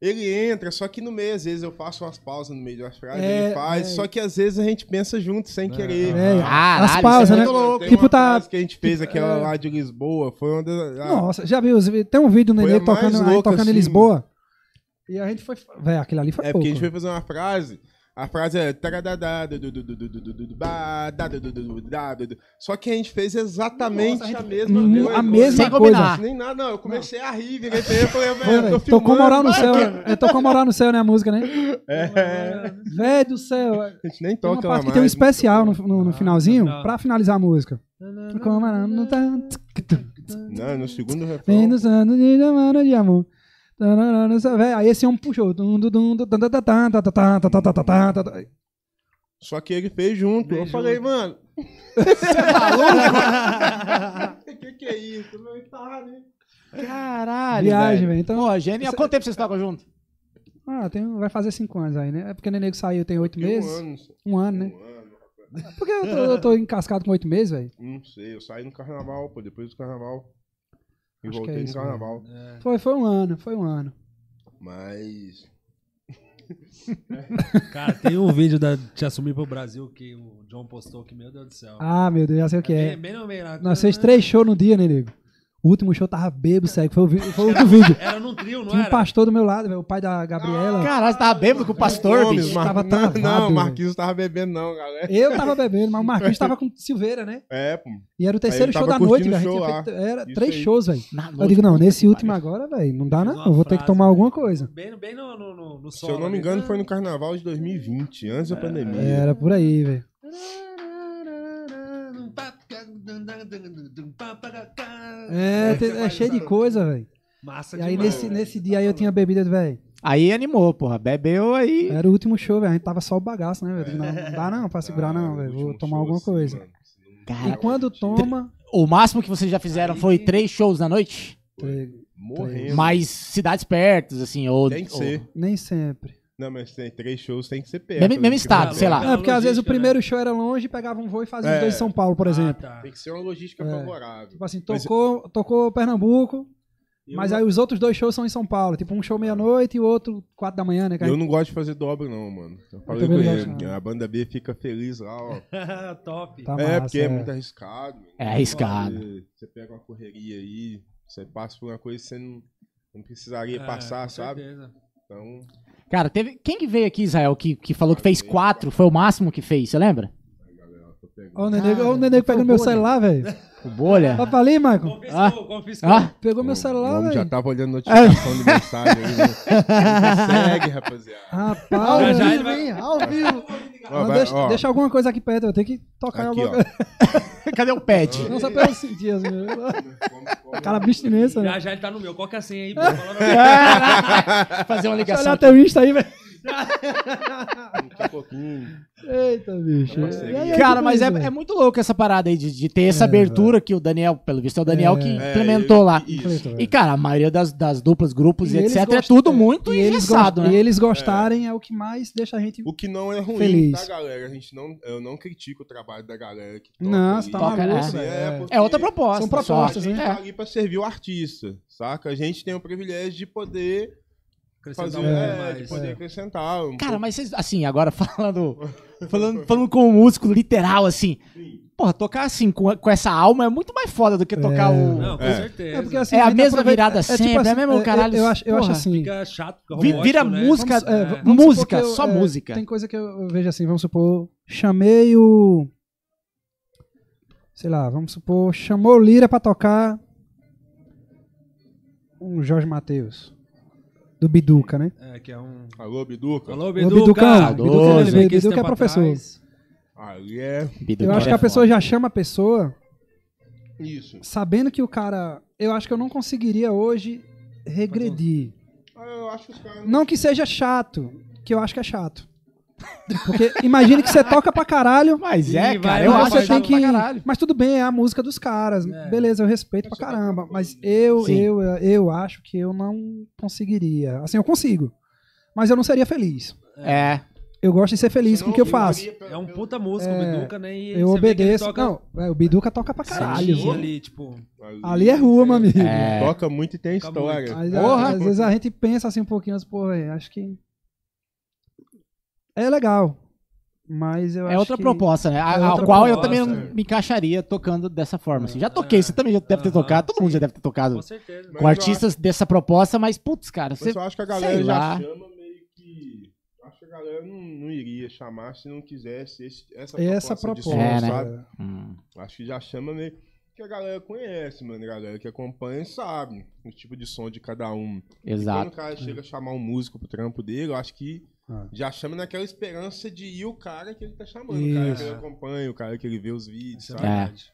Speaker 4: Ele entra, só que no meio, às vezes, eu faço umas pausas no meio de umas frases,
Speaker 5: É,
Speaker 4: ele faz,
Speaker 5: é.
Speaker 4: só que às vezes a gente pensa junto, sem querer.
Speaker 5: É,
Speaker 1: Caralho,
Speaker 5: as pausas,
Speaker 1: isso é
Speaker 5: né?
Speaker 1: muito louco.
Speaker 4: Tem
Speaker 5: Tipo,
Speaker 4: uma
Speaker 5: tá-
Speaker 4: frase que a gente fez, aquela
Speaker 5: É.
Speaker 4: lá de Lisboa, foi uma das. ah,
Speaker 5: Nossa, já viu? os- Tem um vídeo do
Speaker 4: Foi
Speaker 5: Nenê
Speaker 4: a mais
Speaker 5: tocando, aí
Speaker 4: louca,
Speaker 5: tocando em
Speaker 4: assim.
Speaker 5: Lisboa. E a gente foi. Véi, aquele ali foi
Speaker 4: É
Speaker 5: pouco.
Speaker 4: porque a gente foi fazer uma frase. A frase é. taradadá, dududududududu, ba, dadududududá, dudu. Só que a gente fez exatamente a mesma
Speaker 5: Hum,
Speaker 4: coisa.
Speaker 5: a mesma
Speaker 1: Sem
Speaker 5: coisa.
Speaker 1: combinar.
Speaker 4: Nem nada, não. Eu comecei a rir, virei pra ele e falei,
Speaker 5: Foi,
Speaker 4: velho, eu tô
Speaker 5: véi. Tocou
Speaker 4: filmando.
Speaker 5: moral no
Speaker 4: mano.
Speaker 5: céu. É, tocou moral no céu, né? A música, né?
Speaker 4: É,
Speaker 5: Velho do céu. é.
Speaker 4: a gente nem
Speaker 5: Tem uma
Speaker 4: toca lá
Speaker 5: parte que
Speaker 4: mais.
Speaker 5: tem um especial no, no- no
Speaker 3: Ah,
Speaker 5: finalzinho
Speaker 3: tá.
Speaker 5: pra finalizar a música.
Speaker 4: Não, no segundo
Speaker 5: Vem
Speaker 4: refrão.
Speaker 5: dos anos de amor, de amor. Tananana, sa- véi, Aí esse homem puxou. Dum, dum, dum, dum, dum, dum, dum, dum, dum, dum, dum, dum, dum, dum, dum.
Speaker 4: Só que ele fez junto. Eu
Speaker 3: Fez
Speaker 4: falei,
Speaker 3: junto.
Speaker 4: mano. Você é maluco? O que, que é isso? Eu falei, tá, né?
Speaker 1: Caralho.
Speaker 5: Viagem,
Speaker 1: velho.
Speaker 5: velho. Então,
Speaker 1: Pô, gênio. Há quanto tempo vocês tocam junto?
Speaker 5: ah, tem, vai fazer cinco anos aí, né? É porque o Nenego saiu tem oito
Speaker 4: Tem um
Speaker 5: meses.
Speaker 4: ano,
Speaker 5: Um ano, né?
Speaker 4: um ano.
Speaker 5: Porque eu tô, eu tô encascado com oito meses, velho.
Speaker 4: Não sei, eu saí no carnaval, pô, depois do carnaval. E
Speaker 5: Acho que
Speaker 4: voltei
Speaker 5: é
Speaker 4: no
Speaker 5: isso,
Speaker 4: carnaval.
Speaker 5: Foi, foi um ano, foi um ano.
Speaker 4: Mas.
Speaker 3: Cara, tem um vídeo da Te Assumir pro Brasil que o John postou que, meu Deus do céu.
Speaker 5: Ah, meu Deus, já sei o que
Speaker 3: bem,
Speaker 5: é.
Speaker 3: bem no meio lá.
Speaker 5: Nós fez três shows no dia, né, nego? O último show tava bêbado, cego. Foi o, vi- foi o outro vídeo.
Speaker 3: Era num trio, não
Speaker 5: Tinha um
Speaker 3: era?
Speaker 5: pastor do meu lado, velho. O pai da
Speaker 4: Ah,
Speaker 5: Gabriela.
Speaker 1: Caralho, você tava bêbado com o pastor,
Speaker 4: Gomes,
Speaker 1: bicho.
Speaker 4: Mar-
Speaker 5: Tava
Speaker 4: Não,
Speaker 5: travado,
Speaker 4: Não,
Speaker 5: velho.
Speaker 4: o Marquinhos tava bebendo, não, galera.
Speaker 5: Eu tava bebendo, mas o Marquinhos tava com Silveira, né?
Speaker 4: É, pô.
Speaker 5: E era o terceiro
Speaker 4: ele
Speaker 5: show
Speaker 4: tava
Speaker 5: da noite,
Speaker 4: curtindo
Speaker 5: velho.
Speaker 4: o
Speaker 5: A gente tinha
Speaker 4: show lá.
Speaker 5: feito- Era
Speaker 4: Isso
Speaker 5: três
Speaker 4: aí.
Speaker 5: shows, velho.
Speaker 1: Na noite,
Speaker 5: Eu digo, não,
Speaker 1: puta
Speaker 5: nesse
Speaker 1: que
Speaker 5: último
Speaker 1: pariu.
Speaker 5: agora, velho, não dá
Speaker 3: Fiz
Speaker 5: não.
Speaker 3: uma
Speaker 5: Eu vou ter que
Speaker 3: frase,
Speaker 5: tomar
Speaker 3: né?
Speaker 5: alguma coisa.
Speaker 3: Bem, no- bem no, no, no, no
Speaker 4: Se
Speaker 3: solo.
Speaker 4: eu não me
Speaker 3: ali.
Speaker 4: engano, foi no
Speaker 3: Ah,
Speaker 4: carnaval de 2020, antes da pandemia. Tá,
Speaker 5: Era por aí, velho. É, te- é cheio de coisa, velho.
Speaker 3: Massa
Speaker 5: E aí
Speaker 3: demais, né?
Speaker 5: nesse,
Speaker 3: velho.
Speaker 5: nesse dia aí eu tinha bebida, velho.
Speaker 1: Aí animou, porra. Bebeu aí.
Speaker 5: Era o último show, velho. A gente tava só o bagaço, né, velho? Não, não dá não
Speaker 4: Tá
Speaker 5: pra segurar, não, velho. Vou tomar
Speaker 4: assim,
Speaker 5: alguma coisa.
Speaker 1: Cara,
Speaker 5: E quando toma.
Speaker 1: o máximo que vocês já fizeram foi três shows na noite?
Speaker 4: Morrendo.
Speaker 1: Mas cidades pertas, assim, ou...
Speaker 4: Tem que
Speaker 1: ou-
Speaker 4: ser.
Speaker 5: Nem sempre.
Speaker 4: Não, mas tem três shows, tem que ser perto.
Speaker 1: Mesmo-
Speaker 4: né?
Speaker 1: mesmo
Speaker 4: Tem que
Speaker 3: Tá
Speaker 1: estado,
Speaker 4: ser
Speaker 1: sei lá.
Speaker 5: É, porque às vezes o
Speaker 3: logística,
Speaker 5: primeiro show era longe, pegava um voo e fazia os
Speaker 4: É.
Speaker 5: dois em São Paulo, por
Speaker 3: né? Ah,
Speaker 5: exemplo.
Speaker 3: tá.
Speaker 4: Tem que ser uma logística
Speaker 5: É.
Speaker 4: favorável.
Speaker 5: Tipo assim,
Speaker 4: Mas-
Speaker 5: tocou, tocou Pernambuco,
Speaker 4: Eu
Speaker 5: mas
Speaker 4: não-
Speaker 5: aí os outros dois shows são em São Paulo. Tipo, um show meia-noite e o outro quatro da manhã, né, cara?
Speaker 4: Eu não gosto de fazer dobro, não, mano. Eu falei
Speaker 5: também
Speaker 4: com
Speaker 5: não
Speaker 4: ele.
Speaker 5: gosto, não.
Speaker 4: A banda B fica feliz lá, ó.
Speaker 3: Top.
Speaker 5: Tá
Speaker 4: é,
Speaker 5: massa,
Speaker 4: porque é, muito arriscado. mano.
Speaker 1: É arriscado.
Speaker 4: Você, você pega uma correria aí, você passa por uma coisa que você não, não precisaria
Speaker 3: É,
Speaker 4: passar,
Speaker 3: com
Speaker 4: sabe?
Speaker 3: certeza.
Speaker 4: Então,
Speaker 1: Cara, teve... quem que veio aqui, Israel, que, que falou que fez quatro? Foi o máximo que fez, você lembra?
Speaker 4: galera, tô pegando.
Speaker 5: Ó o Nenê, ó o
Speaker 2: Cara,
Speaker 5: Nenê pegando meu
Speaker 2: por favor,
Speaker 5: celular, velho.
Speaker 1: O Bolha?
Speaker 5: Vai pra ali, Michael.
Speaker 3: Confiscou,
Speaker 1: Ah.
Speaker 3: confiscou.
Speaker 1: Ah,
Speaker 5: Pegou meu
Speaker 4: o
Speaker 5: celular,
Speaker 4: homem já
Speaker 5: velho.
Speaker 4: tava olhando notificação de mensagem aí, né? Segue, rapaziada.
Speaker 2: Ao
Speaker 5: Rapaz,
Speaker 3: já
Speaker 5: velho.
Speaker 3: ele
Speaker 2: vivo,
Speaker 3: vai-
Speaker 2: hein? Ao vivo.
Speaker 4: Ó,
Speaker 5: Ah, Não,
Speaker 4: vai-
Speaker 5: deixa,
Speaker 4: ó,
Speaker 5: deixa alguma coisa aqui perto, eu tenho que tocar em
Speaker 4: aqui,
Speaker 5: alguma
Speaker 4: ó.
Speaker 5: coisa.
Speaker 1: cadê o pad?
Speaker 5: Não só pra eu sentir, assim.
Speaker 4: Como- como-
Speaker 5: Aquela abstinência, né?
Speaker 3: Já já ele tá no meu. Qual que é a senha aí? pô? Falando-
Speaker 1: Fazer uma
Speaker 5: Deixa eu
Speaker 1: ligação.
Speaker 5: olhar teu Insta aí, velho.
Speaker 4: Daqui a pouquinho.
Speaker 5: Eita, bicho.
Speaker 4: Nossa,
Speaker 5: E aí,
Speaker 1: Cara,
Speaker 5: tudo
Speaker 1: mas é,
Speaker 5: isso, velho? É,
Speaker 1: é muito louco essa parada aí de, de ter essa abertura que o Daniel, pelo visto, é o Daniel que
Speaker 4: É,
Speaker 1: implementou
Speaker 4: eu-
Speaker 1: lá.
Speaker 4: Isso.
Speaker 1: E, cara, a maioria das, das duplas, grupos e,
Speaker 5: eles
Speaker 1: etc. é
Speaker 5: gostam-
Speaker 1: tudo muito
Speaker 5: e eles
Speaker 1: engessado,
Speaker 5: gos-
Speaker 1: né?
Speaker 5: E eles gostarem é. o que mais deixa a gente.
Speaker 4: O que não é ruim,
Speaker 5: Feliz.
Speaker 4: tá, galera? A gente não, eu não critico o trabalho da galera que toca
Speaker 5: Não,
Speaker 4: ali.
Speaker 5: você tá
Speaker 1: Toca,
Speaker 5: maluco,
Speaker 1: né?
Speaker 4: Assim,
Speaker 5: velho.
Speaker 4: é,
Speaker 5: É.
Speaker 4: porque-
Speaker 1: É outra proposta.
Speaker 5: São
Speaker 1: só. é.
Speaker 5: propostas,
Speaker 4: A gente
Speaker 5: né?
Speaker 4: tá ali pra servir o artista, saca? A gente tem o privilégio de poder
Speaker 3: Acrescentar
Speaker 4: fazer,
Speaker 3: um pouco
Speaker 4: é,
Speaker 3: mais.
Speaker 4: de poder acrescentar. um
Speaker 1: Cara, mas vocês, assim, agora falando, falando, falando com o músico literal, assim, porra, tocar assim, com, com essa alma é muito mais foda do que tocar o.
Speaker 3: Não, com
Speaker 4: É.
Speaker 3: certeza.
Speaker 5: assim,
Speaker 1: É a
Speaker 5: gente
Speaker 1: mesma
Speaker 5: aproveita- tipo
Speaker 1: virada sempre, é mesmo,
Speaker 5: eu-
Speaker 1: caralho,
Speaker 5: Eu, acho, eu acho
Speaker 1: porra.
Speaker 5: assim.
Speaker 3: Fica chato, fica
Speaker 1: Vi-
Speaker 3: robótico,
Speaker 1: vira
Speaker 3: né?
Speaker 1: música,
Speaker 5: Vamos- é,
Speaker 1: é,
Speaker 5: vamos supor
Speaker 1: música,
Speaker 5: que eu,
Speaker 1: só
Speaker 5: é,
Speaker 1: música.
Speaker 5: Tem coisa que eu, eu vejo assim, vamos supor, chamei o. Sei lá, vamos supor, chamou o Lira pra tocar um Jorge Matheus. Do Biduca, né?
Speaker 3: É, que é um...
Speaker 4: Alô, Biduca?
Speaker 3: Alô,
Speaker 5: Biduca,
Speaker 3: Biduca!
Speaker 1: Biduca,
Speaker 3: ele veio aqui esse
Speaker 5: Biduca é
Speaker 3: tempo
Speaker 5: professor.
Speaker 3: atrás.
Speaker 4: Ali é
Speaker 5: Eu acho que a pessoa já chama a pessoa
Speaker 4: isso.
Speaker 5: sabendo que o cara. Eu acho que eu não conseguiria hoje regredir.
Speaker 4: Ah, Eu eu acho que os caras.
Speaker 5: Não que seja chato, que eu acho que é chato. Porque imagina que você toca pra caralho,
Speaker 1: Mas
Speaker 6: Ih,
Speaker 1: é,
Speaker 6: vai,
Speaker 1: cara,
Speaker 6: vai,
Speaker 1: eu
Speaker 5: mas
Speaker 1: acho
Speaker 5: você
Speaker 1: que
Speaker 5: tem que.
Speaker 1: pra caralho.
Speaker 5: Mas tudo bem, é a música dos caras.
Speaker 3: É.
Speaker 5: Beleza, eu respeito pra caramba. Mas eu,
Speaker 1: Sim.
Speaker 5: eu, eu acho que eu não conseguiria. Assim, eu consigo. Mas eu não seria feliz.
Speaker 1: É.
Speaker 5: Eu gosto de ser feliz
Speaker 4: Você
Speaker 5: com o
Speaker 4: não
Speaker 5: que eu faço.
Speaker 4: ouviria pra-
Speaker 3: É um puta músico, o Biduca, né? E
Speaker 5: Eu
Speaker 3: você vê que ele
Speaker 5: obedeço.
Speaker 3: toca
Speaker 5: Não, é, o Biduca toca pra caralho.
Speaker 3: certinho ali, tipo.
Speaker 4: pelo-
Speaker 5: Ali é rua, meu amigo.
Speaker 1: É.
Speaker 4: Toca muito e tem
Speaker 3: Toca
Speaker 4: história.
Speaker 5: Mas,
Speaker 1: Porra!
Speaker 5: Às vezes a gente pensa assim um pouquinho, mas, porra, é, acho que. É legal. Mas eu
Speaker 1: É
Speaker 5: acho
Speaker 1: outra
Speaker 5: que-
Speaker 1: proposta, né? A,
Speaker 5: é
Speaker 1: a
Speaker 5: outra
Speaker 1: qual eu
Speaker 3: proposta,
Speaker 1: também não
Speaker 3: é.
Speaker 1: me encaixaria tocando dessa forma. Assim. Já toquei,
Speaker 3: É.
Speaker 1: você também já deve ter
Speaker 3: Aham,
Speaker 1: tocado, todo mundo
Speaker 3: sim.
Speaker 1: já deve ter tocado.
Speaker 3: Com certeza.
Speaker 4: Mas
Speaker 1: Com
Speaker 4: eu
Speaker 1: artistas dessa proposta, mas putz, cara,
Speaker 4: Mas
Speaker 1: você.
Speaker 4: eu acho que a galera
Speaker 1: sei
Speaker 4: já
Speaker 1: lá.
Speaker 4: chama meio que. Acho que a galera não, não iria chamar se não quisesse esse- essa proposta.
Speaker 5: Essa
Speaker 4: de
Speaker 5: proposta.
Speaker 4: som,
Speaker 1: É, né?
Speaker 4: sabe?
Speaker 1: Hum.
Speaker 4: Acho que já chama meio. Que a galera conhece, mano. A galera que acompanha sabe o tipo de som de cada um. Quando
Speaker 1: Exato.
Speaker 4: o cara chega a chamar um músico pro trampo dele, eu acho que
Speaker 5: Ah.
Speaker 4: já chama naquela esperança de ir o cara que ele tá chamando. O cara que
Speaker 5: Isso.
Speaker 4: ele acompanha, o cara que ele vê os vídeos,
Speaker 3: Isso é
Speaker 4: sabe?
Speaker 3: verdade.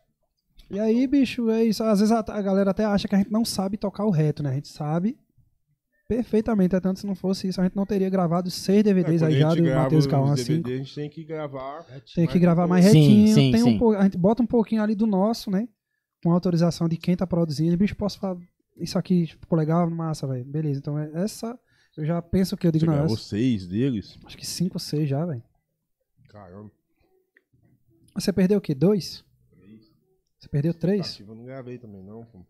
Speaker 5: E aí, bicho, é isso. Às vezes a, a galera até acha que a gente não sabe tocar o reto, né? A gente sabe perfeitamente. É tanto se não fosse isso, a gente não teria gravado seis DVDs
Speaker 4: É, Quando
Speaker 5: aí
Speaker 4: a
Speaker 5: já
Speaker 4: gente
Speaker 5: do
Speaker 4: grava
Speaker 5: Matheus assim.
Speaker 4: os
Speaker 5: Calma
Speaker 4: DVD,
Speaker 5: 5.
Speaker 4: A gente tem que gravar.
Speaker 5: Tem que gravar mais
Speaker 1: Sim,
Speaker 5: retinho.
Speaker 1: sim,
Speaker 5: tem um
Speaker 1: sim.
Speaker 5: pou- a gente bota um pouquinho ali do nosso, né? Com autorização de quem tá produzindo. Bicho, posso falar isso aqui tipo, ficou legal? Massa, velho. Beleza. Então é- essa. Eu já penso que eu digo,
Speaker 4: Você
Speaker 5: não,
Speaker 4: gravou
Speaker 5: essa-
Speaker 4: seis tipo, deles?
Speaker 5: acho que cinco ou seis já, velho.
Speaker 4: Caramba,
Speaker 5: Você perdeu o quê? Dois? Você perdeu três?
Speaker 4: Tentativa Tá, tipo, eu não gravei também, não. pô.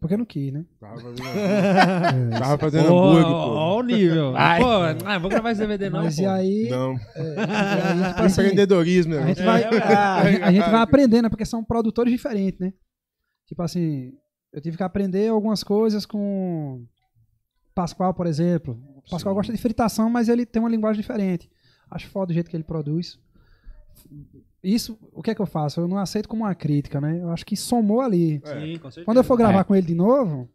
Speaker 5: Porque eu não quis, né?
Speaker 4: Tava fazendo, Tava fazendo hambúrguer, pô.
Speaker 3: Ó, o nível.
Speaker 1: Ai.
Speaker 3: Pô, ah, vou gravar esse DVD não.
Speaker 5: Mas
Speaker 3: pô.
Speaker 5: e aí.
Speaker 4: Não.
Speaker 5: E aí, tipo assim,
Speaker 4: Empreendedorismo, né?
Speaker 5: a gente
Speaker 3: É,
Speaker 5: vai, a, gente- a gente vai aprendendo, né? Porque são produtores diferentes, né? Tipo assim, eu tive que aprender algumas coisas com Pascoal, por exemplo. O Pascoal
Speaker 4: Sim.
Speaker 5: gosta de fritação, mas ele tem uma linguagem diferente. Acho foda o jeito que ele produz. Isso, o que é que eu faço? Eu não aceito como uma crítica, né? Eu acho que somou ali.
Speaker 3: Sim, com certeza.
Speaker 5: Quando eu for gravar
Speaker 1: É.
Speaker 5: com ele de novo,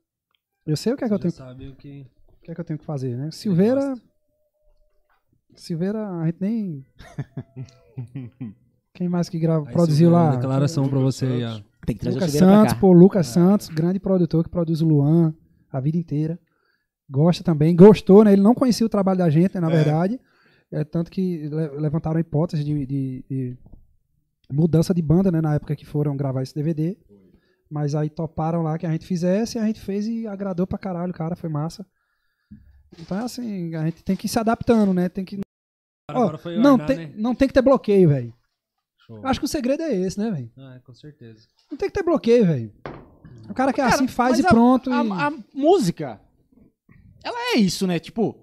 Speaker 5: eu sei o que é que eu
Speaker 3: Já
Speaker 5: tenho
Speaker 3: sabe o que...
Speaker 5: o que é que eu tenho que fazer, né? Silveira. Silveira, a gente nem. Quem mais que grava,
Speaker 3: Aí,
Speaker 5: produziu
Speaker 3: Silvio, uma
Speaker 5: lá?
Speaker 3: Declaração pra você aí, ó.
Speaker 1: Tem que trazer o
Speaker 5: Lucas
Speaker 1: chuveiro pra
Speaker 5: Santos,
Speaker 1: cá.
Speaker 5: pô, Lucas Santos, grande produtor que produz o Luan a vida inteira. Gosta também, gostou, né? Ele não conhecia o trabalho da gente, né, na
Speaker 4: É.
Speaker 5: verdade. É, tanto que le- levantaram a hipótese de, de- de mudança de banda, né? Na época que foram gravar esse DVD. Mas aí toparam lá que a gente fizesse, a gente fez e agradou pra caralho, cara, foi massa. Então é assim, a gente tem que ir se adaptando, né? Tem que.
Speaker 3: Agora foi o
Speaker 5: não,
Speaker 3: Arnar,
Speaker 5: tem,
Speaker 3: né?
Speaker 5: não tem que ter bloqueio, velho.
Speaker 3: Show.
Speaker 5: Eu Acho que o segredo é esse, né, velho?
Speaker 3: Ah, é, com certeza.
Speaker 5: Não tem que ter bloqueio, velho. O cara que é
Speaker 1: Cara,
Speaker 5: assim faz
Speaker 1: mas
Speaker 5: e
Speaker 1: a-
Speaker 5: pronto. e-
Speaker 1: A, a música, ela é isso, né? Tipo,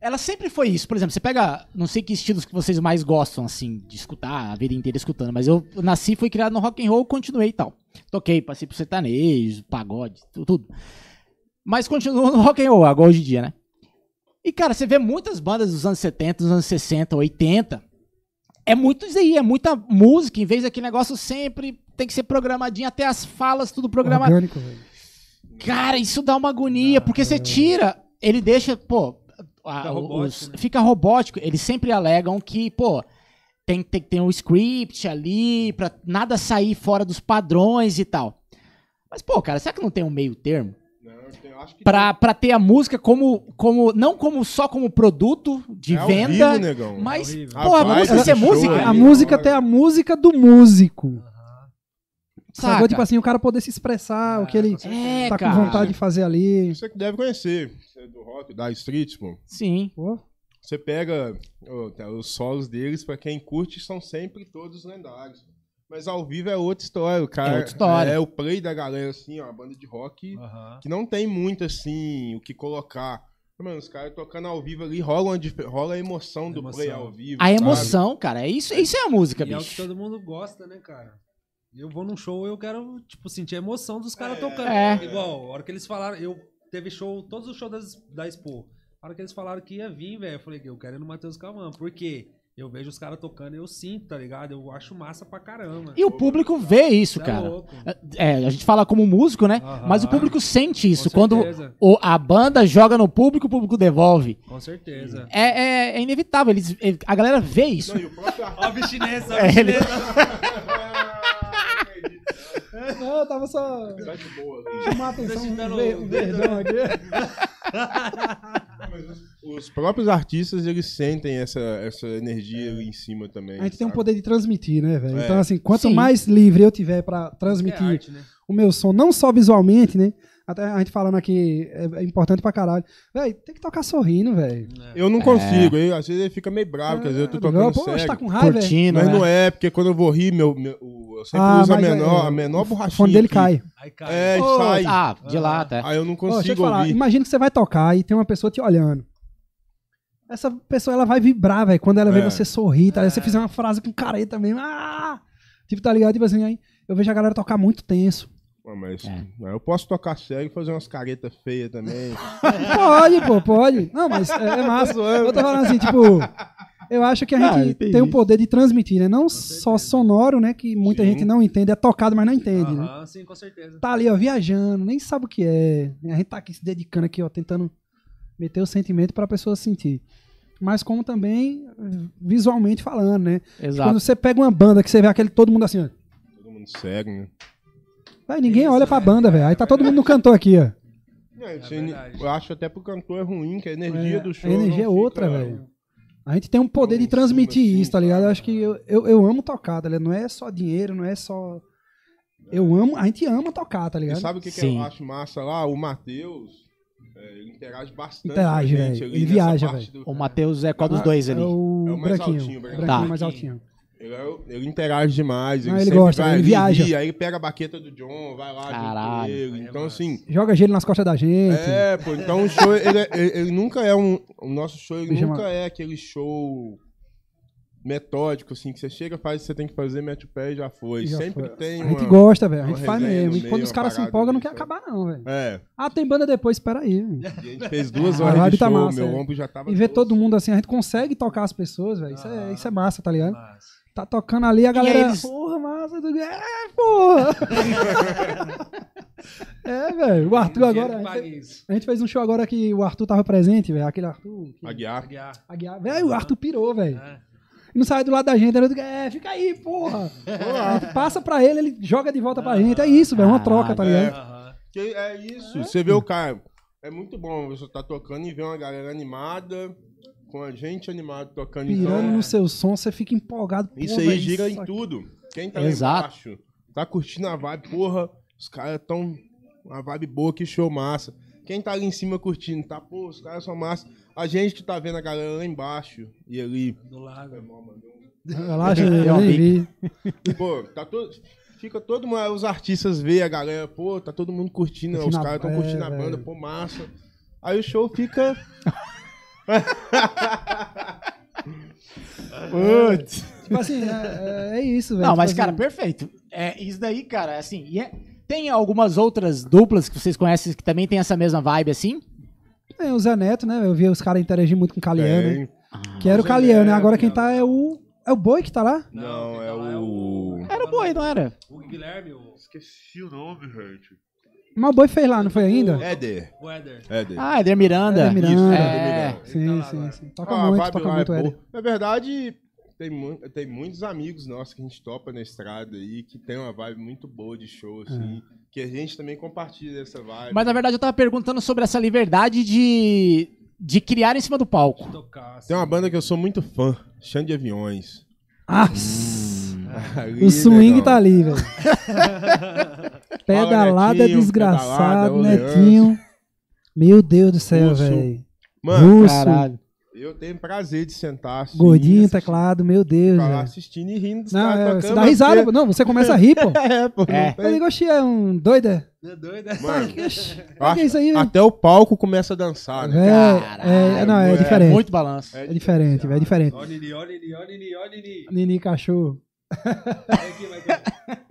Speaker 1: ela sempre foi isso. Por exemplo, você pega, não sei que estilos que vocês mais gostam, assim, de escutar, a vida inteira escutando, mas eu nasci, fui criado no rock and roll, continuei e tal. Toquei, passei pro sertanejo, pagode, tu- tudo. Mas continuo no rock and roll, agora hoje em dia, né? E, cara, você vê muitas bandas dos anos 70, dos anos 60, 80. É muito isso aí, é muita música, em vez daquele negócio sempre tem que ser programadinho, até as falas, tudo programado.
Speaker 5: Orgânico, velho.
Speaker 1: Cara, isso dá uma agonia, porque você tira, ele deixa, pô, a-
Speaker 3: Fica
Speaker 1: os-
Speaker 3: robótico, né?
Speaker 1: fica robótico. Eles sempre alegam que, pô, tem tem que ter um script ali pra nada sair fora dos padrões e tal. Mas, pô, cara, será que não tem um meio termo?
Speaker 4: Não, eu acho que
Speaker 1: Pra, pra ter a música como, como. Não como só como produto de
Speaker 4: é ao
Speaker 1: venda.
Speaker 4: vivo, negão.
Speaker 1: mas,
Speaker 3: É horrível.
Speaker 1: porra,
Speaker 4: A
Speaker 1: a
Speaker 4: vibe
Speaker 1: música
Speaker 4: do
Speaker 1: ser
Speaker 4: show
Speaker 1: música,
Speaker 5: A
Speaker 4: ali.
Speaker 5: música tem a música do músico.
Speaker 1: saca?
Speaker 5: Sacou? Tipo assim, o cara poder se expressar, o que ele
Speaker 1: é,
Speaker 5: tá
Speaker 1: cara.
Speaker 5: com vontade de fazer ali.
Speaker 4: Você que deve conhecer. Você é do rock, da street, pô.
Speaker 1: Sim.
Speaker 5: Pô,
Speaker 4: Você pega ô, tá, os solos deles, pra quem curte, são sempre todos lendários. Mas ao vivo é outra história, o cara.
Speaker 1: É outra história.
Speaker 4: É o play da galera, assim, ó, a banda de rock
Speaker 3: Aham.
Speaker 4: que não tem muito, assim, o que colocar. Mano, os caras tocando ao vivo ali, rola, uma dif- rola a emoção do
Speaker 3: Emoção.
Speaker 4: play ao vivo.
Speaker 1: A
Speaker 4: sabe?
Speaker 1: emoção, cara. é Isso, isso é a música,
Speaker 3: E é o que
Speaker 1: bicho.
Speaker 3: todo mundo gosta, né, cara? Eu vou num show, eu quero, tipo, sentir a emoção dos caras tocando.
Speaker 1: É.
Speaker 3: Igual, a hora que eles falaram, eu teve show, todos os shows das- da Expo. A hora que eles falaram que ia vir, velho, eu falei que eu quero ir no Matheus Calman, porque eu vejo os caras tocando e eu sinto, tá ligado? Eu acho massa pra caramba.
Speaker 1: E o público vê isso,
Speaker 3: Cê é
Speaker 1: cara.
Speaker 3: louco.
Speaker 1: É, a gente fala como músico, né?
Speaker 3: Aham.
Speaker 1: Mas o público sente isso.
Speaker 3: Ah, Com
Speaker 1: Quando
Speaker 3: certeza,
Speaker 1: o- a banda joga no público, o público devolve.
Speaker 3: Com certeza.
Speaker 1: É, é- é inevitável. Eles, ele- a galera vê isso.
Speaker 4: Não, e o próprio
Speaker 3: Ó a bichinesa,
Speaker 1: É, ele-
Speaker 4: artista.
Speaker 5: Não, eu tava tava só
Speaker 4: Ah, Tá de boa.
Speaker 5: chamar a atenção. Um,
Speaker 3: Necessitando
Speaker 5: ver-
Speaker 3: um
Speaker 5: um verdão aqui.
Speaker 4: Os próprios artistas, eles sentem essa, essa energia ali em cima também.
Speaker 5: A gente tem um
Speaker 4: sabe?
Speaker 5: poder de transmitir, né, velho?
Speaker 4: É.
Speaker 5: Então, assim, quanto
Speaker 1: Sim.
Speaker 5: mais livre eu tiver pra
Speaker 3: É
Speaker 5: transmitir
Speaker 3: arte, né?
Speaker 5: o meu som, não só visualmente, né? Até a gente falando aqui, é, é importante pra caralho. Velho, tem que tocar sorrindo, velho.
Speaker 4: Eu não consigo, eu- às vezes ele fica meio bravo, porque às vezes eu tô tocando
Speaker 5: É. Pô, você
Speaker 4: sério.
Speaker 5: tá com raiva, velho?
Speaker 1: Curtindo,
Speaker 4: Mas
Speaker 1: né?
Speaker 4: não é, porque quando eu vou rir, meu, meu- o- eu sempre
Speaker 5: Ah,
Speaker 4: uso a
Speaker 5: mas é-
Speaker 4: menor, a menor
Speaker 5: O
Speaker 4: borrachinha.
Speaker 5: fone dele
Speaker 4: aqui.
Speaker 5: cai. é.
Speaker 3: Aí cai.
Speaker 4: É, e
Speaker 1: Ô,
Speaker 4: sai.
Speaker 1: Ah, de lá até.
Speaker 4: Aí eu não
Speaker 5: Ô, deixa eu te
Speaker 4: consigo
Speaker 5: falar,
Speaker 4: ouvir.
Speaker 5: imagina que você vai tocar e tem uma pessoa te olhando. Essa pessoa, ela vai vibrar, velho, quando ela vê
Speaker 4: É.
Speaker 5: você sorrir, tá? ligado? Você fizer uma frase com careta mesmo. Ah! Tipo, tá ligado? Tipo assim, aí eu vejo a galera tocar muito tenso.
Speaker 4: Pô, mas
Speaker 1: É.
Speaker 4: mas eu posso tocar sério e fazer umas caretas feias também.
Speaker 5: pode, pô, pode. Não, mas é, é
Speaker 4: Tá
Speaker 5: massa. Eu tô falando assim, tipo... Eu acho que a
Speaker 1: Ah,
Speaker 5: gente
Speaker 1: entendi.
Speaker 5: tem o poder de transmitir, né? Não só sonoro, né? Que muita
Speaker 4: Sim.
Speaker 5: gente não entende. É tocado, mas não entende, né?
Speaker 3: Aham, sim, com certeza.
Speaker 5: tá ali, ó, viajando, nem sabe o que é. A gente tá aqui se dedicando aqui, ó, tentando meter o sentimento pra pessoa sentir. Mas como também eh, visualmente falando, né?
Speaker 1: Exato.
Speaker 5: Quando você pega uma banda que você vê aquele todo mundo assim, ó.
Speaker 4: Todo mundo segue, né?
Speaker 5: Véi, ninguém
Speaker 3: Isso,
Speaker 5: olha pra
Speaker 3: né?
Speaker 5: banda, velho. Aí tá todo mundo no cantor aqui, ó.
Speaker 4: É, isso aí,
Speaker 3: verdade.
Speaker 4: eu acho até pro cantor é ruim, que a energia
Speaker 5: É,
Speaker 4: do show.
Speaker 5: a energia
Speaker 4: não
Speaker 5: é outra,
Speaker 4: fica-
Speaker 5: velho. A gente tem um poder de
Speaker 4: Não,
Speaker 5: transmitir
Speaker 4: sim,
Speaker 5: isso, tá ligado? Eu
Speaker 4: cara.
Speaker 5: acho que eu, eu, eu amo tocar, tá ligado? Não é só dinheiro, não é só. Eu amo, a gente ama tocar, tá
Speaker 4: E
Speaker 5: ligado?
Speaker 4: sabe o que, que
Speaker 1: Sim.
Speaker 4: eu acho massa lá? O Matheus é, ele interage bastante.
Speaker 5: Interage,
Speaker 4: com a gente
Speaker 5: velho.
Speaker 4: ali
Speaker 5: Ele
Speaker 4: nessa
Speaker 5: viaja,
Speaker 4: parte do-
Speaker 1: O Matheus é qual dos dois
Speaker 5: É
Speaker 1: ali?
Speaker 5: o,
Speaker 4: É o mais
Speaker 5: branquinho.
Speaker 4: altinho,
Speaker 5: o
Speaker 4: branquinho.
Speaker 5: branquinho
Speaker 1: Tá.
Speaker 5: mais altinho.
Speaker 4: Ele, é- ele interage demais.
Speaker 5: Ah, ele
Speaker 4: sempre
Speaker 5: gosta,
Speaker 4: vai
Speaker 5: ele
Speaker 4: ali,
Speaker 5: viaja.
Speaker 4: ri, aí ele pega a baqueta do John, vai lá. junto com
Speaker 1: Caralho.
Speaker 4: ele.
Speaker 3: Aí é
Speaker 4: Então,
Speaker 3: massa.
Speaker 4: assim.
Speaker 5: Joga gelo nas costas da gente.
Speaker 4: É, pô, então o show, ele, é- ele- ele nunca é um. O nosso show, ele
Speaker 5: Deixa eu
Speaker 4: nunca é aquele show metódico, assim, que você chega, faz o que você tem que fazer, mete o pé e já foi.
Speaker 5: Já
Speaker 4: sempre
Speaker 5: foi.
Speaker 4: tem.
Speaker 5: A gente
Speaker 4: uma-
Speaker 5: gosta, velho. A
Speaker 4: uma
Speaker 5: gente faz
Speaker 4: resenha no
Speaker 5: mesmo. E
Speaker 4: meio,
Speaker 5: quando os
Speaker 4: uma
Speaker 5: caras se
Speaker 4: parada
Speaker 5: empolgam,
Speaker 4: ali,
Speaker 5: não
Speaker 4: né?
Speaker 5: quer
Speaker 4: sabe?
Speaker 5: acabar, não, velho.
Speaker 4: É.
Speaker 5: Ah, tem banda depois, espera aí. velho.
Speaker 4: E a gente fez duas
Speaker 5: Ah, a
Speaker 4: horas
Speaker 5: vibe
Speaker 4: de
Speaker 5: tá
Speaker 4: show,
Speaker 5: massa,
Speaker 4: meu
Speaker 5: é.
Speaker 4: ombro já tava.
Speaker 5: E ver
Speaker 4: doce.
Speaker 5: todo mundo assim, a gente consegue tocar as pessoas, velho. Isso, é,
Speaker 4: Ah.
Speaker 3: Aham.
Speaker 5: isso é massa, tá ligado?
Speaker 3: Mas,
Speaker 5: Tá tocando ali, a galera.
Speaker 1: eles-
Speaker 5: Porra, massa. do- É, porra. é, velho. O Arthur
Speaker 3: dinheiro que
Speaker 5: agora.
Speaker 1: é,
Speaker 5: A
Speaker 3: paga
Speaker 5: gente,
Speaker 3: isso.
Speaker 5: a gente fez um show agora que o Arthur tava presente, velho. Aquele Arthur. que-
Speaker 4: Aguiar.
Speaker 3: Pagar.
Speaker 5: Aguiar. Velho, o Arthur pirou, velho.
Speaker 3: Ah,
Speaker 5: E não sai do lado da gente. Ele fica, é, fica aí, porra. A gente passa pra ele, ele joga de volta pra
Speaker 4: Ah,
Speaker 5: gente. É isso, velho. é Uma troca, tá
Speaker 4: Caralho.
Speaker 5: ligado?
Speaker 3: aham.
Speaker 4: Que é isso, você vê o cara. É muito bom você tá tocando e ver uma galera animada, com a gente animada tocando.
Speaker 5: Pirando
Speaker 4: Então,
Speaker 5: no seu som, você fica empolgado. pô,
Speaker 4: isso aí
Speaker 5: velho,
Speaker 4: gira em
Speaker 5: aqui-
Speaker 4: tudo. Quem tá lá
Speaker 1: Exato.
Speaker 4: embaixo, tá curtindo a vibe, porra, os caras tão. Uma vibe boa, que show massa. Quem tá ali em cima curtindo, tá, pô, os caras são massa. A gente que tá vendo a galera lá embaixo e ali.
Speaker 3: Do lado.
Speaker 5: Relaxa, né?
Speaker 1: É
Speaker 5: eu
Speaker 1: um
Speaker 5: nem vi.
Speaker 4: Pô, tá todo. Fica todo mundo. Os artistas veem a galera, pô, tá todo mundo curtindo,
Speaker 5: Curtindo
Speaker 4: os
Speaker 5: a-
Speaker 4: caras estão
Speaker 5: é,
Speaker 4: curtindo a banda,
Speaker 5: velho.
Speaker 4: pô, massa. Aí o show fica.
Speaker 1: Putz.
Speaker 5: Tipo assim, é, é- é isso, velho.
Speaker 1: É. Não,
Speaker 5: Tipo
Speaker 1: mas,
Speaker 5: assim,
Speaker 1: cara, perfeito. É isso daí, cara, assim. e é- Tem algumas outras duplas que vocês conhecem que também tem essa mesma vibe, assim?
Speaker 5: Tem o Zé Neto, né? Eu vi os caras interagir muito com o Caliano.
Speaker 4: Tem.
Speaker 5: né? que era o
Speaker 4: Zé
Speaker 5: Caliano, né?
Speaker 4: Neto,
Speaker 5: Agora quem
Speaker 3: não.
Speaker 5: tá é o. É o boi que tá lá?
Speaker 4: Não,
Speaker 3: quem
Speaker 4: é
Speaker 3: tá lá
Speaker 4: o-
Speaker 1: Era o boi, não era?
Speaker 3: O Guilherme, o
Speaker 4: Esqueci o nome, gente.
Speaker 5: Mas o boi fez lá, não foi ainda?
Speaker 4: Éder.
Speaker 3: Weather.
Speaker 4: Éder.
Speaker 1: Ah, Eder Miranda.
Speaker 5: Éder Miranda.
Speaker 4: Isso,
Speaker 1: É.
Speaker 4: Éder Miranda.
Speaker 3: tá
Speaker 5: Sim,
Speaker 3: lá
Speaker 5: sim,
Speaker 3: agora.
Speaker 5: sim. Toca
Speaker 4: Ah, a
Speaker 5: muito,
Speaker 4: vibe
Speaker 5: toca
Speaker 4: lá é
Speaker 5: muito,
Speaker 4: boa.
Speaker 5: Éder.
Speaker 4: Na verdade, tem, mu- tem muitos amigos nossos que a gente topa na estrada aí, que tem uma vibe muito boa de
Speaker 5: É.
Speaker 4: show, assim. Que a gente também compartilha essa vibe.
Speaker 1: Mas na verdade eu tava perguntando sobre essa liberdade de, de criar em cima do palco.
Speaker 3: Tocar. assim.
Speaker 4: Tem uma banda que eu sou muito fã, Chão de Aviões.
Speaker 5: Ah,
Speaker 4: Ali,
Speaker 5: o swing
Speaker 4: negão.
Speaker 5: tá ali, velho.
Speaker 4: Fala,
Speaker 5: Pedalada
Speaker 4: Netinho, pedalada,
Speaker 5: desgraçado,
Speaker 4: ô,
Speaker 5: netinho. Meu Deus do céu,
Speaker 4: Russo.
Speaker 5: velho.
Speaker 4: Mano,
Speaker 5: Russo,
Speaker 1: Caralho.
Speaker 4: eu tenho prazer de sentar assim.
Speaker 5: gordinho,
Speaker 4: assistir-
Speaker 5: teclado, meu Deus,
Speaker 4: Ficar lá
Speaker 5: velho.
Speaker 4: assistindo e rindo dos
Speaker 5: Não,
Speaker 4: caras
Speaker 5: é,
Speaker 4: tocando.
Speaker 5: você dá risada, né? pô.
Speaker 4: porque-
Speaker 5: não, você começa a rir, pô.
Speaker 4: É, pô. não
Speaker 1: É.
Speaker 4: tem-
Speaker 5: Eu digo, oxi, é um doido, é?
Speaker 3: É doido, né?
Speaker 4: Mano,
Speaker 5: Oxi,
Speaker 4: acho-
Speaker 5: o que é isso aí, velho?
Speaker 4: até o palco começa a dançar, né?
Speaker 5: Véi, É,
Speaker 1: Caralho,
Speaker 5: não, é
Speaker 4: é
Speaker 5: diferente.
Speaker 1: Muito balanço.
Speaker 5: É diferente, velho, é diferente.
Speaker 3: Olha ele, olha ele, olha ele, olha ele.
Speaker 5: Nini Cachorro.
Speaker 3: Vai aqui, vai aqui.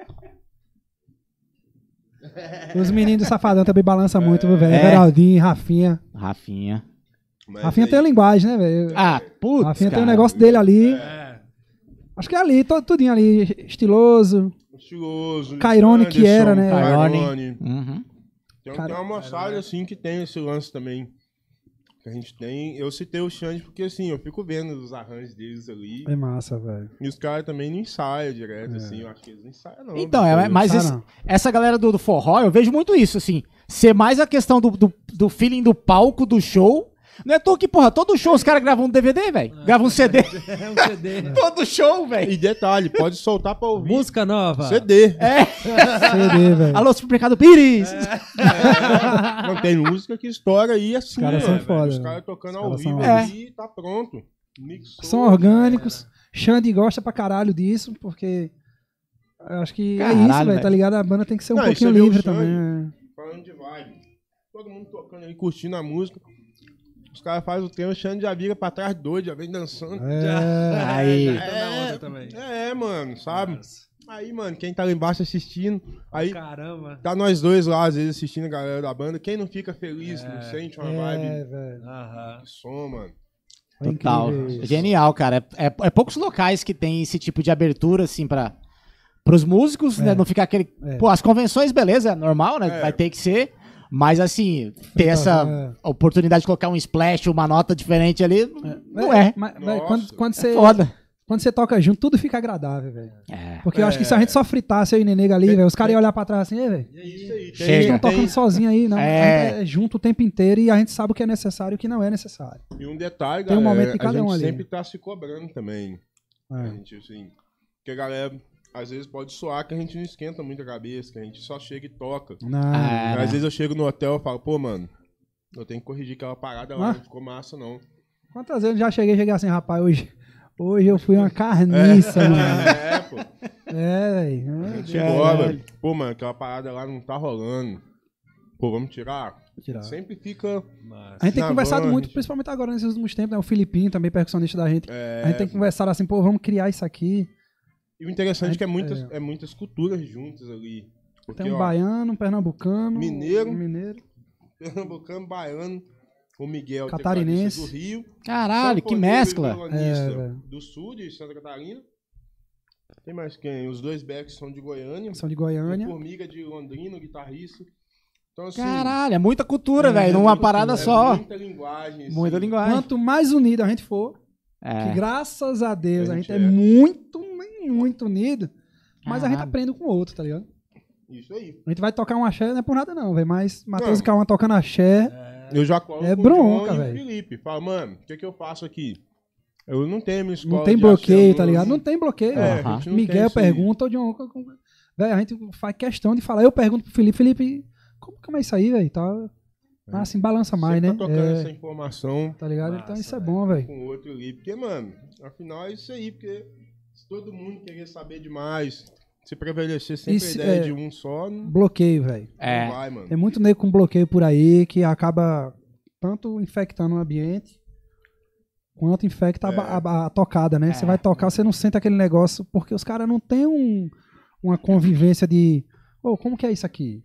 Speaker 5: Os meninos do Safadão também balançam muito, viu, velho. Geraldinho, Rafinha.
Speaker 1: Rafinha.
Speaker 4: Mas é
Speaker 5: Rafinha
Speaker 4: aí-
Speaker 5: tem a linguagem, né, velho?
Speaker 1: Ah, putz.
Speaker 5: Rafinha tem um
Speaker 1: cara.
Speaker 5: negócio dele ali.
Speaker 3: É.
Speaker 5: Acho que é ali, to- tudinho ali, estiloso.
Speaker 4: Estiloso.
Speaker 5: Cairone que
Speaker 4: Anderson,
Speaker 5: era, né?
Speaker 4: Cairone.
Speaker 1: Uhum.
Speaker 4: Tem, um
Speaker 5: Cara-
Speaker 4: tem uma moçada assim que tem esse lance também. que a gente tem. Eu citei o Xande porque, assim, eu fico vendo os arranjos deles ali.
Speaker 5: É massa, velho.
Speaker 4: E os caras também não ensaiam
Speaker 5: É.
Speaker 4: direto, assim. Eu acho que eles não ensaiam, não.
Speaker 1: Então,
Speaker 4: bicho.
Speaker 1: é, mas
Speaker 5: Tá,
Speaker 1: esse-
Speaker 5: não.
Speaker 1: essa galera do, do forró, eu vejo muito isso, assim. Ser mais a questão do, do, do feeling do palco, do show. Não é à toa que, porra, todo show os caras gravam um DVD, velho. Gravam um CD.
Speaker 3: É um CD.
Speaker 1: Todo show, velho.
Speaker 4: E detalhe, pode soltar pra ouvir.
Speaker 3: Música nova.
Speaker 4: CD.
Speaker 5: CD, velho.
Speaker 1: Alô, supermercado Pires.
Speaker 5: É.
Speaker 4: Não tem música que estoura e assim.
Speaker 5: Os caras
Speaker 4: ó,
Speaker 5: são
Speaker 4: velho,
Speaker 5: foda,
Speaker 4: Os
Speaker 5: né?
Speaker 4: caras tocando
Speaker 5: Os
Speaker 4: ao
Speaker 5: caras
Speaker 4: vivo
Speaker 1: são
Speaker 4: ali e tá pronto. Mixou.
Speaker 5: São orgânicos. Xande gosta pra caralho disso, porque. Eu acho que é isso,
Speaker 1: Caralho,
Speaker 5: velho,
Speaker 1: velho.
Speaker 5: tá ligado? A banda tem que ser um
Speaker 4: Não, e
Speaker 5: pouquinho
Speaker 4: você vê o
Speaker 5: livre
Speaker 4: Xande.
Speaker 5: também. né?
Speaker 4: Falando de vibe. Todo mundo tocando ali, curtindo a música. Os caras fazem o treino, o Xande já vira pra trás doido, já vem dançando.
Speaker 5: É.
Speaker 1: Aí.
Speaker 3: Tá na onda também.
Speaker 4: É, mano, sabe? Aí, mano, quem tá lá embaixo assistindo, aí
Speaker 3: Caramba.
Speaker 4: tá nós dois lá, às vezes, assistindo a galera da banda. Quem não fica feliz, não sente uma
Speaker 5: É,
Speaker 4: Tá vibe
Speaker 5: velho.
Speaker 3: Aham.
Speaker 4: de som, mano.
Speaker 5: É
Speaker 1: Total.
Speaker 5: incrível isso.
Speaker 1: Genial, cara. É, é- é poucos locais que tem esse tipo de abertura, assim, pra, pros músicos, né? Não ficar aquele.
Speaker 5: É.
Speaker 1: Pô, as convenções, beleza, é normal, né?
Speaker 4: É.
Speaker 1: Vai ter que ser. Mas, assim, ter essa
Speaker 5: É.
Speaker 1: oportunidade de colocar um splash, uma nota diferente ali, não é.
Speaker 5: Mas, velho,
Speaker 4: Nossa.
Speaker 5: quando, quando você,
Speaker 1: Foda.
Speaker 5: quando você toca junto, tudo fica agradável, velho.
Speaker 1: É.
Speaker 5: Porque eu acho que se a gente só fritasse eu e Nenega ali, velho, os caras iam olhar pra trás assim, "Ei, velho,
Speaker 4: É isso aí.
Speaker 1: Chega.
Speaker 5: eles
Speaker 4: Tem,
Speaker 5: estão tocando sozinho aí, não.
Speaker 1: É.
Speaker 5: A gente é junto o tempo inteiro e a gente sabe o que é necessário e o que não é necessário.
Speaker 4: E um detalhe,
Speaker 5: Tem um
Speaker 4: galera,
Speaker 5: momento de cada
Speaker 4: a gente
Speaker 5: um ali.
Speaker 4: sempre tá se cobrando também. A
Speaker 5: É.
Speaker 4: gente, assim, porque a galera, às vezes, pode soar que a gente não esquenta muito a cabeça, que a gente só chega e toca.
Speaker 5: Não.
Speaker 1: É, né?
Speaker 5: assim,
Speaker 4: Às vezes eu chego no hotel e falo, pô, mano, eu tenho que corrigir aquela parada lá,
Speaker 5: Ah.
Speaker 4: não ficou massa, não.
Speaker 5: Quantas vezes eu já cheguei cheguei assim, rapaz, hoje, hoje eu fui uma carniça, mano.
Speaker 4: É, pô.
Speaker 5: É, velho.
Speaker 4: A gente
Speaker 1: Caralho.
Speaker 4: cobra. Pô, mano, aquela parada lá não tá rolando. Pô, vamos tirar?
Speaker 5: É, tirar.
Speaker 4: Sempre fica.
Speaker 5: A gente tem
Speaker 4: Na
Speaker 5: conversado
Speaker 4: van,
Speaker 5: muito,
Speaker 4: gente.
Speaker 5: principalmente agora nesses últimos tempos, né? O Filipinho também, percussionista da gente.
Speaker 4: É,
Speaker 5: a gente tem conversado assim, pô, vamos criar isso aqui.
Speaker 4: E o interessante é que é
Speaker 5: É.
Speaker 4: muitas, é muitas culturas juntas ali. Porque,
Speaker 5: tem um
Speaker 4: ó,
Speaker 5: baiano, um pernambucano,
Speaker 4: Mineiro.
Speaker 5: um mineiro.
Speaker 4: Pernambucano, baiano, o Miguel,
Speaker 5: Catarinense.
Speaker 4: tecladista do Rio.
Speaker 1: Caralho, que
Speaker 4: sanfoneiro e
Speaker 1: mescla.
Speaker 4: violonista
Speaker 5: É, velho.
Speaker 4: do sul de Santa Catarina. Tem mais quem? Os dois backs são de Goiânia.
Speaker 5: um São de
Speaker 4: O
Speaker 5: Goiânia.
Speaker 4: Formiga de Londrina, o guitarrista. Então, assim,
Speaker 1: Caralho, é muita cultura, velho.
Speaker 4: é
Speaker 1: Numa
Speaker 4: muita-
Speaker 1: parada
Speaker 4: é
Speaker 1: só.
Speaker 4: Muita linguagem. assim.
Speaker 1: Muita linguagem.
Speaker 5: Quanto mais unido a gente for, que
Speaker 1: É.
Speaker 5: graças a Deus a
Speaker 4: A
Speaker 5: gente,
Speaker 4: gente
Speaker 5: é,
Speaker 4: é.
Speaker 5: muito, muito unido, mas a gente
Speaker 1: Caralho.
Speaker 5: aprende com o outro, tá ligado?
Speaker 4: Isso aí.
Speaker 5: A gente vai tocar um axé, não é por nada não, velho, mas Matheus
Speaker 4: Não.
Speaker 5: e Cauã tocando axé,
Speaker 4: Eu já colo
Speaker 5: É
Speaker 4: com o
Speaker 5: bronca,
Speaker 4: John e o
Speaker 5: velho.
Speaker 4: Felipe. Fala, mano, o que, que eu faço aqui? Eu não tenho minha escola.
Speaker 5: não tem
Speaker 4: de
Speaker 5: bloqueio,
Speaker 4: axé,
Speaker 5: tá
Speaker 4: eu
Speaker 5: ligado? Não tem bloqueio.
Speaker 4: É,
Speaker 5: velho.
Speaker 4: a gente não tem
Speaker 5: Miguel
Speaker 4: isso aí.
Speaker 5: pergunta, o John... Velho, a gente faz questão de falar, eu pergunto pro Felipe, Felipe, como, como é isso aí, velho, tá... Ah, assim, balança mais,
Speaker 4: É. Sempre
Speaker 5: né?
Speaker 4: Tá tocando
Speaker 5: É,
Speaker 4: essa informação
Speaker 5: tá ligado? então
Speaker 3: Massa,
Speaker 5: isso é bom, velho.
Speaker 4: com o outro ali. Porque, mano, afinal é isso aí. Porque se todo mundo querer saber demais, se prevalecer sempre
Speaker 5: Isso,
Speaker 4: a ideia
Speaker 5: é.
Speaker 4: de um só, não
Speaker 5: Bloqueio, velho.
Speaker 1: É.
Speaker 4: não vai, mano.
Speaker 5: Tem muito nego com bloqueio por aí que acaba tanto infectando o ambiente quanto infecta a ba- a, ba- a tocada, né? Você vai tocar, você não sente aquele negócio porque os caras não têm um, uma convivência de, ô, como que é isso aqui?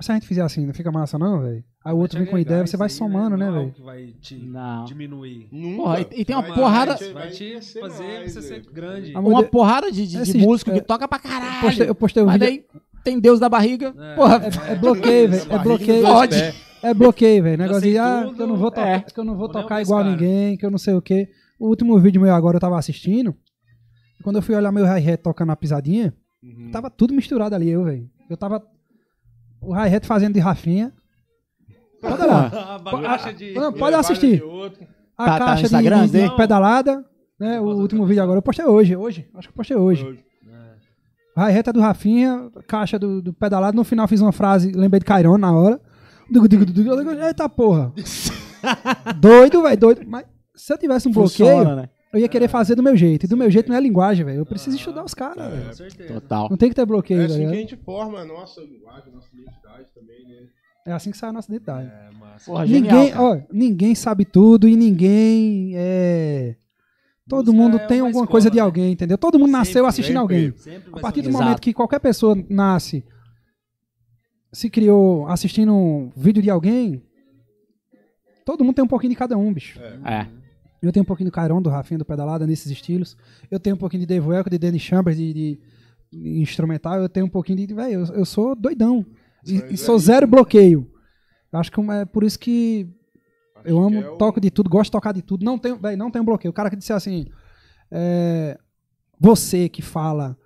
Speaker 5: Se a gente fizer assim, não fica massa não, velho? Aí o outro vem com ideia, você vai somando, né, velho?
Speaker 3: Que vai te
Speaker 1: Não.
Speaker 3: diminuir.
Speaker 4: Nunca.
Speaker 1: Porra, e- e tem uma
Speaker 4: Vai-
Speaker 1: porrada-
Speaker 4: vai te-
Speaker 3: Vai te
Speaker 4: crescer
Speaker 3: fazer
Speaker 4: mais,
Speaker 3: você
Speaker 4: velho.
Speaker 3: ser grande.
Speaker 5: A
Speaker 1: Uma
Speaker 5: mulher-
Speaker 1: porrada de, de, de
Speaker 5: Esses-
Speaker 1: músico
Speaker 5: é.
Speaker 1: que toca pra
Speaker 5: Eu
Speaker 1: caralho.
Speaker 5: postei, eu postei um
Speaker 1: Mas
Speaker 5: vídeo...
Speaker 1: daí tem Deus da barriga.
Speaker 3: É.
Speaker 1: Porra,
Speaker 5: É, é bloqueio, velho. É
Speaker 4: Barriga
Speaker 5: bloqueio.
Speaker 4: dos
Speaker 1: Pode.
Speaker 4: pés.
Speaker 5: É bloqueio, velho. Negócio
Speaker 3: sei
Speaker 5: de, ah,
Speaker 3: tudo,
Speaker 5: que eu não vou tocar,
Speaker 1: é.
Speaker 5: que eu não vou
Speaker 3: Vou nem
Speaker 5: tocar
Speaker 3: ouvir
Speaker 5: igual
Speaker 3: esse cara.
Speaker 5: ninguém, que eu não sei o quê. O último vídeo meu agora eu tava assistindo. E quando eu fui olhar meu hi-hat tocando a pisadinha,
Speaker 4: Uhum.
Speaker 5: tava tudo misturado ali, eu, velho. Eu tava. O hi-hat fazendo de Rafinha. Pode lá.
Speaker 3: A bagacha de.
Speaker 5: Não,
Speaker 4: Ele
Speaker 5: pode
Speaker 4: vai
Speaker 5: assistir.
Speaker 4: de outro.
Speaker 5: A
Speaker 1: Tá- tá no
Speaker 5: caixa de-
Speaker 1: Instagram,
Speaker 5: de, de
Speaker 1: Zé?
Speaker 5: pedalada. Né, o último vídeo agora. Eu postei hoje, hoje. Acho que eu postei hoje. Hi-hat é do Rafinha, caixa do, do pedalado. No final fiz uma frase, lembrei de Cairão na hora. Dugu, dugu, dugu, dugu, Eita porra. doido, velho, doido. Mas se eu tivesse um bloqueio,
Speaker 1: Funciona, né?
Speaker 5: eu ia querer fazer do meu jeito. E do meu jeito não é linguagem, velho. Eu preciso estudar os caras, velho.
Speaker 3: Com certeza.
Speaker 1: Total.
Speaker 5: Não tem que ter bloqueio,
Speaker 4: É
Speaker 5: velho.
Speaker 4: assim que a gente forma a nossa linguagem, a nossa identidade também, né?
Speaker 5: É assim que sai a nossa identidade.
Speaker 3: É, massa.
Speaker 1: Porra,
Speaker 5: ninguém,
Speaker 1: genial.
Speaker 5: ó, ninguém sabe tudo e ninguém é. Todo
Speaker 3: Música
Speaker 5: mundo
Speaker 3: é
Speaker 5: tem
Speaker 3: uma
Speaker 5: alguma
Speaker 3: escola,
Speaker 5: coisa de
Speaker 3: né?
Speaker 5: alguém, entendeu? Todo mundo nasceu
Speaker 3: Sempre,
Speaker 5: assistindo alguém.
Speaker 3: Sempre
Speaker 5: A
Speaker 3: vai
Speaker 5: partir do
Speaker 3: ser
Speaker 1: Exato.
Speaker 5: momento que qualquer pessoa nasce, se criou assistindo um vídeo de alguém, todo mundo tem um pouquinho de cada um, bicho.
Speaker 1: É.
Speaker 5: Eu tenho um pouquinho do Cairão, do Rafinha, do Pedalada, nesses estilos. Eu tenho um pouquinho de Dave Welco, de Danny Chambers, de, de instrumental. Eu tenho um pouquinho de... Véi, eu, eu sou doidão. E,
Speaker 4: Mas
Speaker 5: e
Speaker 4: é
Speaker 5: sou
Speaker 4: isso.
Speaker 5: zero bloqueio. Eu Acho é que é por isso que Eu amo,
Speaker 4: que é o-
Speaker 5: toco de tudo, gosto de tocar de tudo. Não tenho, véi, não tenho bloqueio. O cara que disse assim, é, você que fala,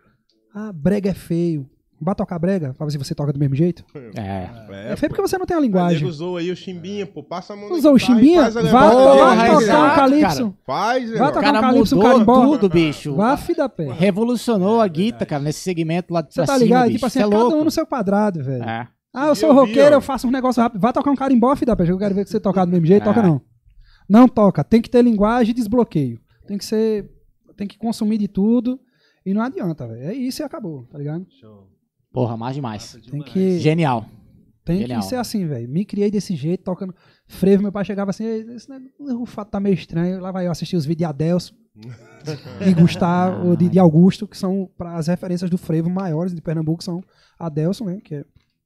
Speaker 5: ah, brega é feio. Vai tocar brega? Fala assim, você toca do mesmo jeito?
Speaker 1: É.
Speaker 5: É, feio porque você não tem a linguagem.
Speaker 4: Ah, Nego zoa aí o chimbinha, pô. Passa a mão na
Speaker 5: Usou o
Speaker 4: guitarra e
Speaker 5: chimbinha?
Speaker 4: faz a
Speaker 5: Vai,
Speaker 4: levada
Speaker 1: Porra,
Speaker 4: dele.
Speaker 5: vai tocar um
Speaker 1: exato,
Speaker 5: calypso.
Speaker 4: Faz, né,
Speaker 5: Vai
Speaker 4: mano?
Speaker 1: O
Speaker 5: tocar
Speaker 1: cara
Speaker 5: um calypso, um
Speaker 1: mudou
Speaker 5: carimbó.
Speaker 1: tudo, bicho.
Speaker 5: Vá, fi da pé.
Speaker 1: Revolucionou a guita, cara, nesse segmento lá de
Speaker 5: É Você
Speaker 1: pra
Speaker 5: tá
Speaker 1: cima,
Speaker 5: ligado?
Speaker 1: bicho.
Speaker 5: Tipo
Speaker 1: Cê
Speaker 5: assim,
Speaker 1: é
Speaker 5: cada
Speaker 1: louco.
Speaker 5: um no seu quadrado, velho.
Speaker 1: É.
Speaker 5: Ah, eu sou
Speaker 4: Eu vi,
Speaker 5: roqueiro,
Speaker 4: ó.
Speaker 5: eu faço um negócio rápido. Vai tocar um carimbó, filho da peixe. Eu quero ver que você tocar do mesmo jeito.
Speaker 1: É.
Speaker 5: Toca não. Não toca. Tem que ter linguagem e desbloqueio. Tem que ser... Tem que consumir de tudo. E não adianta, velho. É isso e acabou, tá ligado?
Speaker 3: Show.
Speaker 1: Porra, mais demais.
Speaker 3: Massa
Speaker 5: Tem
Speaker 3: demais.
Speaker 5: que...
Speaker 1: Genial.
Speaker 5: Tem
Speaker 1: Genial.
Speaker 5: que ser assim, velho. Me criei desse jeito, tocando. Frevo, meu pai chegava assim, "Ei, esse negócio, o fato tá meio estranho. Lá vai eu assistir os vídeos de Adelso, de Gustavo, ou de, de Augusto, que são pra, as referências do frevo maiores de Pernambuco, são Adelso, né? Que é,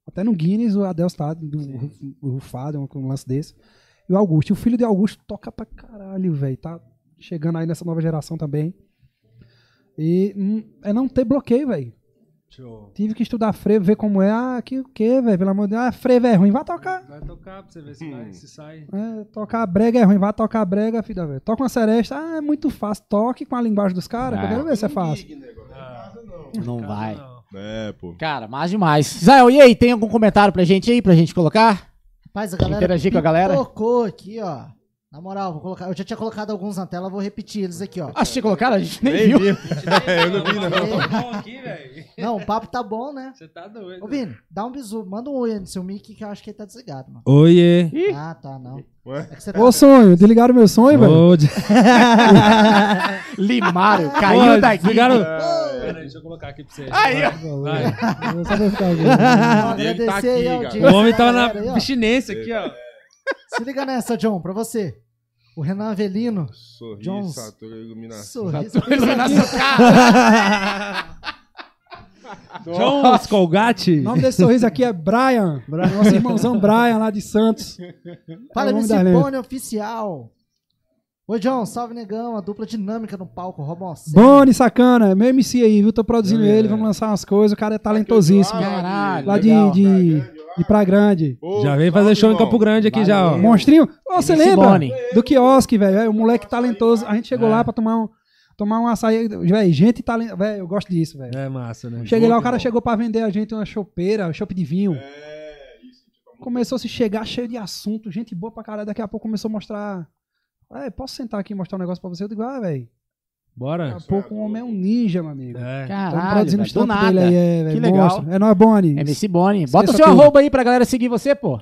Speaker 5: até no Guinness o Adelso tá, do ru- o Rufado, um, um lance desse. E o Augusto. E o filho de Augusto toca pra caralho, velho. Tá chegando aí nessa nova geração também. E hum, é não ter bloqueio, velho.
Speaker 3: Show.
Speaker 5: Tive que estudar frevo, ver como é. Ah, que o que, velho? Pelo amor de Deus. Ah, frevo é ruim, vai tocar.
Speaker 3: Vai tocar pra você ver se, vai, se sai.
Speaker 5: É, tocar brega é ruim, vai tocar brega, filha, velho. Toca uma seresta, ah, é muito fácil. Toque com a linguagem dos caras, que eu
Speaker 1: É.
Speaker 5: quero ver se é fácil.
Speaker 4: Gig, nego, não é
Speaker 3: Ah.
Speaker 4: casa, não.
Speaker 1: Não
Speaker 3: Casa
Speaker 1: vai.
Speaker 3: não.
Speaker 4: É, pô.
Speaker 1: Cara, mais demais. Israel, e aí, tem algum comentário pra gente aí, pra gente colocar?
Speaker 2: Rapaz, a galera.
Speaker 1: Interagir com a galera?
Speaker 2: Colocou aqui, ó. Na moral, vou colocar. Eu já tinha colocado alguns na tela, vou repetir eles aqui, ó.
Speaker 1: Acho que Ah, colocaram, a gente nem
Speaker 4: Nem
Speaker 1: viu.
Speaker 4: viu.
Speaker 3: Eu não vi,
Speaker 2: não.
Speaker 3: aqui, velho.
Speaker 2: Não, o papo tá bom, né?
Speaker 3: Você tá doido.
Speaker 2: Ô, Vini, dá um bisu. Manda um oi no seu mic que eu acho que ele tá desligado, mano.
Speaker 7: Oiê!
Speaker 1: Ih.
Speaker 2: Ah, tá, não.
Speaker 4: Ué?
Speaker 2: É que você tá.
Speaker 5: Ô, sonho, desligaram meu sonho, velho.
Speaker 7: Ô, de-
Speaker 1: Limário, caiu
Speaker 7: Ô,
Speaker 1: daqui.
Speaker 7: desligaram-
Speaker 3: Pera aí, É, deixa eu colocar aqui pra você.
Speaker 1: Aí, ó.
Speaker 3: Vai.
Speaker 5: Eu só vou ficar ouvindo.
Speaker 2: Não,
Speaker 4: Ele tá
Speaker 2: agradecer
Speaker 4: aqui,
Speaker 2: aí
Speaker 4: cara.
Speaker 2: ao
Speaker 7: O homem tava na
Speaker 3: Abstinência aqui, ó.
Speaker 2: Se liga nessa, John, pra você. O Renan Avelino.
Speaker 4: Sorriso,
Speaker 2: Jones.
Speaker 4: satura, iluminação.
Speaker 2: Sorriso.
Speaker 7: Jones Colgate.
Speaker 5: O nome desse sorriso aqui é Brian. Nosso irmãozão Brian, lá de Santos.
Speaker 2: Fala,
Speaker 5: É o nome
Speaker 2: MC
Speaker 5: da letra.
Speaker 2: Boni Oficial. Oi, John. Salve, negão. A dupla dinâmica no palco. Robon C.
Speaker 5: Boni, sacana. É Meu MC aí, viu? Tô produzindo ele, vamos lançar umas coisas. O cara é talentosíssimo.
Speaker 4: Aquele
Speaker 1: Caralho.
Speaker 5: Lá de,
Speaker 1: Legal.
Speaker 4: Tá
Speaker 5: de, de Praia Grande.
Speaker 4: Ô,
Speaker 7: Já veio
Speaker 4: salve,
Speaker 7: fazer show em
Speaker 4: irmão.
Speaker 7: Campo Grande aqui
Speaker 3: Ah.
Speaker 7: já, ó.
Speaker 1: Valeu.
Speaker 5: Monstrinho? Ô, você
Speaker 1: MC
Speaker 5: lembra
Speaker 1: Boni.
Speaker 5: do quiosque, velho? É, O moleque talentoso. A gente
Speaker 1: É.
Speaker 5: chegou lá pra tomar um, tomar um açaí. Velho, gente talentosa. Velho, eu gosto disso, velho.
Speaker 3: É massa, né?
Speaker 5: Cheguei lá, o cara chegou pra vender a gente uma chopeira, um chope de vinho.
Speaker 4: É, isso.
Speaker 5: Começou a se chegar cheio de assunto, gente boa pra caralho. Daqui a pouco começou a mostrar. É, posso sentar aqui e mostrar um negócio pra você? Eu digo, ah, velho.
Speaker 7: Bora.
Speaker 5: Daqui a pouco o homem é um ninja, meu amigo. Tá
Speaker 7: É.
Speaker 5: Tamo
Speaker 1: Caralho,
Speaker 5: produzindo
Speaker 1: velho, do
Speaker 5: os trampos
Speaker 1: nada.
Speaker 5: dele aí, é, velho.
Speaker 1: Que legal.
Speaker 5: Mostra. É nóis, Boni.
Speaker 1: MC Boni. Bota
Speaker 5: Esqueça
Speaker 1: seu
Speaker 5: tudo.
Speaker 1: arroba aí pra galera seguir você, pô.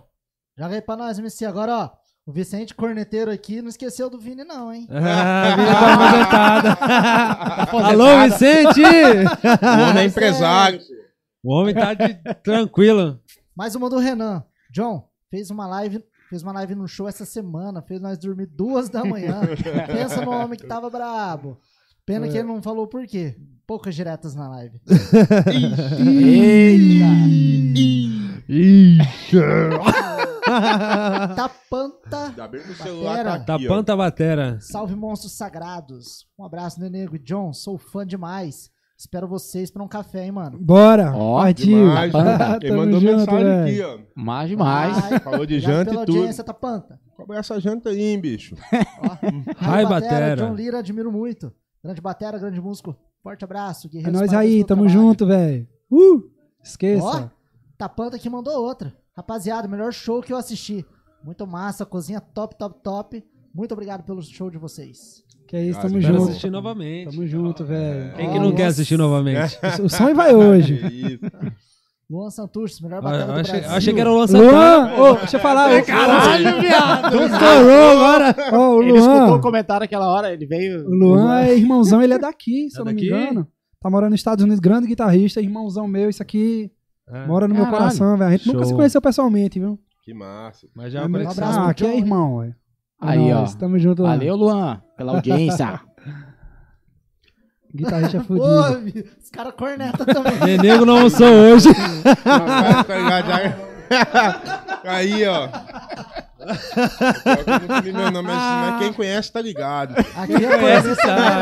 Speaker 2: Joga aí pra nós, MC. Agora, ó. O Vicente Corneteiro aqui não esqueceu do Vini, não, hein?
Speaker 7: Ah, a vida tá aposentada. Alô, Vicente!
Speaker 4: O homem é empresário.
Speaker 7: O homem tá de... tranquilo.
Speaker 2: Mais uma do Renan. John, fez uma live. Fez uma live no show essa semana, fez nós dormir duas da manhã. Pensa no homem que tava brabo. Pena que ele não falou por quê. Poucas diretas na live. Tá Tapanta
Speaker 4: Ainda bem que o celular
Speaker 2: Batera.
Speaker 4: tá aqui, ó.
Speaker 7: Tapanta a batera.
Speaker 2: Salve monstros sagrados. Um abraço, Nenego e John. Sou fã demais. Espero vocês pra um café, hein, mano.
Speaker 5: Bora!
Speaker 1: Ó,
Speaker 5: partiu!
Speaker 4: Demais, né? Ele
Speaker 5: Tamo
Speaker 4: mandou
Speaker 5: junto, é.
Speaker 4: mensagem
Speaker 5: velho.
Speaker 4: aqui, ó.
Speaker 1: Mais demais.
Speaker 2: Ai,
Speaker 4: Falou de
Speaker 2: obrigado
Speaker 4: janta
Speaker 2: pela
Speaker 4: e tudo.
Speaker 2: audiência, tá Tapanta.
Speaker 4: Cobra essa janta aí, hein, bicho.
Speaker 7: Ai, Batera.
Speaker 2: John Lira, admiro muito. Grande Batera, grande músico. Forte abraço,
Speaker 5: É
Speaker 2: guerreiro.
Speaker 5: nóis aí, tamo junto, velho. Uh! Esqueça.
Speaker 2: Tapanta que mandou outra. Rapaziada, melhor show que eu assisti. Muito massa, cozinha top, top, top. Muito obrigado pelo show de vocês.
Speaker 5: Que é isso,
Speaker 4: Ah,
Speaker 5: tamo
Speaker 4: espero
Speaker 3: Quero
Speaker 5: junto.
Speaker 3: assistir novamente.
Speaker 5: Tamo junto, velho.
Speaker 7: Quem que não quer assistir novamente?
Speaker 5: O sonho vai hoje.
Speaker 4: Que isso.
Speaker 2: Luan Santurce, melhor
Speaker 7: Eu
Speaker 2: batera do
Speaker 7: achei,
Speaker 2: É. Brasil.
Speaker 7: eu achei que era o Luan Santana.
Speaker 5: Luan! Ô, deixa eu falar. ô,
Speaker 1: Caralho, viado.
Speaker 5: Luan estourou agora. Ó, o
Speaker 1: Ele escutou o
Speaker 5: Luan.
Speaker 1: comentário aquela hora, ele veio.
Speaker 5: O Luan é irmãozão, ele é daqui, se eu não me
Speaker 3: daqui?
Speaker 5: engano. Tá morando nos Estados Unidos, grande guitarrista, irmãozão meu. Isso aqui
Speaker 3: É.
Speaker 5: mora no meu
Speaker 1: Caralho.
Speaker 5: coração, velho. A gente nunca
Speaker 7: Show.
Speaker 5: se conheceu pessoalmente, viu?
Speaker 4: Que massa.
Speaker 7: Mas já é
Speaker 5: É
Speaker 7: uma
Speaker 5: meu-
Speaker 7: conexão.
Speaker 2: abraço
Speaker 5: ah,
Speaker 2: pro
Speaker 5: aqui é
Speaker 2: John.
Speaker 5: irmão, velho. É
Speaker 1: Aí,
Speaker 5: nóis,
Speaker 1: ó.
Speaker 5: Tamo junto, Luan.
Speaker 1: Valeu, Luan, pela audiência.
Speaker 5: Guitarrista é fudido.
Speaker 2: Ô, vi- os caras cornetam também.
Speaker 7: Nenego não almoçou hoje.
Speaker 4: Rapaz, tá ligado? Já- Aí, ó. Pior que eu não comi meu nome, mas, mas quem conhece tá ligado.
Speaker 5: é
Speaker 2: Aqui a
Speaker 5: né?
Speaker 2: corneta.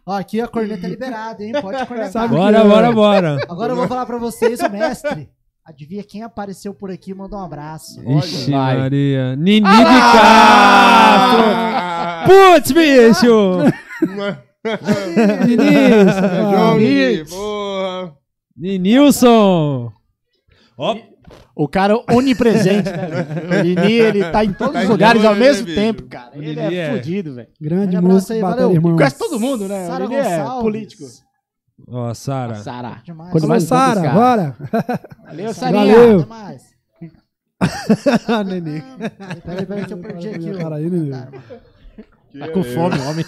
Speaker 2: Ó, aqui a corneta é liberada, hein? Pode cornetar.
Speaker 5: Sabe
Speaker 7: Bora,
Speaker 5: que-
Speaker 7: bora, bora.
Speaker 2: Agora eu vou falar pra vocês o mestre. Adivinha quem apareceu por aqui e mandou um abraço.
Speaker 7: Ixi,
Speaker 1: vai.
Speaker 7: Maria. Nini de
Speaker 4: Ah!
Speaker 3: Ah,
Speaker 7: Castro. Putz, bicho. Nini.
Speaker 4: Johnny, porra.
Speaker 7: Ninilson.
Speaker 1: O cara onipresente, né? velho? O Nini, ele tá em todos
Speaker 4: Tá
Speaker 1: os
Speaker 4: em
Speaker 1: lugares
Speaker 4: todos,
Speaker 1: ao
Speaker 4: né,
Speaker 1: mesmo
Speaker 4: bicho?
Speaker 1: tempo, cara. Ele
Speaker 7: Nini
Speaker 1: é
Speaker 7: é-
Speaker 1: fodido, velho.
Speaker 5: Grande
Speaker 2: Grande abraço
Speaker 5: músico,
Speaker 2: aí,
Speaker 5: bateu
Speaker 2: valeu.
Speaker 5: irmão.
Speaker 1: Conhece todo mundo, né?
Speaker 2: Sara
Speaker 1: ele é
Speaker 2: Gonçalves.
Speaker 1: político.
Speaker 7: Ó,
Speaker 3: Tá.
Speaker 7: Sara.
Speaker 1: Sara.
Speaker 2: Demais.
Speaker 1: Quando
Speaker 5: Alô,
Speaker 1: mais bom
Speaker 5: Sara,
Speaker 1: desse cara.
Speaker 5: bora.
Speaker 1: Valeu, Sarinha.
Speaker 5: Valeu.
Speaker 2: Demais.
Speaker 5: Ah, Nenê.
Speaker 2: Peraí, peraí que eu perdi aqui.
Speaker 5: Cara
Speaker 2: ó.
Speaker 5: aí, Nenê.
Speaker 1: Tá com fome, o homem.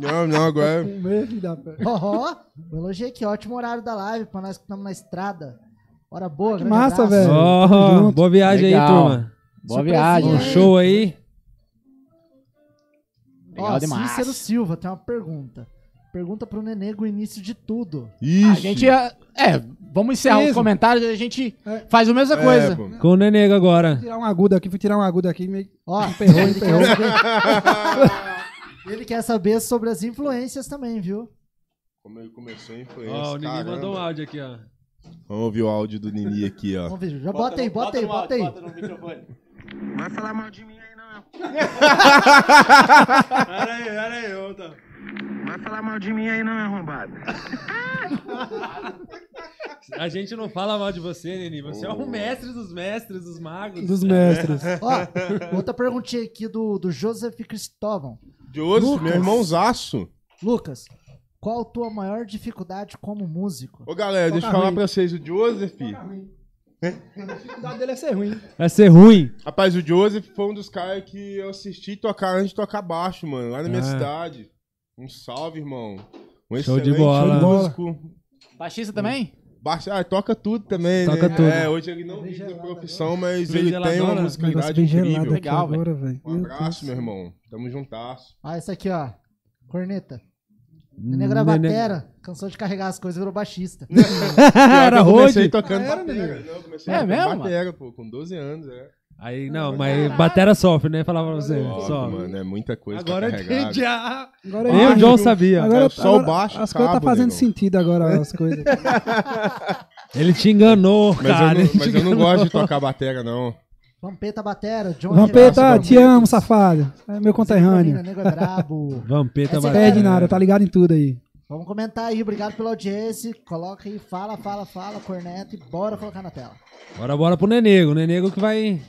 Speaker 4: Não, não, agora. é-
Speaker 5: Um meio que dá pra-
Speaker 2: Ó, ó, eu elogiei aqui, ótimo horário da live pra nós que estamos na estrada. Hora boa,
Speaker 5: Ah, Que
Speaker 2: grande
Speaker 5: massa,
Speaker 2: abraço.
Speaker 5: velho.
Speaker 7: Ó,
Speaker 5: Tamo junto.
Speaker 7: boa viagem
Speaker 1: Legal.
Speaker 7: aí, turma.
Speaker 1: Boa
Speaker 7: Um
Speaker 1: viagem.
Speaker 2: Surpresinha,
Speaker 7: show aí.
Speaker 1: Legal
Speaker 2: Ó,
Speaker 1: demais.
Speaker 2: Cícero Silva tem uma pergunta. Pergunta pro Nenê o início de tudo.
Speaker 4: Ixi.
Speaker 1: A gente ia... É, vamos encerrar os
Speaker 5: Mesmo.
Speaker 1: comentários e a gente
Speaker 5: É.
Speaker 1: faz a mesma
Speaker 4: É,
Speaker 1: coisa.
Speaker 4: pô.
Speaker 7: Com o Nenego agora.
Speaker 5: Vou tirar um agudo aqui, vou tirar um agudo aqui. meio-
Speaker 2: Ó,
Speaker 5: Emperrou,
Speaker 2: ele,
Speaker 5: emperrou.
Speaker 2: quer saber, ele quer saber sobre as influências também, viu?
Speaker 4: Como ele começou a influência.
Speaker 3: Ó, o Ninguém
Speaker 4: caramba.
Speaker 3: mandou um áudio aqui, ó.
Speaker 4: Vamos ouvir o áudio do Nini aqui, ó.
Speaker 2: Vamos ver, já bota, aí, bota, aí, bota aí.
Speaker 8: Vai falar mal de mim aí não.
Speaker 3: Pera aí, pera aí, ô, tá.
Speaker 8: Vai falar mal de mim aí não, arrombado.
Speaker 3: A gente não fala mal de você, Nini. Você é o mestre dos mestres, dos magos. É.
Speaker 5: Dos mestres.
Speaker 2: Ó, outra perguntinha aqui do, do Joseph Cristóvão.
Speaker 4: Joseph,
Speaker 2: Lucas.
Speaker 4: meu irmãozaço.
Speaker 2: Lucas, qual a tua maior dificuldade como músico?
Speaker 4: Ô, galera, deixa eu
Speaker 5: Toca
Speaker 4: falar
Speaker 5: ruim.
Speaker 4: pra vocês. O Joseph...
Speaker 5: A dificuldade dele é ser ruim.
Speaker 7: Vai ser ruim.
Speaker 4: Rapaz, o Joseph foi um dos caras que eu assisti tocar antes de tocar baixo, mano. Lá na minha
Speaker 7: Ah.
Speaker 4: cidade. Um salve, irmão. Um
Speaker 7: Show de
Speaker 4: excelente
Speaker 7: bola.
Speaker 4: músico.
Speaker 1: Baixista também?
Speaker 4: Baixa, ah, toca tudo também,
Speaker 7: Toca
Speaker 4: né?
Speaker 7: tudo.
Speaker 4: É, hoje ele não vive da profissão, mas ele
Speaker 7: Frigeladora.
Speaker 4: tem uma
Speaker 5: Um negócio
Speaker 4: musicalidade
Speaker 5: bem gelado
Speaker 4: incrível.
Speaker 5: aqui
Speaker 1: Legal, velho.
Speaker 5: agora, velho.
Speaker 4: Um abraço, meu irmão. Tamo juntasso.
Speaker 2: Ah, esse aqui, ó. Corneta. Nenê era batera, cansou de carregar as coisas, virou baixista.
Speaker 7: Era
Speaker 4: Eu comecei
Speaker 7: Rode.
Speaker 4: tocando
Speaker 5: Ah, era,
Speaker 4: batera.
Speaker 5: menino?
Speaker 4: Não, eu comecei
Speaker 1: É
Speaker 4: tocando
Speaker 1: mesmo, mano?
Speaker 4: batera, pô, com 12 anos, é.
Speaker 7: Aí, não, mas Batera sofre, né? Falava pra você.
Speaker 4: Óbvio,
Speaker 7: Sofre.
Speaker 4: é mano, é muita coisa
Speaker 3: Agora
Speaker 4: pra
Speaker 3: tem
Speaker 4: carregar. né?
Speaker 3: já.
Speaker 5: Agora
Speaker 7: Nem o John sabia.
Speaker 5: Agora,
Speaker 4: É, só o
Speaker 5: agora
Speaker 4: baixo
Speaker 5: As coisas tá
Speaker 4: cabo,
Speaker 5: fazendo
Speaker 4: negão.
Speaker 5: sentido agora, as coisas.
Speaker 7: Ele te enganou,
Speaker 4: Mas,
Speaker 7: cara.
Speaker 4: eu
Speaker 7: Ele
Speaker 4: não,
Speaker 7: te
Speaker 4: mas eu não
Speaker 7: enganou.
Speaker 4: gosto de tocar batera, não.
Speaker 2: Vampeta Batera, John
Speaker 5: Vampeta,
Speaker 2: Renato,
Speaker 5: tá, te amo, safado. É meu conterrâneo.
Speaker 2: Nego é brabo.
Speaker 7: Vampeta
Speaker 2: Essa é
Speaker 7: batera.
Speaker 5: Pede nada, tá ligado em tudo aí.
Speaker 2: Vamos comentar aí, obrigado pela audiência. Coloca aí, fala, fala, fala, corneta e bora colocar na tela.
Speaker 7: Bora, bora pro Nenego. O Nenego que vai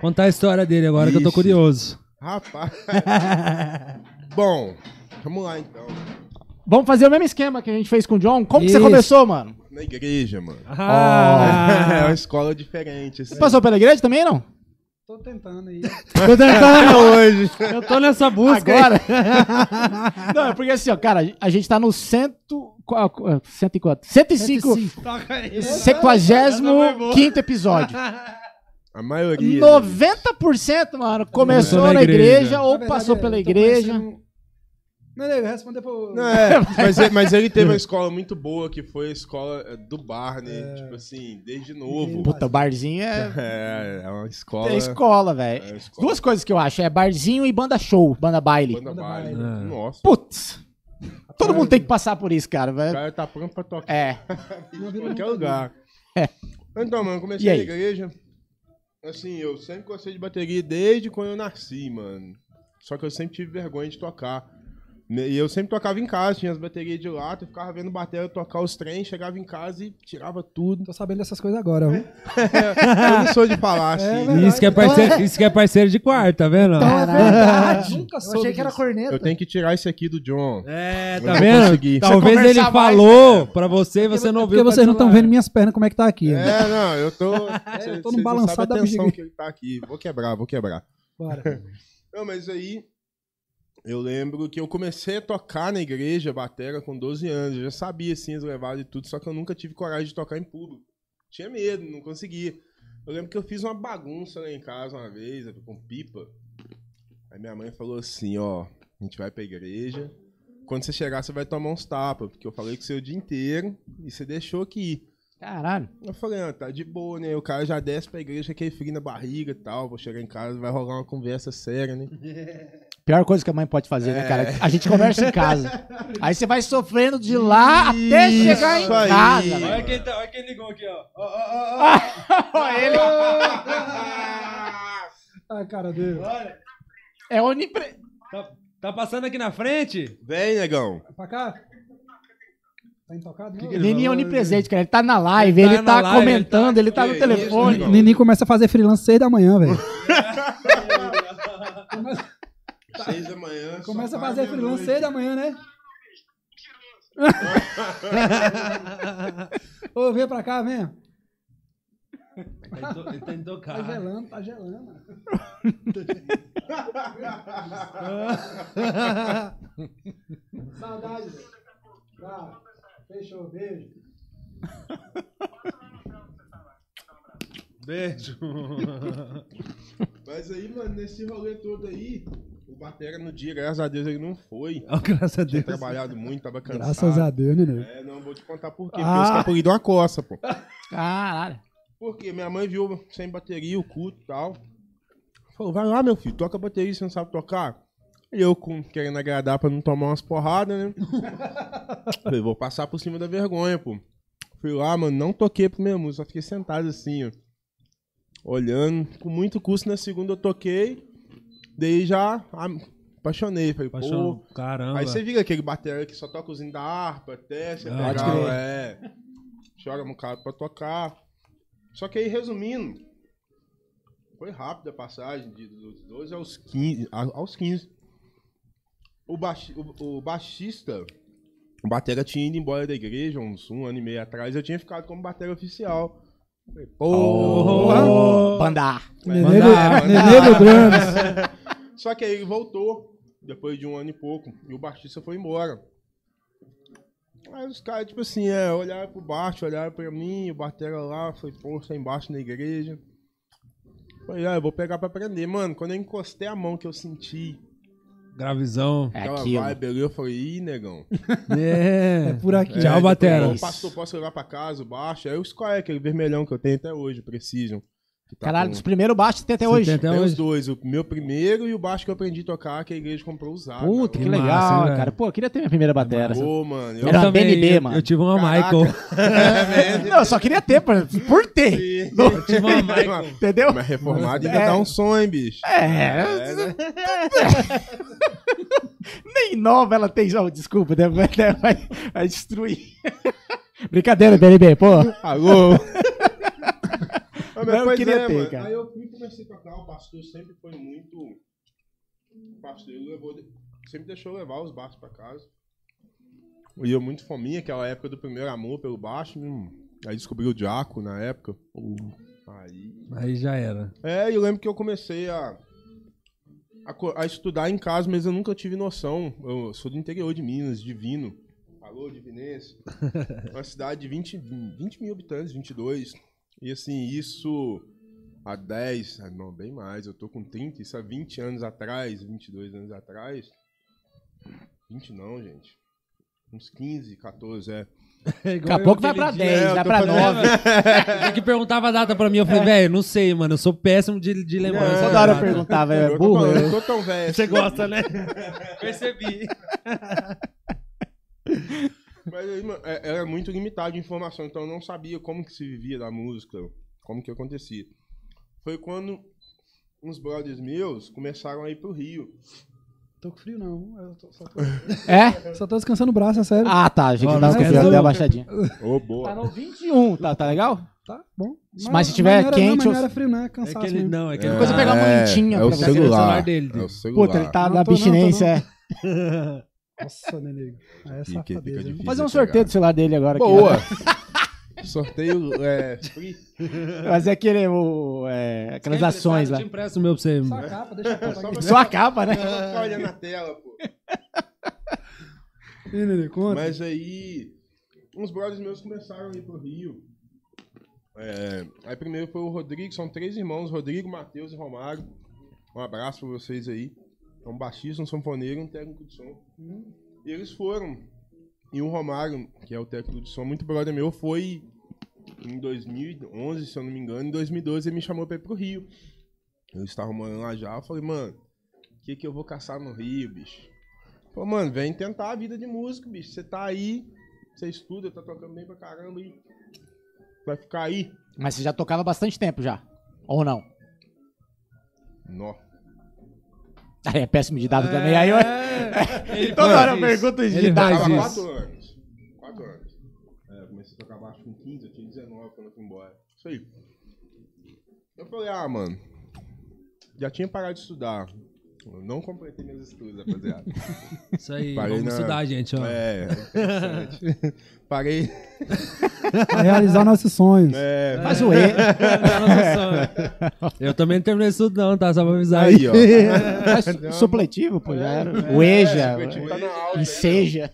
Speaker 7: contar a história dele agora, que eu tô
Speaker 4: Ixi.
Speaker 7: curioso.
Speaker 4: Rapaz. Bom, vamos lá então.
Speaker 1: Vamos fazer o mesmo esquema que a gente fez com o John. Como que você
Speaker 7: Isso.
Speaker 1: começou, mano?
Speaker 4: Na igreja, mano. É
Speaker 7: Ah,
Speaker 4: uma escola diferente, assim.
Speaker 1: Você passou pela igreja também, não?
Speaker 5: Tô tentando aí.
Speaker 7: tô tentando.
Speaker 4: hoje.
Speaker 7: Eu tô nessa busca.
Speaker 1: Agora? não, é porque assim, ó, cara, a gente tá no cento... qual- qual- Cento e quanto? 105, 75 episódio.
Speaker 4: A maioria. né?
Speaker 1: 90%, mano, começou na igreja ou
Speaker 5: é,
Speaker 1: passou pela igreja.
Speaker 5: Nenê, responder pro.
Speaker 4: Não, é, mas, ele- mas ele teve uma escola muito boa, que foi a escola eh, do Barney, tipo assim, desde novo.
Speaker 1: Puta, barzinho é,
Speaker 4: É, é uma escola.
Speaker 1: é escola, velho.
Speaker 4: é escola.
Speaker 1: Duas coisas que eu acho, é barzinho e banda show, banda baile.
Speaker 4: Banda baile.
Speaker 7: baile.
Speaker 4: Nossa,
Speaker 1: Putz, todo mundo tem que passar por isso, cara.
Speaker 4: o
Speaker 1: velho.
Speaker 4: cara tá pronto pra tocar
Speaker 1: É,
Speaker 4: em qualquer lugar.
Speaker 1: É.
Speaker 4: Então, mano, eu
Speaker 1: E
Speaker 4: comecei na
Speaker 1: aí?
Speaker 4: igreja. Assim, eu sempre gostei de bateria desde quando eu nasci, mano. Só que eu sempre tive vergonha de tocar. Né, E eu sempre tocava em casa, tinha as baterias de lata, eu ficava vendo bateria tocar os trens, chegava em casa e tirava tudo.
Speaker 5: Tô sabendo dessas coisas agora, viu?
Speaker 4: Eu não sou de falar assim. né?
Speaker 7: Isso que, é parceiro, isso que é parceiro de quarto, tá vendo?
Speaker 2: Então é verdade.
Speaker 5: Nunca
Speaker 2: Eu
Speaker 5: soube
Speaker 2: achei que era
Speaker 5: disso.
Speaker 2: corneta.
Speaker 4: Eu tenho que tirar isso aqui do John.
Speaker 3: É,
Speaker 4: Eu
Speaker 3: tá
Speaker 4: não
Speaker 7: Tá vendo?
Speaker 4: consegui.
Speaker 7: Talvez
Speaker 1: Precisa
Speaker 7: ele
Speaker 1: conversar mais,
Speaker 7: falou pra você e você não
Speaker 5: Porque
Speaker 7: viu.
Speaker 3: tá
Speaker 5: vocês não tá estão vendo minhas pernas como é que tá aqui. né? É,
Speaker 4: É, não, eu tô.
Speaker 5: eu
Speaker 4: Vocês
Speaker 5: tô num
Speaker 4: não
Speaker 5: balançado
Speaker 4: sabem
Speaker 5: da
Speaker 4: a tensão
Speaker 5: bexiga.
Speaker 4: que ele tá aqui. Vou quebrar, vou quebrar.
Speaker 5: Bora.
Speaker 4: Não, mas aí eu lembro que eu comecei a tocar na igreja batera com 12 anos. Eu já sabia assim as levadas e tudo, só que eu nunca tive coragem de tocar em público. Tinha medo, não conseguia. Eu lembro que eu fiz uma bagunça lá em casa uma vez, né, com pipa. Aí minha mãe falou assim, ó, a gente vai pra igreja. Quando você chegar, você vai tomar uns tapas, porque eu falei com você o dia inteiro e você deixou aqui.
Speaker 1: caralho.
Speaker 4: Eu falei, ah, tá de boa, né? O cara já
Speaker 5: Uhum.
Speaker 4: desce pra igreja, aquele frio na barriga e tal. Vou chegar em casa, vai rolar uma conversa séria, né?
Speaker 1: Pior coisa que a mãe pode fazer, né, cara? A gente conversa em casa. Aí você vai sofrendo de lá até
Speaker 4: Isso
Speaker 1: chegar em
Speaker 4: aí.
Speaker 1: casa. né? velho.
Speaker 3: Olha quem, tá- olha quem ligou aqui, ó. Ó, ó, ó, ó.
Speaker 5: Ai, Tá, cara dele.
Speaker 1: É onipre...
Speaker 3: Tá, tá passando aqui na frente?
Speaker 4: Vem, negão.
Speaker 5: Pra cá? Tá intocado?
Speaker 3: Que
Speaker 5: não?
Speaker 3: que ele-
Speaker 1: Nini é onipresente, cara. Ele tá na live, ele,
Speaker 3: Ele tá
Speaker 1: tá,
Speaker 3: na live,
Speaker 1: comentando, ele tá,
Speaker 4: Que
Speaker 1: no
Speaker 4: isso,
Speaker 1: telefone.
Speaker 4: negão.
Speaker 5: Nini começa a fazer freelance 6 da manhã, velho.
Speaker 4: Seis da manhã. só
Speaker 5: Tá. Começa a
Speaker 4: vai
Speaker 5: fazer
Speaker 4: meia-noite.
Speaker 5: freelance 6 da manhã, né? Ô, vem pra cá, vem.
Speaker 3: Ele tá, indo- ele tá indo
Speaker 5: Tá
Speaker 3: tocar.
Speaker 5: gelando, tá gelando. Saudade. Tá. Fechou, beijo.
Speaker 3: Beijo.
Speaker 4: Mas aí, mano, nesse rolê todo aí, o Batera no dia, graças a Deus, ele não foi.
Speaker 3: graças a
Speaker 4: Tinha trabalhado muito, tava cansado.
Speaker 5: Ah, Graças a Deus, né, nego?
Speaker 4: É, não, vou te contar por quê.
Speaker 1: Ah.
Speaker 4: Porque eu escapulido uma coça, pô.
Speaker 1: Caralho.
Speaker 4: Porque minha mãe viu sem bateria, o culto e tal. Falou, vai lá, meu filho, toca a bateria, você não sabe tocar? E eu, com- querendo agradar pra não tomar umas porradas, né? Falei, vou passar por cima da vergonha, pô. Fui lá, mano, não toquei pro meu música, só fiquei sentado assim, ó. Olhando, com muito custo, na segunda eu toquei. Daí já ah, apaixonei. Falei, pô,
Speaker 3: Paixão, caramba.
Speaker 4: Aí você vira aquele batera que só toca os da harpa, até você
Speaker 3: Ah,
Speaker 4: pegar,
Speaker 1: pode crer.
Speaker 4: é, joga um cara pra tocar. Só que aí, resumindo, foi rápida a passagem de, dos 12 aos 15. a- Aos 15. O, baixi, o, o baixista, o batera tinha ido embora da igreja uns um ano e meio atrás, eu tinha ficado como batera oficial. Falei, Porra!
Speaker 1: Bandar.
Speaker 4: É, Mandar,
Speaker 5: Nenê Drums.
Speaker 4: Só que aí ele voltou, depois de um ano e pouco, e o baixista foi embora. Aí os caras, tipo assim, é, olharam pro baixo, olharam pra mim, o batera lá, foi posto aí embaixo na igreja. Falei, ah, eu vou pegar pra aprender. Mano, quando eu encostei a mão que eu senti
Speaker 3: Gravizão.
Speaker 1: É
Speaker 4: aquela
Speaker 1: aquilo.
Speaker 4: vibe ali, eu falei, ih, negão.
Speaker 3: É.
Speaker 5: Por aqui.
Speaker 4: É,
Speaker 3: Tchau,
Speaker 4: eu
Speaker 3: Batera.
Speaker 4: falei, "Ô, pastor, posso levar pra casa o baixo? Aí eu escolhi aquele vermelhão que eu tenho até hoje, preciso. tá
Speaker 1: Caralho, dos primeiros baixos que tem até hoje.
Speaker 3: até
Speaker 4: tem os
Speaker 3: hoje.
Speaker 4: dois, o meu primeiro e o baixo que eu aprendi a tocar, que a igreja comprou usado.
Speaker 1: Puta, que
Speaker 3: Que
Speaker 1: legal,
Speaker 3: massa, hein,
Speaker 1: cara.
Speaker 3: velho?
Speaker 1: Pô, eu queria ter minha primeira batera.
Speaker 4: Pô, mano, eu
Speaker 1: Era uma
Speaker 3: também,
Speaker 1: BNB,
Speaker 3: eu-
Speaker 1: mano.
Speaker 3: Eu tive uma
Speaker 4: Caraca.
Speaker 3: Michael.
Speaker 1: Não, eu só queria ter, por, por ter.
Speaker 4: Sim.
Speaker 1: Não-
Speaker 3: Tive uma Michael.
Speaker 1: Entendeu?
Speaker 4: Mas reformado
Speaker 1: É.
Speaker 4: ainda dá um som, hein, bicho?
Speaker 1: É.
Speaker 4: É, né?
Speaker 1: Nem nova ela tem. Oh, desculpa, né? vai, né? vai, vai destruir. Brincadeira, BNB, pô.
Speaker 4: Alô?
Speaker 1: Mas eu queria ter, cara.
Speaker 4: é, Aí eu fui e comecei a tocar, o pastor sempre foi muito... O pastor ele levou, sempre deixou eu levar os baixos pra casa. E eu muito fominha, aquela época do primeiro amor pelo baixo. hum. Aí descobri o Diaco na época. Aí...
Speaker 3: Aí já era.
Speaker 4: É, eu lembro que eu comecei a, a, co- a estudar em casa, mas eu nunca tive noção. Eu sou do interior de Minas, Divino. Alô, Divinense. Uma cidade de 20, 20 mil habitantes, 22. E assim, isso há 10, ah, não, bem mais, eu tô com 30, isso há 20 anos atrás, 22 anos atrás. 20 não, gente. Uns 15, 14, é.
Speaker 1: Daqui a pouco vai pra 10,
Speaker 4: eu
Speaker 1: vai
Speaker 4: tô
Speaker 1: pra
Speaker 4: fazendo-
Speaker 1: 9.
Speaker 3: Ele que perguntava a data pra mim, eu falei, velho, não sei, mano, eu sou péssimo de, de lembrança.
Speaker 4: É,
Speaker 1: Toda hora eu
Speaker 3: Data.
Speaker 1: perguntava,
Speaker 4: Eu
Speaker 1: é
Speaker 4: tô
Speaker 1: burro.
Speaker 4: falando, eu
Speaker 1: eu-
Speaker 4: tô tão velho.
Speaker 3: né? Você
Speaker 4: assim.
Speaker 3: gosta, né? Percebi.
Speaker 4: Mas aí, mano, é- era muito limitado de informação, então eu não sabia como que se vivia da música, como que acontecia. Foi quando uns brothers meus começaram a ir pro Rio.
Speaker 5: Tô com frio, não. Eu tô- só, tô,
Speaker 1: É?
Speaker 5: só tô descansando o braço, é sério.
Speaker 1: Ah, tá. A gente
Speaker 3: Ó,
Speaker 1: tava
Speaker 3: mas
Speaker 1: escrevendo
Speaker 3: eu-
Speaker 1: até abaixadinha.
Speaker 4: Ô, boa.
Speaker 1: Tá no 21, tá, tá legal?
Speaker 5: Tá bom.
Speaker 1: Mas se tiver
Speaker 5: não era, Não,
Speaker 1: quente,
Speaker 5: mas não
Speaker 1: eu-
Speaker 5: era frio, né?
Speaker 3: É
Speaker 5: Cansaço
Speaker 3: que ele,
Speaker 5: mesmo.
Speaker 3: não, é que ele
Speaker 1: Depois eu pego a mantinha
Speaker 4: é o
Speaker 1: pra você.
Speaker 4: celular,
Speaker 3: celular dele,
Speaker 4: É
Speaker 3: dele.
Speaker 4: o celular.
Speaker 1: Puta, ele tá
Speaker 5: Não
Speaker 1: na
Speaker 5: tô não,
Speaker 1: abstinência.
Speaker 5: tô
Speaker 1: é.
Speaker 5: Nossa, neném. Aí
Speaker 4: Fica-
Speaker 5: é
Speaker 4: fica
Speaker 5: safadeza. hein?
Speaker 4: difícil.
Speaker 1: Fazer um
Speaker 4: Fiz aqui
Speaker 1: sorteio
Speaker 4: agora.
Speaker 1: do celular dele agora. aqui.
Speaker 4: Boa. né? Sorteio é, free.
Speaker 1: Mas é aquele, o, é, aquelas ações lá.
Speaker 3: Eu te empresto o meu pra você.
Speaker 5: Só a capa, deixa a capa aqui.
Speaker 1: Só a capa, né?
Speaker 4: Só ficar olhando na tela, pô.
Speaker 5: Ih, neném, conta.
Speaker 4: Mas aí, uns brothers meus começaram a ir pro Rio. É, aí primeiro foi o Rodrigo, são três irmãos, Rodrigo, Matheus e Romário. Um abraço pra vocês aí. É um baixista, um sanfoneiro e um técnico de som. E eles foram. E o Romário, que é o técnico de som, muito brother meu, foi em 2011, se eu não me engano. Em 2012 ele me chamou pra ir pro Rio. Eu estava morando lá já, eu falei, mano, O que, que eu vou caçar no Rio, bicho? Pô, mano, vem tentar a vida de músico, bicho. Você tá aí, você estuda, tá tocando bem pra caramba e vai ficar aí.
Speaker 1: Mas você já tocava bastante tempo já. Ou não?
Speaker 4: Nó.
Speaker 1: Aí é péssimo de dado também. Aí eu...
Speaker 3: É. Ele
Speaker 1: Toda
Speaker 3: faz
Speaker 1: hora eu
Speaker 3: isso.
Speaker 1: pergunto de
Speaker 7: Ele
Speaker 1: idade.
Speaker 7: faz
Speaker 4: Tava
Speaker 7: isso.
Speaker 4: 4 anos. 4 anos. É, eu comecei a tocar baixo com 15, eu tinha 19 quando eu fui embora. Isso aí. Eu falei, ah, mano. Já tinha parado de estudar. Eu não completei meus estudos, rapaziada.
Speaker 3: Isso aí,
Speaker 4: Parei
Speaker 3: vamos
Speaker 4: na-
Speaker 3: estudar, gente, ó.
Speaker 4: é, interessante. Parei.
Speaker 5: Pra realizar nossos sonhos.
Speaker 4: É,
Speaker 1: Mas o erro.
Speaker 3: Eu também não terminei isso não, tá? Só pra avisar
Speaker 4: aí, ó.
Speaker 1: Mas supletivo, pô, já era. o
Speaker 4: É,
Speaker 1: EJA,
Speaker 4: supletivo tá na
Speaker 1: o
Speaker 4: alta
Speaker 1: enseja.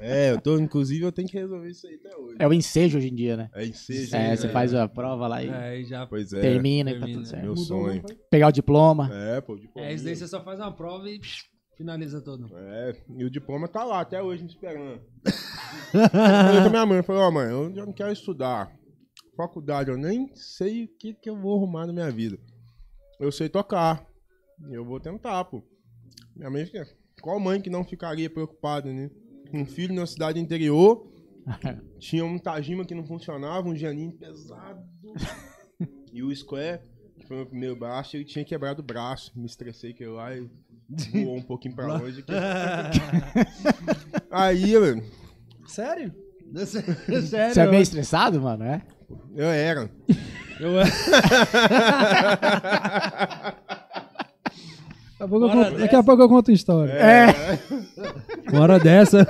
Speaker 4: É, eu tô, inclusive, eu tenho que resolver isso aí até hoje.
Speaker 1: É o ensejo hoje em dia, né?
Speaker 4: É ensejo.
Speaker 1: É,
Speaker 4: né?
Speaker 1: você faz a prova lá e
Speaker 3: Aí já.
Speaker 4: Pois é.
Speaker 1: termina e tá
Speaker 3: termina.
Speaker 1: tudo certo.
Speaker 4: Meu sonho.
Speaker 1: Pegar o diploma.
Speaker 4: É, pô, o diploma.
Speaker 3: É, isso daí você só faz uma prova e psh, finaliza tudo.
Speaker 4: É, e o diploma tá lá até hoje me esperando. eu falei com minha mãe, eu falei, ó, mãe, eu já não quero estudar. Faculdade, eu nem sei o que, que eu vou arrumar na minha vida. Eu sei tocar. E eu vou tentar, pô. Minha mãe fica. Qual mãe que não ficaria preocupada, né? Um filho na cidade interior. Tinha um Tajima que não funcionava, um Janinho pesado. e o Square, que foi o meu primeiro baixo, ele tinha quebrado o braço. Me estressei que eu lá e voou um pouquinho pra longe. aqui. Aí, velho,
Speaker 3: Sério? Sério?
Speaker 1: Você é meio estressado, mano, é?
Speaker 4: eu era.
Speaker 3: Eu-
Speaker 5: Daqui a pouco, eu
Speaker 3: Bora
Speaker 5: conto, daqui
Speaker 3: dessa.
Speaker 5: a pouco eu conto a história.
Speaker 4: É.
Speaker 3: Uma hora dessa.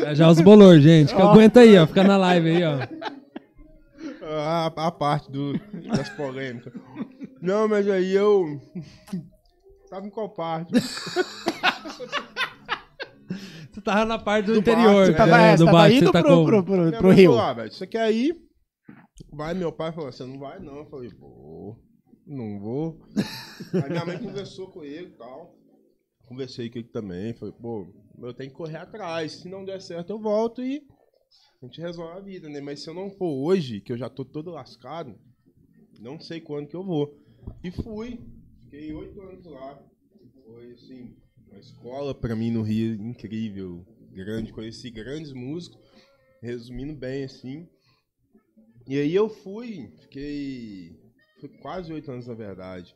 Speaker 3: Já, já os bolor, gente. Que aguenta aí, ó. Fica na live aí, ó.
Speaker 4: A, a parte do, das polêmicas. Não, mas aí eu. Tava em qual parte?
Speaker 3: Você tava na parte do,
Speaker 4: bar,
Speaker 3: interior.
Speaker 4: você
Speaker 3: né?
Speaker 1: Tava, é,
Speaker 3: do
Speaker 1: você
Speaker 3: bar
Speaker 1: tava
Speaker 3: que você
Speaker 1: indo
Speaker 3: tá
Speaker 1: pro,
Speaker 3: com-
Speaker 1: pro, pro,
Speaker 4: Minha
Speaker 1: pro
Speaker 4: mãe
Speaker 1: Rio.
Speaker 4: falou, "Ah, velho, você quer ir? Vai, meu pai falou, você não vai não. Eu falei, vou, não vou. Aí minha mãe conversou com ele e tal. Conversei com ele também. Falei, pô, eu tenho que correr atrás. Se não der certo, eu volto e a gente resolve a vida, né? Mas se eu não for hoje, que eu já tô todo lascado, não sei quando que eu vou. E fui. Fiquei oito anos lá. Foi, assim, uma escola pra mim no Rio incrível. Grande, conheci grandes músicos. Resumindo bem, assim. E aí eu fui, fiquei foi quase oito anos, na verdade.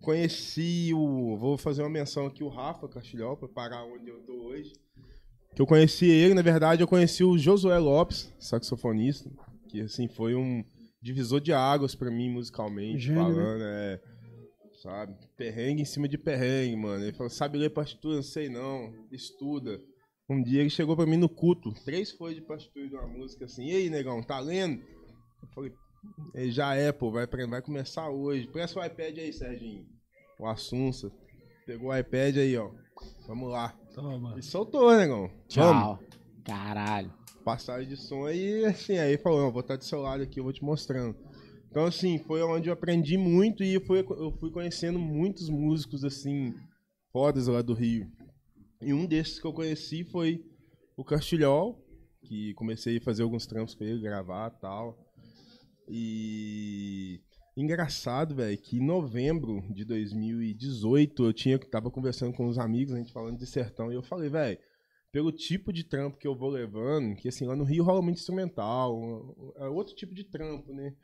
Speaker 4: Conheci o... Vou fazer uma menção aqui, o Rafa Castilhol, pra parar onde eu tô hoje. Que eu conheci ele, na verdade, eu conheci o Josué Lopes, saxofonista. Que, assim, foi um divisor de águas pra mim, musicalmente,
Speaker 5: Gênio, né?
Speaker 4: falando, é... Sabe? Perrengue em cima de perrengue, mano. Ele falou, sabe ler partitura? Não sei não. Estuda. Um dia ele chegou pra mim no culto, três folhas de partitura de uma música assim, e aí, negão, tá lendo? Eu falei, "É, já é, pô, vai, pre- vai começar hoje. Presta o iPad aí, Serginho. O Assunça. Pegou o iPad aí, ó. Vamos lá.
Speaker 3: Toma.
Speaker 4: E soltou, negão. Vamos.
Speaker 1: Tchau. Caralho.
Speaker 4: Passagem de som aí, assim, aí falou, não, vou estar do seu lado aqui, eu vou te mostrando. Então, assim, foi onde eu aprendi muito e foi, eu fui conhecendo muitos músicos, assim, fodas lá do Rio. E um desses que eu conheci foi o Castilhol, que comecei a fazer alguns trampos com ele, gravar e tal. E engraçado, velho, que em novembro de 2018 eu tinha tava conversando com uns amigos, a gente falando de sertão, e eu falei, velho, pelo tipo de trampo que eu vou levando, que assim, lá no Rio rola muito instrumental, um- é outro tipo de trampo, né?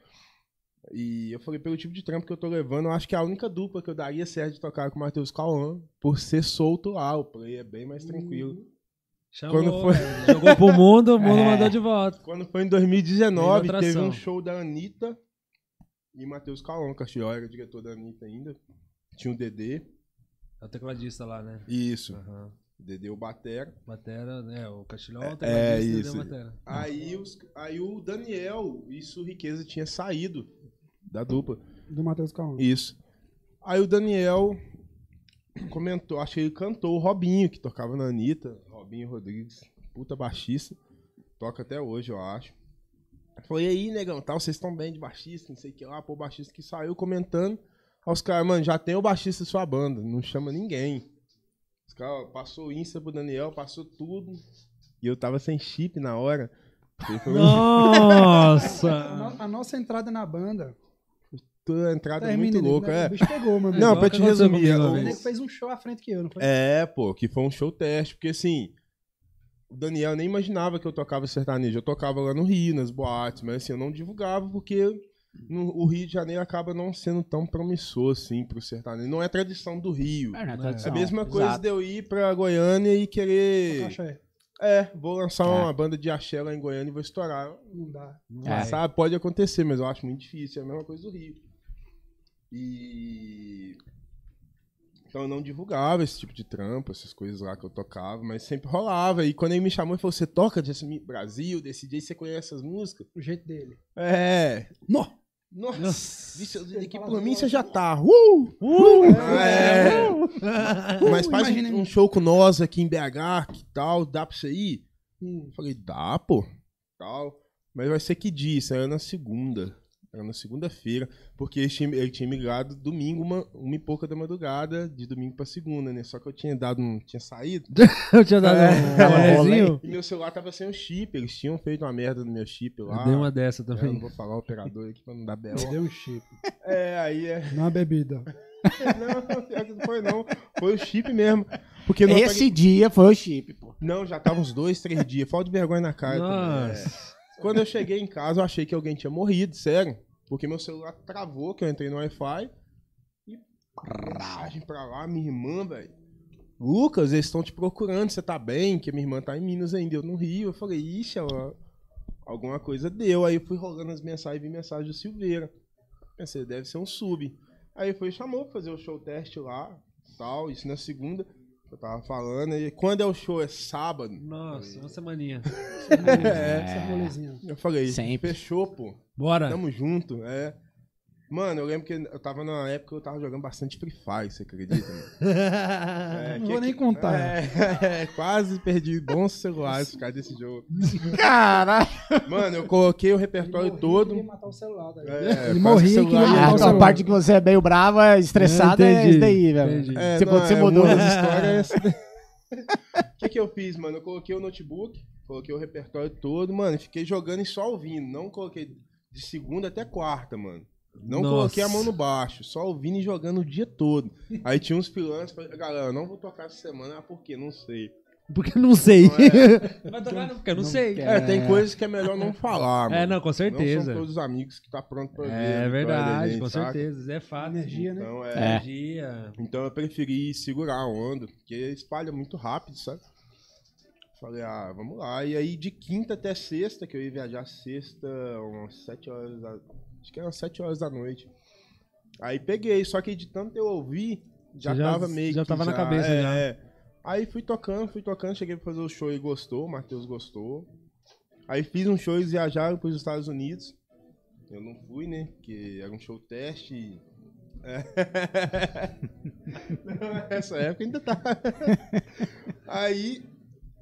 Speaker 4: E eu falei, pelo tipo de trampo que eu tô levando, eu acho que a única dupla que eu daria certo de tocar com o Matheus Cauã, por ser solto lá, o play é bem mais tranquilo.
Speaker 3: Chamou,
Speaker 4: Quando foi-
Speaker 3: velho. Jogou pro mundo, o mundo
Speaker 1: É.
Speaker 3: mandou de volta.
Speaker 4: Quando foi em 2019,
Speaker 3: Teve
Speaker 4: teve
Speaker 3: atração.
Speaker 4: um show da Anitta e Matheus Calão, Castilhó era o diretor da Anitta ainda. Tinha o Dedê.
Speaker 3: É o tecladista lá, né?
Speaker 4: Isso.
Speaker 3: Aham.
Speaker 4: Dedê o Batera.
Speaker 3: Batera, né? O Castilhão é o
Speaker 4: é
Speaker 3: tecladista
Speaker 4: isso.
Speaker 3: e o Batera.
Speaker 4: Aí, os- aí o Daniel, isso o Riqueza tinha saído da dupla.
Speaker 5: Do Matheus Calma.
Speaker 4: Isso. Aí o Daniel comentou, acho que ele cantou o Robinho, que tocava na Anitta. Robinho Rodrigues, puta baixista. Toca até hoje, eu acho. Falou, e aí, negão, tal, vocês estão bem de baixista, não sei o que lá, pô, o baixista que saiu comentando. Aí os caras, mano, já tem o baixista da sua banda, não chama ninguém. Os caras, ó, passou o Insta pro Daniel, passou tudo. E eu tava sem chip na hora. Ele falou,
Speaker 3: Nossa!
Speaker 5: A no- a nossa entrada na banda
Speaker 4: tua entrada
Speaker 5: Termina,
Speaker 4: muito
Speaker 5: nego,
Speaker 4: louca.
Speaker 5: né? O
Speaker 4: É.
Speaker 5: bicho pegou, meu amigo.
Speaker 4: Não, pra te
Speaker 3: aconteceu
Speaker 4: resumir,
Speaker 3: comigo uma
Speaker 4: o-
Speaker 5: O
Speaker 3: vez.
Speaker 5: nego fez um show à frente que eu, não foi?
Speaker 4: É, pô, que foi um show teste, porque assim, o Daniel nem imaginava que eu tocava sertanejo. Eu tocava lá no Rio, nas boates, mas assim, eu não divulgava porque no- o Rio de Janeiro acaba não sendo tão promissor assim pro sertanejo. Não é tradição do Rio.
Speaker 1: É, não é
Speaker 4: É a
Speaker 1: tradição.
Speaker 4: mesma coisa
Speaker 1: Exato. um
Speaker 4: de eu ir pra Goiânia e querer.
Speaker 5: Poxa, é,
Speaker 4: É, vou lançar
Speaker 1: É.
Speaker 4: uma banda de axé lá em Goiânia e vou estourar.
Speaker 5: Não dá.
Speaker 1: É.
Speaker 4: Sabe, pode acontecer, mas eu acho muito difícil. É a mesma coisa do Rio. E. Então eu não divulgava esse tipo de trampo, essas coisas lá que eu tocava, mas sempre rolava. E quando ele me chamou e falou: Você toca desse mi- Brasil, desse jeito, você conhece essas músicas?
Speaker 5: O jeito dele.
Speaker 4: É. No! Nossa!
Speaker 1: Nossa.
Speaker 4: Vixe, eu-
Speaker 5: Ele
Speaker 4: aqui
Speaker 5: fala
Speaker 4: por mim
Speaker 5: assim,
Speaker 4: você já tá. Uh! Uh! É. Mas faz
Speaker 5: Imagina
Speaker 4: um, um show com nós aqui em BH, que tal? Dá pra você ir? Hum, Eu Falei, dá, pô. Tal. Mas vai ser que dia? Isso era na segunda. Era na segunda-feira. Porque ele tinha, ele tinha migrado domingo, uma, uma e pouca da madrugada, de domingo pra segunda, né? Só que eu tinha dado um. Tinha saído.
Speaker 7: Eu tinha dado um rolezinho.
Speaker 4: E meu celular tava sem o chip. Eles tinham feito uma merda no meu chip lá.
Speaker 7: Eu dei uma dessa
Speaker 4: Eu não
Speaker 7: também.
Speaker 4: vou falar o operador aqui pra não dar bela.
Speaker 5: Deu um chip.
Speaker 4: É, aí é.
Speaker 5: Não é bebida.
Speaker 4: Não, pior que não foi não. Foi o chip mesmo.
Speaker 7: É
Speaker 4: Porque não
Speaker 1: Esse dia foi o chip, pô.
Speaker 4: Não, já tava uns dois, três dias. Falta de vergonha na cara. também, é. Quando eu cheguei em casa, eu achei que alguém tinha morrido, sério. Porque meu celular travou, que eu entrei no Wi-Fi. E mensagem pra lá, minha irmã, velho. Lucas, eles estão te procurando, você tá bem? Que minha irmã tá em Minas ainda, eu no Rio. Eu falei, ixi, ela... alguma coisa deu. Aí eu fui rolando as mensagens e vi mensagem do Silveira. Pensei, deve ser um sub. Aí foi, chamou pra fazer o show teste lá, tal, isso na segunda. que Eu tava falando, e quando é o show? É sábado.
Speaker 3: Nossa, uma semaninha.
Speaker 4: É.
Speaker 5: Essa molezinha.
Speaker 4: Eu falei,
Speaker 1: Sempre.
Speaker 4: fechou, pô.
Speaker 5: Ah.
Speaker 7: Bora.
Speaker 4: Tamo junto, é. Mano, eu lembro que eu tava na época que eu tava jogando bastante Free Fire, você acredita? mano? É,
Speaker 5: Ah, Não
Speaker 4: que-
Speaker 5: vou nem contar.
Speaker 4: É, quase perdi bons celulares por causa desse jogo. Caralho! Mano, eu coloquei o repertório
Speaker 5: morria,
Speaker 4: É, todo. um-
Speaker 5: queria matar o celular, velho.
Speaker 4: É,
Speaker 5: Ele
Speaker 4: quase
Speaker 5: morria
Speaker 4: o celular
Speaker 5: e queria
Speaker 1: Ah,
Speaker 4: ia
Speaker 5: matar o
Speaker 4: embora.
Speaker 1: então, a
Speaker 5: celular.
Speaker 1: parte que você é meio brava, estressada, é
Speaker 7: Entendi,
Speaker 1: isso daí, velho.
Speaker 7: entendi.
Speaker 1: Você- você
Speaker 4: é,
Speaker 1: mudou.
Speaker 4: uma das histórias é essa. O que, que eu fiz, mano? Eu coloquei o notebook, coloquei o repertório todo, mano, e fiquei jogando e só ouvindo. Não coloquei de segunda até quarta, mano. Não
Speaker 7: Nossa.
Speaker 4: coloquei a mão no baixo, só ouvindo e jogando o dia todo. Aí tinha uns freelancers, falei, galera, eu não vou tocar essa semana, ah, por quê? Não sei.
Speaker 7: Porque não sei.
Speaker 4: Não é.
Speaker 3: Vai tocar, não, porque eu não, sei.
Speaker 4: É, tem coisas que é melhor não falar, mano.
Speaker 3: É, não, com
Speaker 4: Não um são
Speaker 3: certeza.
Speaker 4: todos os amigos que tá pronto pra ver. a
Speaker 3: É
Speaker 4: vitória da
Speaker 3: verdade,
Speaker 4: gente,
Speaker 3: com
Speaker 4: saca?
Speaker 3: certeza. É fato.
Speaker 5: Energia, né?
Speaker 4: Então,
Speaker 1: É.
Speaker 3: Energia.
Speaker 4: Então eu preferi segurar a onda, porque espalha muito rápido, sabe? Falei, ah, vamos lá. E aí de quinta até sexta, que eu ia viajar sexta, umas 7 horas da. Acho que era umas 7 horas da noite. Aí peguei, só que de tanto eu ouvi, já,
Speaker 3: Você já-
Speaker 4: tava meio
Speaker 3: já
Speaker 4: que.
Speaker 3: tava na cabeça,
Speaker 4: é,
Speaker 3: já.
Speaker 4: é. Aí fui tocando, fui tocando, cheguei pra fazer o show e gostou, o Matheus gostou. Aí fiz um show, eles viajaram pros Estados Unidos. Eu não fui, né? Porque era um show teste. e- Não, Essa época ainda tá. Aí,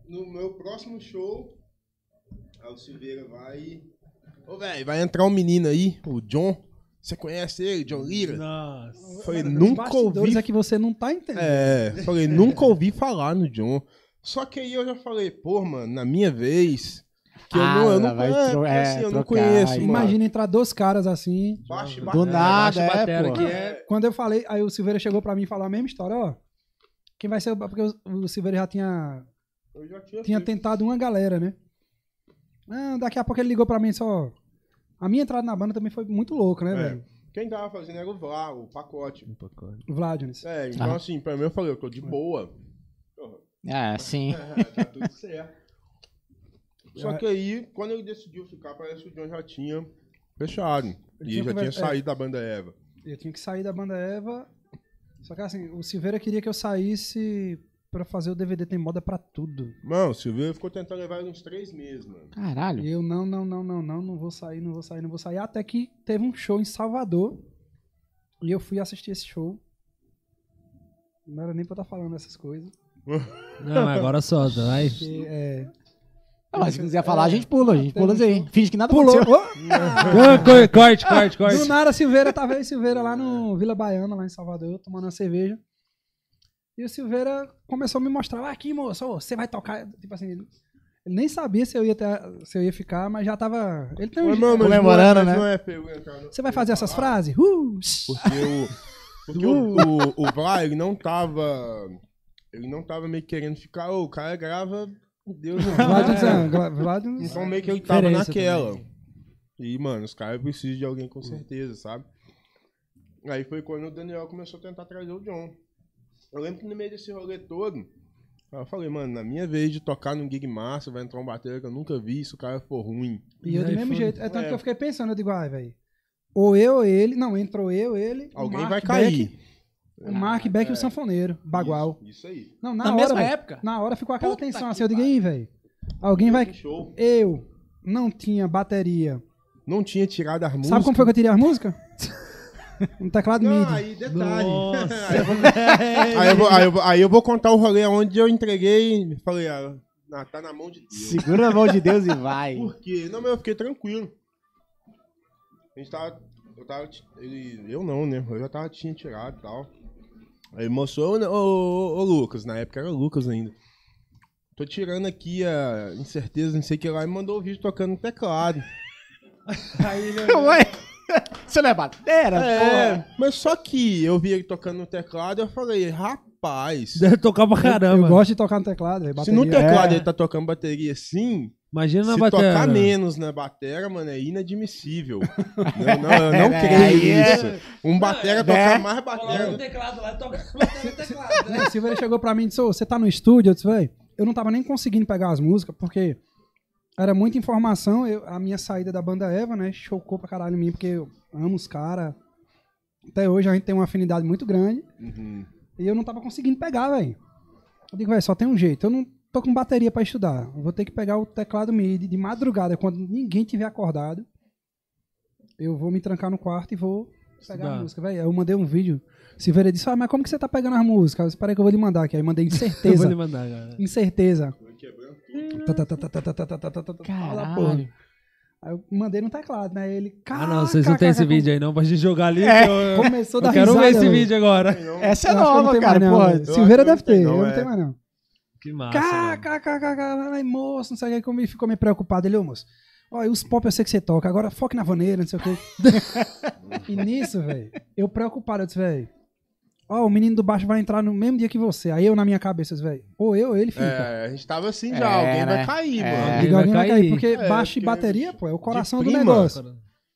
Speaker 4: no meu próximo show, aí o Silveira vai. e- Ô, velho, vai entrar um menino aí, o John. Você conhece ele, John Lira?
Speaker 3: Nossa.
Speaker 4: Falei,
Speaker 5: Os
Speaker 4: nunca
Speaker 5: bastidores
Speaker 4: ouvi.
Speaker 5: é que você não tá entendendo.
Speaker 4: É, falei, nunca ouvi falar no John. Só que aí eu já falei, pô, mano, na minha vez. Que eu
Speaker 1: Ah,
Speaker 4: não, eu
Speaker 1: lá
Speaker 4: não,
Speaker 1: vai
Speaker 4: é,
Speaker 1: tro-
Speaker 4: porque assim,
Speaker 1: é,
Speaker 4: eu não
Speaker 1: trocar,
Speaker 4: conheço,
Speaker 1: aí.
Speaker 4: mano.
Speaker 5: Imagina entrar dois caras assim.
Speaker 4: Baixa
Speaker 1: Do
Speaker 4: e baixa.
Speaker 1: nada,
Speaker 3: baixa
Speaker 1: é,
Speaker 3: batera
Speaker 1: pô.
Speaker 3: que é.
Speaker 5: Quando eu falei, aí o Silveira chegou pra mim e falou a mesma história, ó. Quem vai ser o. é Porque o- o Silveira já tinha,
Speaker 4: Eu já tinha,
Speaker 5: tinha
Speaker 4: feito.
Speaker 5: tentado uma galera, né? Ah, daqui a pouco ele ligou pra mim só. A minha entrada na banda também foi muito louca, né,
Speaker 4: É.
Speaker 5: velho?
Speaker 4: Quem tava fazendo era o Vlá, o pacote.
Speaker 5: O Vladionis.
Speaker 4: É, então
Speaker 1: Ah.
Speaker 4: assim, pra mim eu falei, eu tô de boa.
Speaker 1: É, sim.
Speaker 4: É, tá tudo certo.
Speaker 5: É.
Speaker 4: Só que aí, quando ele decidiu ficar, parece que o John já tinha fechado. E
Speaker 5: tinha
Speaker 4: já tinha
Speaker 5: conversa- é.
Speaker 4: saído da banda Eva.
Speaker 5: Eu tinha que sair da banda Eva. Só que assim, o Silveira queria que eu saísse pra fazer o DVD Tem Moda pra tudo.
Speaker 4: Mano, o Silveira ficou tentando levar ele uns três meses, mano.
Speaker 1: Caralho.
Speaker 5: E eu, não, não, não, não, não, não vou sair, não vou sair, não vou sair. Até que teve um show em Salvador. E eu fui assistir esse show. Não era nem pra eu estar falando essas coisas.
Speaker 7: Não, agora solta, vai.
Speaker 5: Porque, é,
Speaker 1: Ah, mas se quiser falar, a gente pula, a gente pula isso aí. Finge que nada
Speaker 5: Pulou.
Speaker 1: aconteceu.
Speaker 7: Corte, corte, corte,
Speaker 5: Do nada, Silveira, tava aí Silveira lá
Speaker 4: É.
Speaker 5: no Vila Baiana, lá em Salvador, tomando uma cerveja. E o Silveira começou a me mostrar, ah, aqui, moço, ô, você vai tocar. Tipo assim, ele- Ele nem sabia se eu ia, ter- se eu ia ficar, mas já tava. Ele tem um.
Speaker 4: Ô, irmão, mas
Speaker 1: Comemorando,
Speaker 4: não é- mas
Speaker 1: né?
Speaker 4: não é pra eu entrar no-
Speaker 5: Você vai fazer essas frases? Uh!
Speaker 4: Porque o, porque o, o, o Vlad, ele não tava. Ele não tava meio que querendo ficar. "Ô, o cara grava. Deus não
Speaker 5: Vlad
Speaker 4: vai.
Speaker 5: Zanga- Vlad-
Speaker 4: Então meio que ele tava
Speaker 7: Diferença
Speaker 4: naquela. E, mano, os caras precisam de alguém
Speaker 5: Hum.
Speaker 4: com certeza, sabe? Aí foi quando o Daniel começou a tentar trazer o John. Eu lembro que no meio desse rolê todo, eu falei, mano, na minha vez de tocar num gig massa, vai entrar um bateria que eu nunca vi, se o cara for ruim.
Speaker 5: E eu do
Speaker 7: Aí
Speaker 5: mesmo
Speaker 7: foi.
Speaker 5: jeito. É tanto
Speaker 4: É.
Speaker 5: que eu fiquei pensando, eu digo, ai, velho. Ou eu ou ele. Não, entrou eu, ele. o
Speaker 4: Alguém
Speaker 5: Mark
Speaker 4: vai
Speaker 5: Beck-
Speaker 4: cair.
Speaker 5: o Mark Beck e o Sanfoneiro. Bagual.
Speaker 4: Isso, isso aí.
Speaker 5: Não, na,
Speaker 1: Na
Speaker 5: hora,
Speaker 1: mesma
Speaker 5: velho.
Speaker 1: época?
Speaker 5: Na hora ficou aquela
Speaker 1: Puta
Speaker 5: tensão
Speaker 1: que
Speaker 5: assim, eu digo, aí, velho. Alguém vai.
Speaker 4: Show.
Speaker 5: Eu não tinha bateria.
Speaker 4: Não tinha tirado as músicas.
Speaker 5: Sabe como foi que eu tirei a música? No teclado
Speaker 4: Não,
Speaker 5: MIDI.
Speaker 4: aí detalhe. aí, eu vou, aí, eu vou, aí eu vou- aí eu vou contar o rolê onde eu entreguei e falei, ah, na- tá na mão de Deus.
Speaker 1: Segura a mão de Deus e vai.
Speaker 4: Por quê? Não, mas eu fiquei tranquilo. A gente tava. Eu tava. ti- ele- eu não, né? Eu já tava tinha tirado e tal. Aí mostrou, ô, ô, ô, Lucas, na época era Lucas ainda. Tô tirando aqui a incerteza, não sei o que lá, e mandou o vídeo tocando no teclado.
Speaker 1: Ué, você não é batera?
Speaker 4: É,
Speaker 1: porra?
Speaker 4: mas só que eu vi ele tocando no teclado eu falei, rapaz,
Speaker 7: Deve tocar pra caramba.
Speaker 5: Eu gosto de tocar no teclado, velho.
Speaker 4: se no
Speaker 5: bateria.
Speaker 4: teclado
Speaker 7: É.
Speaker 4: ele tá tocando bateria assim,
Speaker 7: Imagina na
Speaker 1: é
Speaker 4: Se
Speaker 7: bateria.
Speaker 4: tocar menos na batera, mano, é inadmissível. não, não, eu não
Speaker 1: É,
Speaker 4: creio
Speaker 1: aí é-
Speaker 4: nisso. Um batera tocar mais batera.
Speaker 3: Coloca o teclado lá e toca no teclado. né?
Speaker 5: Né, O Silveira chegou pra mim e disse, "Ô, você tá no estúdio? Eu disse, velho, eu não tava nem conseguindo pegar as músicas, porque era muita informação. Eu- a minha saída da banda Eva, né, chocou pra caralho em mim, porque eu amo os caras. Até hoje a gente tem uma afinidade muito grande. E eu não tava conseguindo pegar, velho. Eu digo, velho, só tem um jeito. Eu não tô com bateria pra estudar. Eu vou ter que pegar o teclado MIDI de madrugada, quando ninguém tiver acordado. Eu vou me trancar no quarto e vou pegar
Speaker 7: Estudar.
Speaker 5: a música, velho. Aí Eu mandei um vídeo. Silveira disse, ah, mas como que você tá pegando as músicas? Eu disse, peraí que eu vou lhe mandar aqui. Aí eu mandei
Speaker 7: Eu vou lhe
Speaker 5: incerteza.
Speaker 7: mandar, cara.
Speaker 5: incerteza. Tá, tá, tá, tá, tá, tá, tá, tá, tá, tá, tá, tá, fala da porra.
Speaker 7: Caralho.
Speaker 5: Aí eu mandei no teclado, né? Ele,
Speaker 7: Ah,
Speaker 5: cara.
Speaker 7: não, vocês não têm esse vídeo aí não pra gente jogar ali. que eu-
Speaker 5: Começou
Speaker 7: Eu,
Speaker 5: da
Speaker 7: quero ver
Speaker 5: risada,
Speaker 7: esse
Speaker 5: velho.
Speaker 7: vídeo agora.
Speaker 1: Essa é
Speaker 5: Eu acho que eu não
Speaker 1: nova,
Speaker 5: tenho
Speaker 1: cara.
Speaker 5: mais não,
Speaker 1: porra.
Speaker 5: velho.
Speaker 4: Eu
Speaker 5: Silveira
Speaker 4: acho que eu
Speaker 5: deve
Speaker 4: não tenho
Speaker 5: ter,
Speaker 4: não,
Speaker 5: eu não
Speaker 4: é.
Speaker 5: tenho mais não.
Speaker 7: Que massa. mano.
Speaker 5: KKKKK, ai moço, não sei o que, como ele ficou meio preocupado. Ele, ô moço, olha, os pop eu sei que você toca, agora foque na vaneira, não sei o que. e nisso, velho, eu preocupado, eu disse, velho, ó, o menino do baixo vai entrar no mesmo dia que você. Aí eu na minha cabeça, eu disse, velho, ou eu ou ele fica.
Speaker 4: É, a gente tava assim
Speaker 1: É,
Speaker 4: já, alguém
Speaker 1: né?
Speaker 4: vai cair,
Speaker 1: É.
Speaker 5: Digo,
Speaker 4: mano.
Speaker 7: Ele vai
Speaker 5: alguém vai
Speaker 7: cair.
Speaker 5: cair, porque
Speaker 4: É,
Speaker 5: baixo e
Speaker 4: porque
Speaker 5: bateria, pô, é o coração do
Speaker 4: prima.
Speaker 5: negócio.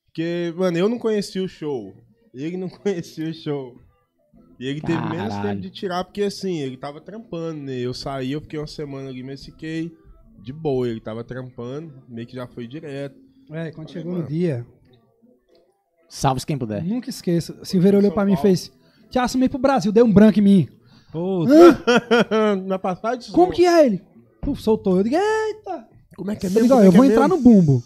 Speaker 4: Porque, mano, eu não conhecia o show. Ele não conhecia o show. E ele teve menos
Speaker 1: Caralho.
Speaker 4: tempo de tirar, porque assim, ele tava trampando, né? Eu saí, eu fiquei uma semana ali, mas fiquei de boa. Ele tava trampando, meio que já foi direto.
Speaker 5: É, quando
Speaker 4: Falei,
Speaker 5: chegou no
Speaker 4: mano.
Speaker 5: dia,
Speaker 1: Salve quem puder.
Speaker 5: nunca esqueço, Silveira olhou
Speaker 4: É. São
Speaker 5: pra mim e
Speaker 4: Paulo.
Speaker 5: fez, te assumi pro Brasil, deu um branco em mim.
Speaker 7: Puta,
Speaker 4: Na passagem de som.
Speaker 5: Como que é ele? Puf, soltou, eu digo, eita.
Speaker 4: Como é que é
Speaker 5: Eu
Speaker 4: mesmo?
Speaker 5: digo, ó,
Speaker 4: Como é
Speaker 5: eu
Speaker 4: que
Speaker 5: vou
Speaker 4: é
Speaker 5: entrar
Speaker 4: mesmo?
Speaker 5: no bumbo.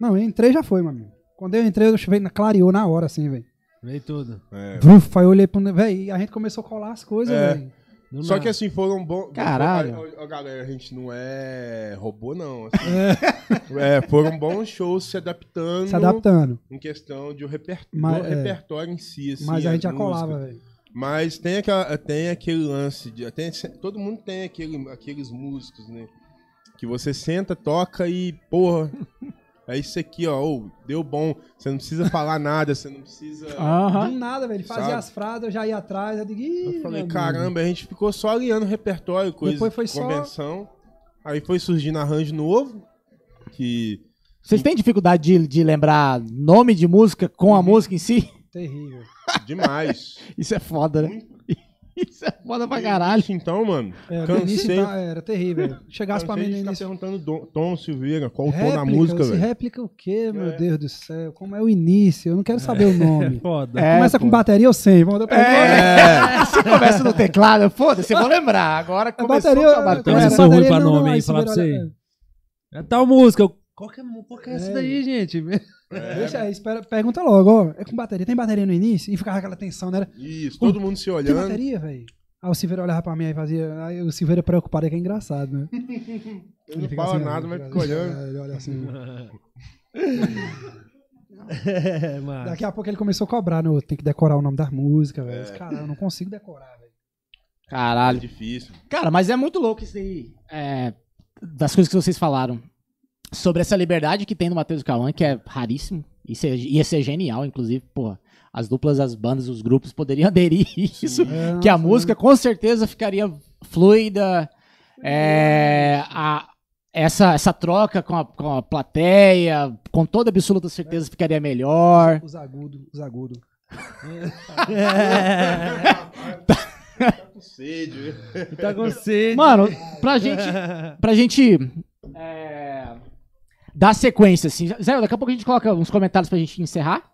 Speaker 5: Não, eu entrei já foi, meu amigo. Quando eu entrei, eu cheguei, na- clareou na hora, assim, velho.
Speaker 7: veio tudo.
Speaker 4: É,
Speaker 5: Vruf, Aí eu olhei pro. Véi, e a gente começou a colar as coisas,
Speaker 4: É.
Speaker 5: velho.
Speaker 7: Do
Speaker 4: Só
Speaker 7: nada.
Speaker 4: que assim, foram bons.
Speaker 1: Caralho.
Speaker 4: Ó, ó, galera, a gente não é robô, não. assim. é, foram bons shows se adaptando.
Speaker 5: Se adaptando.
Speaker 4: Em questão de o reper...
Speaker 5: Mas,
Speaker 4: do
Speaker 5: é.
Speaker 4: repertório em si. assim,
Speaker 5: Mas a
Speaker 4: as
Speaker 5: gente já colava,
Speaker 4: músicas.
Speaker 5: velho.
Speaker 4: Mas tem, aquela, tem aquele lance. De, tem, todo mundo tem aquele, aqueles músicos, né? Que você senta, toca e, porra. É isso aqui, ó. ô, deu bom. Você não precisa falar nada, você não precisa.
Speaker 5: Ah, Do nada, velho. Ele Fazia
Speaker 4: Sabe?
Speaker 5: as frases, eu já ia atrás. Eu digo, Ih,
Speaker 4: Eu falei,
Speaker 5: meu amigo.
Speaker 4: caramba, a gente ficou só alinhando repertório, coisa,
Speaker 5: Depois foi só-
Speaker 4: convenção. Aí foi surgindo arranjo novo, que
Speaker 1: Vocês têm dificuldade de, de lembrar nome de música com
Speaker 5: Uhum.
Speaker 1: a música em si?
Speaker 5: Terrível.
Speaker 4: demais.
Speaker 1: Isso é foda, né? Isso é foda pra caralho.
Speaker 4: Isso então, mano,
Speaker 5: É, no início
Speaker 4: cansei,
Speaker 5: tá- era terrível. velho. Chegasse pra
Speaker 4: cansei
Speaker 5: mim
Speaker 4: de
Speaker 5: no
Speaker 4: ficar
Speaker 5: início.
Speaker 4: perguntando Dom, Tom Silveira, qual o tom
Speaker 5: réplica,
Speaker 4: da música,
Speaker 5: você
Speaker 4: velho.
Speaker 5: réplica o quê, meu
Speaker 4: É.
Speaker 5: Deus do céu? Como é o início? Eu não quero saber o
Speaker 7: É
Speaker 5: nome.
Speaker 7: foda.
Speaker 1: É,
Speaker 5: Começa
Speaker 1: pô.
Speaker 5: com bateria ou sem? Vamos depois.
Speaker 1: É, você começa no teclado, foda-se, eu vou lembrar. Agora
Speaker 5: A
Speaker 1: começou
Speaker 5: É bateria.
Speaker 1: com a
Speaker 7: Tem uma
Speaker 1: bateria.
Speaker 5: é,
Speaker 7: sessão ruim
Speaker 5: bateria,
Speaker 7: pra
Speaker 5: não,
Speaker 7: nome
Speaker 5: não,
Speaker 7: aí,
Speaker 5: aí
Speaker 7: falar pra
Speaker 5: Silveira,
Speaker 7: você.
Speaker 5: é.
Speaker 7: É tal música. eu- Qual que é, qual que é essa
Speaker 5: É.
Speaker 7: daí, gente?
Speaker 5: Deixa aí, espera, pergunta logo, ó. É com bateria? Tem bateria no início? E ficava aquela tensão, né? Era,
Speaker 4: Isso, todo mundo se
Speaker 5: Tem
Speaker 4: olhando.
Speaker 5: bateria, velho? Aí o Silveira olhava pra mim e fazia. Aí o Silveira preocupado, é que é engraçado, né?
Speaker 4: Ele não
Speaker 5: fica
Speaker 4: fala
Speaker 5: assim,
Speaker 4: nada,
Speaker 5: ó,
Speaker 4: mas
Speaker 5: ele
Speaker 4: fica olhando.
Speaker 5: É, Ele olha assim.
Speaker 7: É, mano.
Speaker 5: Daqui a pouco ele começou a cobrar, no, tem que decorar o nome das músicas, velho. Caralho, eu não consigo decorar, velho.
Speaker 1: Caralho.
Speaker 4: Difícil.
Speaker 1: Cara, mas é muito louco isso aí. É, das coisas que vocês falaram sobre essa liberdade que tem no Matheus e Cauã, que é raríssimo. Isso é- ia ser genial, inclusive, porra. As duplas, as bandas, os grupos poderiam aderir a isso. Que a música com certeza ficaria fluida. É, a- essa, essa troca com a, com a plateia, com toda absoluta certeza, ficaria melhor.
Speaker 5: Os agudos, os agudos.
Speaker 4: Tá com sede.
Speaker 5: né?
Speaker 7: Tá com sede.
Speaker 1: Mano, pra gente. Pra gente. é, dar sequência, assim. Zé, daqui a pouco a gente coloca uns comentários pra gente encerrar.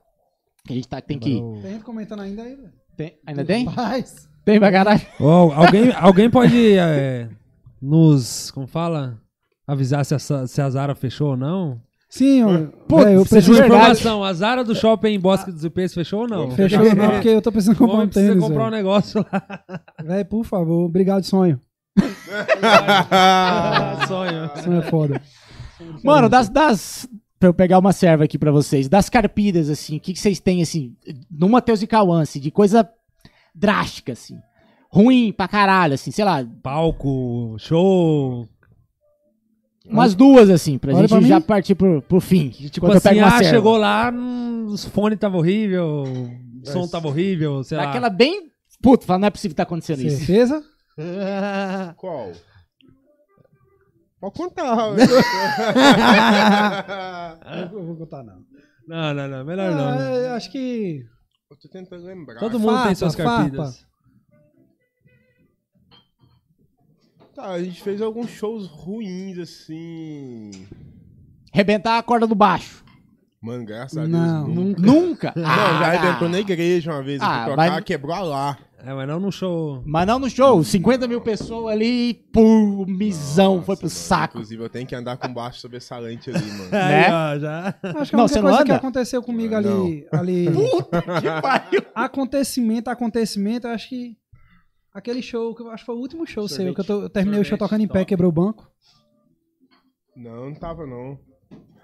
Speaker 1: Que a gente tá, tem que.
Speaker 5: Tem gente comentando ainda aí, velho.
Speaker 1: tem- ainda tem?
Speaker 2: Rapaz,
Speaker 1: Tem pra caralho.
Speaker 7: Ó, alguém, alguém pode é, nos. Como fala? Avisar se a, Sa- se a Zara fechou ou não?
Speaker 5: Sim, eu,
Speaker 1: Putz,
Speaker 5: velho, eu
Speaker 7: é
Speaker 1: você
Speaker 5: preciso
Speaker 1: de
Speaker 5: comprar- um
Speaker 1: verdade.
Speaker 7: Informação: a Zara do shopping em Bosque dos IPs fechou ou não?
Speaker 5: Fechou não, porque eu tô precisando comprar
Speaker 7: Homem,
Speaker 5: um
Speaker 7: precisa
Speaker 5: tênis.
Speaker 7: comprar um
Speaker 5: velho.
Speaker 7: negócio lá.
Speaker 5: Véi, por favor, obrigado, sonho.
Speaker 7: sonho.
Speaker 5: Sonho é foda.
Speaker 1: Mano, das, das. Pra eu pegar uma serva aqui pra vocês. Das carpidas, assim, o que, que vocês têm, assim, no Matheus e Cauã, assim, de coisa drástica, assim. Ruim pra caralho, assim, sei lá,
Speaker 7: Palco, show.
Speaker 1: umas duas, assim, pra
Speaker 5: Olha
Speaker 1: gente
Speaker 5: pra mim.
Speaker 1: já partir pro, pro fim.
Speaker 7: Tipo
Speaker 1: quando eu
Speaker 7: assim,
Speaker 1: pego uma
Speaker 7: ah,
Speaker 1: serva.
Speaker 7: chegou lá, hum, os fones tava horrível, o som tava horrível, sei lá.
Speaker 1: Daquela bem. Puto, fala, não é possível que tá acontecendo isso.
Speaker 5: Certeza?
Speaker 4: Qual? Pode contar. velho.
Speaker 5: Eu vou contar, não.
Speaker 7: Não, não, não, melhor não.
Speaker 5: Ah,
Speaker 7: né?
Speaker 5: eu acho que.
Speaker 4: Eu tô tentando lembrar.
Speaker 7: Todo mundo tem
Speaker 5: Farpa,
Speaker 7: suas carpidas.
Speaker 4: Tá, a gente fez alguns shows ruins, assim.
Speaker 1: Rebentar a corda do baixo.
Speaker 4: Mano, graças a Deus.
Speaker 5: Não,
Speaker 4: nunca.
Speaker 1: Nunca.
Speaker 4: Não, já
Speaker 1: Ah,
Speaker 4: arrebentou na igreja uma vez.
Speaker 1: Ah,
Speaker 4: eu fui tocar,
Speaker 1: mas-
Speaker 4: quebrou a lá.
Speaker 7: É, mas não no show.
Speaker 1: Mas não no show. 50 mil pessoas ali, pum, misão,
Speaker 4: Nossa,
Speaker 1: foi pro
Speaker 4: mano,
Speaker 1: saco.
Speaker 4: Inclusive, eu tenho que andar com baixo sobressalente ali, mano.
Speaker 1: Né?
Speaker 7: Aí, ó, já.
Speaker 5: Acho que
Speaker 1: Não,
Speaker 5: a
Speaker 1: você não
Speaker 5: única coisa que
Speaker 1: anda?
Speaker 5: aconteceu comigo
Speaker 4: Ah,
Speaker 5: ali. ali
Speaker 1: Que pariu.
Speaker 5: acontecimento, acontecimento, eu acho que. Aquele show, que eu acho que foi o último show seu,
Speaker 4: Sorvete.
Speaker 5: que eu, tô- eu terminei o show
Speaker 3: Sorvete,
Speaker 5: tocando em pé,
Speaker 3: top.
Speaker 5: quebrou o banco.
Speaker 4: Não, não tava, não.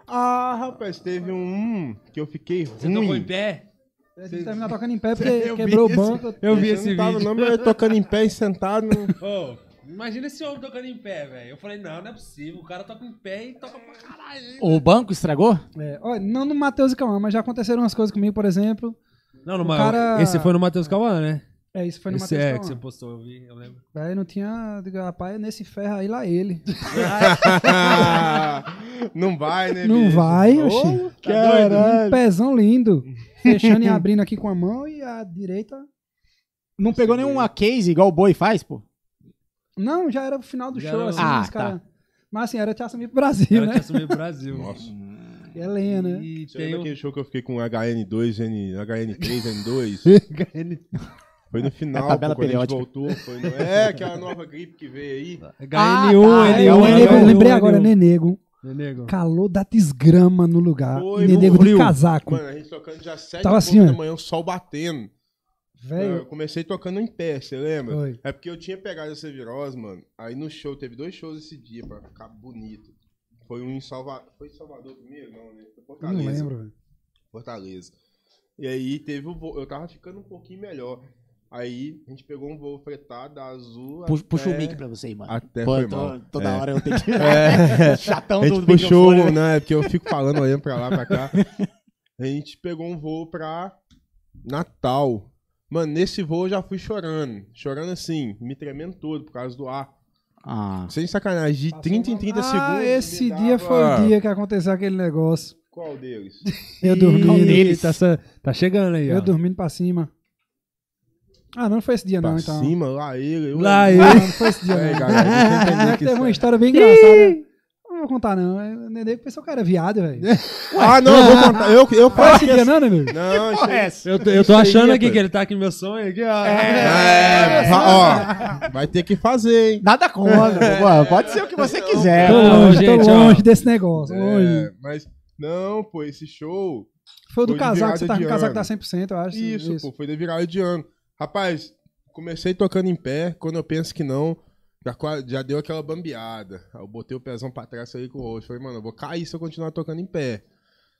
Speaker 4: Ah, rapaz, teve um que eu fiquei ruim.
Speaker 3: Você tocou em pé?
Speaker 5: Eu tive que terminar tocando em pé porque
Speaker 4: Eu vi
Speaker 5: quebrou o
Speaker 4: esse-
Speaker 5: banco.
Speaker 7: Eu vi
Speaker 4: Eu
Speaker 7: esse
Speaker 4: não tava,
Speaker 7: vídeo.
Speaker 4: não, mas eu tocando em pé e sentado. não-
Speaker 3: Ô, imagina esse homem tocando em pé, velho. Eu falei, não, não é possível. O cara toca em pé e toca pra caralho.
Speaker 1: O banco estragou?
Speaker 5: É, olha, não no Matheus e Cauã, mas já aconteceram umas coisas comigo, por exemplo.
Speaker 7: Não, no
Speaker 5: O
Speaker 7: Ma-
Speaker 5: cara-
Speaker 7: Esse foi no Matheus Cauã, né?
Speaker 5: É, isso foi no
Speaker 7: Esse
Speaker 5: Matheus
Speaker 7: é
Speaker 5: e
Speaker 7: que você
Speaker 5: Cauã.
Speaker 3: Postou, eu vi, eu lembro.
Speaker 5: Aí não tinha, digo, rapaz, nesse ferro aí lá ele.
Speaker 4: não vai, né,
Speaker 5: Não
Speaker 4: bicho?
Speaker 5: vai,
Speaker 4: Ô,
Speaker 5: oxi. Um
Speaker 4: Caralho.
Speaker 5: pezão lindo. Fechando e abrindo aqui com a mão e a direita.
Speaker 1: Não pegou nenhuma case igual o boi faz, pô?
Speaker 5: Não, já era o final do
Speaker 3: Já
Speaker 5: show,
Speaker 3: era-
Speaker 5: assim,
Speaker 1: Ah,
Speaker 5: os caras. Mas assim, era te assumir pro Brasil,
Speaker 3: Ela
Speaker 5: né?
Speaker 3: tinha assumido o Brasil.
Speaker 4: Nossa.
Speaker 5: E Helena, né?
Speaker 3: E
Speaker 4: Você
Speaker 3: tem
Speaker 4: lembra
Speaker 3: o...
Speaker 4: aquele show que eu fiquei com HN2, N, HN3, N2? Foi no final,
Speaker 1: É tabela
Speaker 4: pô, quando a gente
Speaker 1: periódica.
Speaker 4: voltou. Foi no... É, aquela nova gripe que veio aí.
Speaker 1: Ah,
Speaker 7: HN1,
Speaker 1: tá.
Speaker 5: É,
Speaker 1: Eu
Speaker 5: o
Speaker 7: N1.
Speaker 5: Nenego, eu
Speaker 7: N1,
Speaker 5: lembrei agora, né?
Speaker 7: N1.
Speaker 5: Nenego.
Speaker 7: Nego.
Speaker 5: Calor da desgrama no lugar.
Speaker 4: Foi,
Speaker 5: Nenego
Speaker 4: frio.
Speaker 5: de casaco.
Speaker 4: Mano, a gente tocando já 7
Speaker 5: Tava
Speaker 4: Tava
Speaker 5: assim,
Speaker 4: da
Speaker 5: ó.
Speaker 4: manhã, o sol batendo. Eu
Speaker 5: Velho,
Speaker 4: comecei tocando em pé, você lembra?
Speaker 5: Foi.
Speaker 4: É porque eu tinha pegado essa virose, mano. Aí no show, teve dois shows esse dia pra ficar bonito. Foi um em Salvador. Foi em Salvador primeiro? Não, né? Foi
Speaker 5: eu não
Speaker 4: Fortaleza.
Speaker 5: lembro, velho.
Speaker 4: Fortaleza. E aí teve o voo. Eu tava ficando um pouquinho melhor. Aí a gente pegou um voo fretado da Azul.
Speaker 1: Puxa,
Speaker 4: até-
Speaker 1: puxa o mic pra você aí, mano.
Speaker 4: Até
Speaker 1: Pô,
Speaker 4: foi
Speaker 1: eu
Speaker 5: então
Speaker 1: tô-
Speaker 4: mal.
Speaker 1: Toda
Speaker 4: Ah, É.
Speaker 1: hora eu tenho que.
Speaker 4: É.
Speaker 1: Chatão
Speaker 4: A gente
Speaker 1: do
Speaker 4: puxou,
Speaker 1: microfone, né?
Speaker 4: né? Porque eu fico falando, olhando pra lá, pra cá. A gente pegou um voo pra Natal. Mano, nesse voo eu já fui chorando. Chorando assim, me tremendo todo por causa do ar.
Speaker 1: Ah.
Speaker 4: Sem sacanagem, de 30 em 30
Speaker 5: ah,
Speaker 4: segundos.
Speaker 5: esse
Speaker 4: me
Speaker 5: dia
Speaker 4: dava-
Speaker 5: foi o dia que aconteceu aquele negócio.
Speaker 4: Qual deles?
Speaker 5: Eu
Speaker 1: Qual
Speaker 5: dormindo.
Speaker 1: deles?
Speaker 7: Tá, sa- tá chegando aí, ó.
Speaker 5: Eu dormindo pra cima. Ah, não foi esse dia não,
Speaker 4: pra
Speaker 5: então.
Speaker 4: cima, lá ele. Eu,
Speaker 7: Lá ele.
Speaker 5: Ah, não foi esse dia
Speaker 4: É,
Speaker 5: não.
Speaker 4: galera, deixa eu entender
Speaker 5: Mas
Speaker 4: que
Speaker 5: teve é uma
Speaker 4: isso é.
Speaker 5: história bem engraçada. né? Não vou contar não. É, O Nenego pensou que eu era viado, velho.
Speaker 4: é- Ah, não, eu vou contar. Eu, eu
Speaker 5: Foi esse
Speaker 4: faço.
Speaker 5: dia não, né, Nenego?
Speaker 4: Não, isso aí-
Speaker 7: Eu, tô- eu tô
Speaker 4: Isso aí,
Speaker 7: achando aqui
Speaker 4: rapaz.
Speaker 7: que ele tá aqui no meu Ah, sonho. Aqui, ó.
Speaker 4: É, va- ó, vai ter que fazer, hein?
Speaker 1: Nada contra. pô, pode ser o que você quiser.
Speaker 5: Tô
Speaker 7: Não,
Speaker 5: longe,
Speaker 7: gente,
Speaker 5: tô
Speaker 7: ó.
Speaker 5: longe desse negócio. Longe.
Speaker 4: É, mas não, pô, esse show.
Speaker 5: Foi o do
Speaker 4: Foi de
Speaker 5: casaco,
Speaker 4: virada
Speaker 5: você tava com
Speaker 4: de
Speaker 5: o casaco
Speaker 4: ano.
Speaker 5: que tá 100%, eu acho.
Speaker 4: Isso, pô, foi de virada de ano. Rapaz, comecei tocando em pé, quando eu penso que não, já, qua- já deu aquela bambeada. Aí eu botei o pezão pra trás aí com o rosto. Falei, mano, eu vou cair se eu continuar tocando em pé.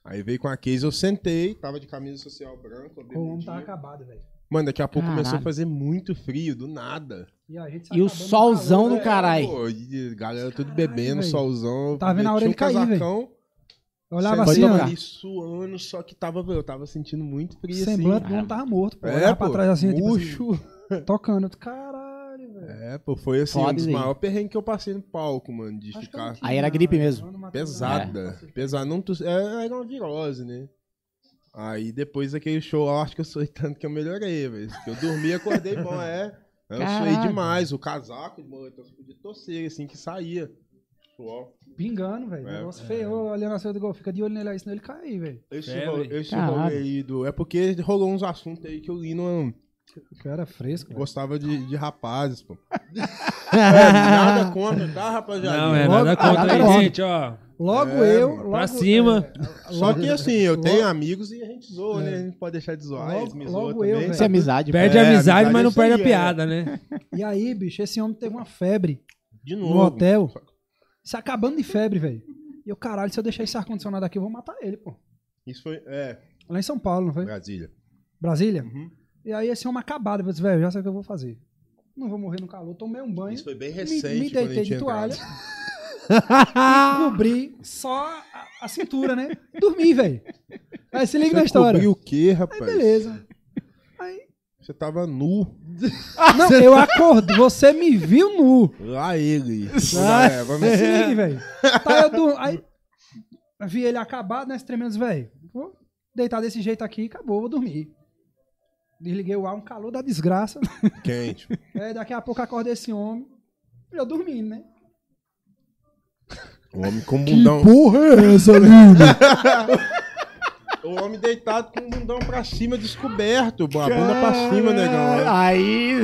Speaker 4: Aí veio com a case, eu sentei, tava de camisa social branca,
Speaker 5: O homem
Speaker 4: bermudinha.
Speaker 5: tá acabado, velho.
Speaker 4: Mano, daqui a pouco começou a
Speaker 1: Caralho.
Speaker 4: fazer muito frio, do nada.
Speaker 5: E, a gente se
Speaker 1: E o
Speaker 5: acabando no
Speaker 1: solzão do
Speaker 5: calor, né?
Speaker 1: caralho.
Speaker 4: É, Pô, e galera tudo
Speaker 5: Caralho,
Speaker 4: bebendo,
Speaker 5: velho.
Speaker 4: solzão.
Speaker 5: Tá vendo a hora
Speaker 4: meti
Speaker 5: ele cair, velho.
Speaker 4: casacão,
Speaker 5: Olhava
Speaker 1: Pode
Speaker 5: assim,
Speaker 1: tocar.
Speaker 5: ó.
Speaker 4: ali suando, só que tava, eu tava sentindo muito
Speaker 5: O
Speaker 4: frio
Speaker 5: semblante
Speaker 4: assim.
Speaker 5: do homem tava morto, pô.
Speaker 4: É,
Speaker 5: Olhava
Speaker 4: pô,
Speaker 5: pra trás assim, tipo assim,
Speaker 4: murcho.
Speaker 5: tocando. Caralho, velho.
Speaker 4: É, pô, foi assim, um
Speaker 1: Foda,
Speaker 4: dos
Speaker 1: velho.
Speaker 4: maiores perrengues que eu passei no palco, mano, de
Speaker 5: Acho que eu não
Speaker 4: ficar
Speaker 5: tinha,
Speaker 1: Aí era gripe mesmo.
Speaker 5: eu não matei nada. assim.
Speaker 4: pesada. Pesada, não tos- é, era uma virose, né? Aí depois daquele show, eu acho que eu sou tanto que eu melhorei, velho. Que Eu dormi, acordei bom, é. Eu suei
Speaker 1: Caralho.
Speaker 4: demais, o casaco de moletom, eu podia torcer, assim, que saía. Suor.
Speaker 5: Pingando, velho.
Speaker 4: É.
Speaker 5: Negócio feio. Olhando assim do gol. Fica de olho nele aí, senão ele cai, velho.
Speaker 4: Esse,
Speaker 3: É,
Speaker 4: ro-
Speaker 3: velho.
Speaker 4: esse
Speaker 1: Caralho.
Speaker 4: rolê aí do. É porque rolou uns assuntos aí que eu li no.
Speaker 5: Que era fresco, velho.
Speaker 4: Gostava de, de rapazes, pô. É, nada contra, tá, rapaziada?
Speaker 7: Não, é
Speaker 5: Logo-
Speaker 7: nada
Speaker 5: Ah,
Speaker 7: contra
Speaker 5: nada
Speaker 7: aí,
Speaker 5: contra.
Speaker 7: gente, ó.
Speaker 5: Logo
Speaker 4: É,
Speaker 5: eu.
Speaker 4: mano.
Speaker 5: Logo,
Speaker 7: Pra cima.
Speaker 4: Só que assim, eu
Speaker 5: Logo- É.
Speaker 4: tenho amigos e a gente zoa, né? A gente pode deixar de zoar,
Speaker 5: Logo-
Speaker 4: eles me zoam
Speaker 5: logo
Speaker 4: também.
Speaker 5: eu,
Speaker 4: né?
Speaker 5: velho.
Speaker 1: Isso é amizade. pô.
Speaker 7: Perde
Speaker 4: É,
Speaker 7: a amizade,
Speaker 4: amizade
Speaker 7: mas
Speaker 4: é
Speaker 7: não
Speaker 4: isso
Speaker 7: perde
Speaker 4: aí,
Speaker 7: a
Speaker 4: é.
Speaker 7: piada, né?
Speaker 5: E aí, bicho, esse homem teve uma febre.
Speaker 4: De
Speaker 5: no
Speaker 4: novo.
Speaker 5: hotel. Se acabando de febre, velho. E eu, caralho, se eu deixar esse ar-condicionado aqui, eu vou matar ele, pô.
Speaker 4: Isso foi. É,
Speaker 5: Lá em São Paulo, não foi?
Speaker 4: Brasília.
Speaker 5: Brasília?
Speaker 4: Uhum.
Speaker 5: E aí, esse homem acabado. Eu disse, velho, já sei o que eu vou fazer. Não vou morrer no calor. Tomei um banho.
Speaker 4: Isso foi bem
Speaker 5: me-
Speaker 4: recente.
Speaker 5: me,
Speaker 4: quando a
Speaker 5: deitei
Speaker 4: gente
Speaker 5: de toalha.
Speaker 4: entrava.
Speaker 5: e cobri só a, a cintura, né? Dormi, velho. Aí se liga na
Speaker 4: Você
Speaker 5: história.
Speaker 4: cobriu o quê, rapaz?
Speaker 5: Aí beleza. Aí,
Speaker 4: Você tava nu.
Speaker 5: não, eu acordei. Você me viu nu.
Speaker 4: Lá ele.
Speaker 5: Ah,
Speaker 4: É, vamos
Speaker 5: Mas se liga, velho. Tá, eu dur- Aí vi ele acabado, né? Tremendo, velho. Vou deitar desse jeito aqui e acabou, vou dormir. Desliguei o ar, um calor da desgraça.
Speaker 4: é quente.
Speaker 5: Aí, daqui a pouco acorda esse homem. E eu dormindo, né?
Speaker 4: O Um homem com bundão.
Speaker 5: Porra, é essa, Lino?
Speaker 4: O homem deitado com o bundão pra cima, descoberto. A bunda pra cima, negão. né?
Speaker 1: Aí.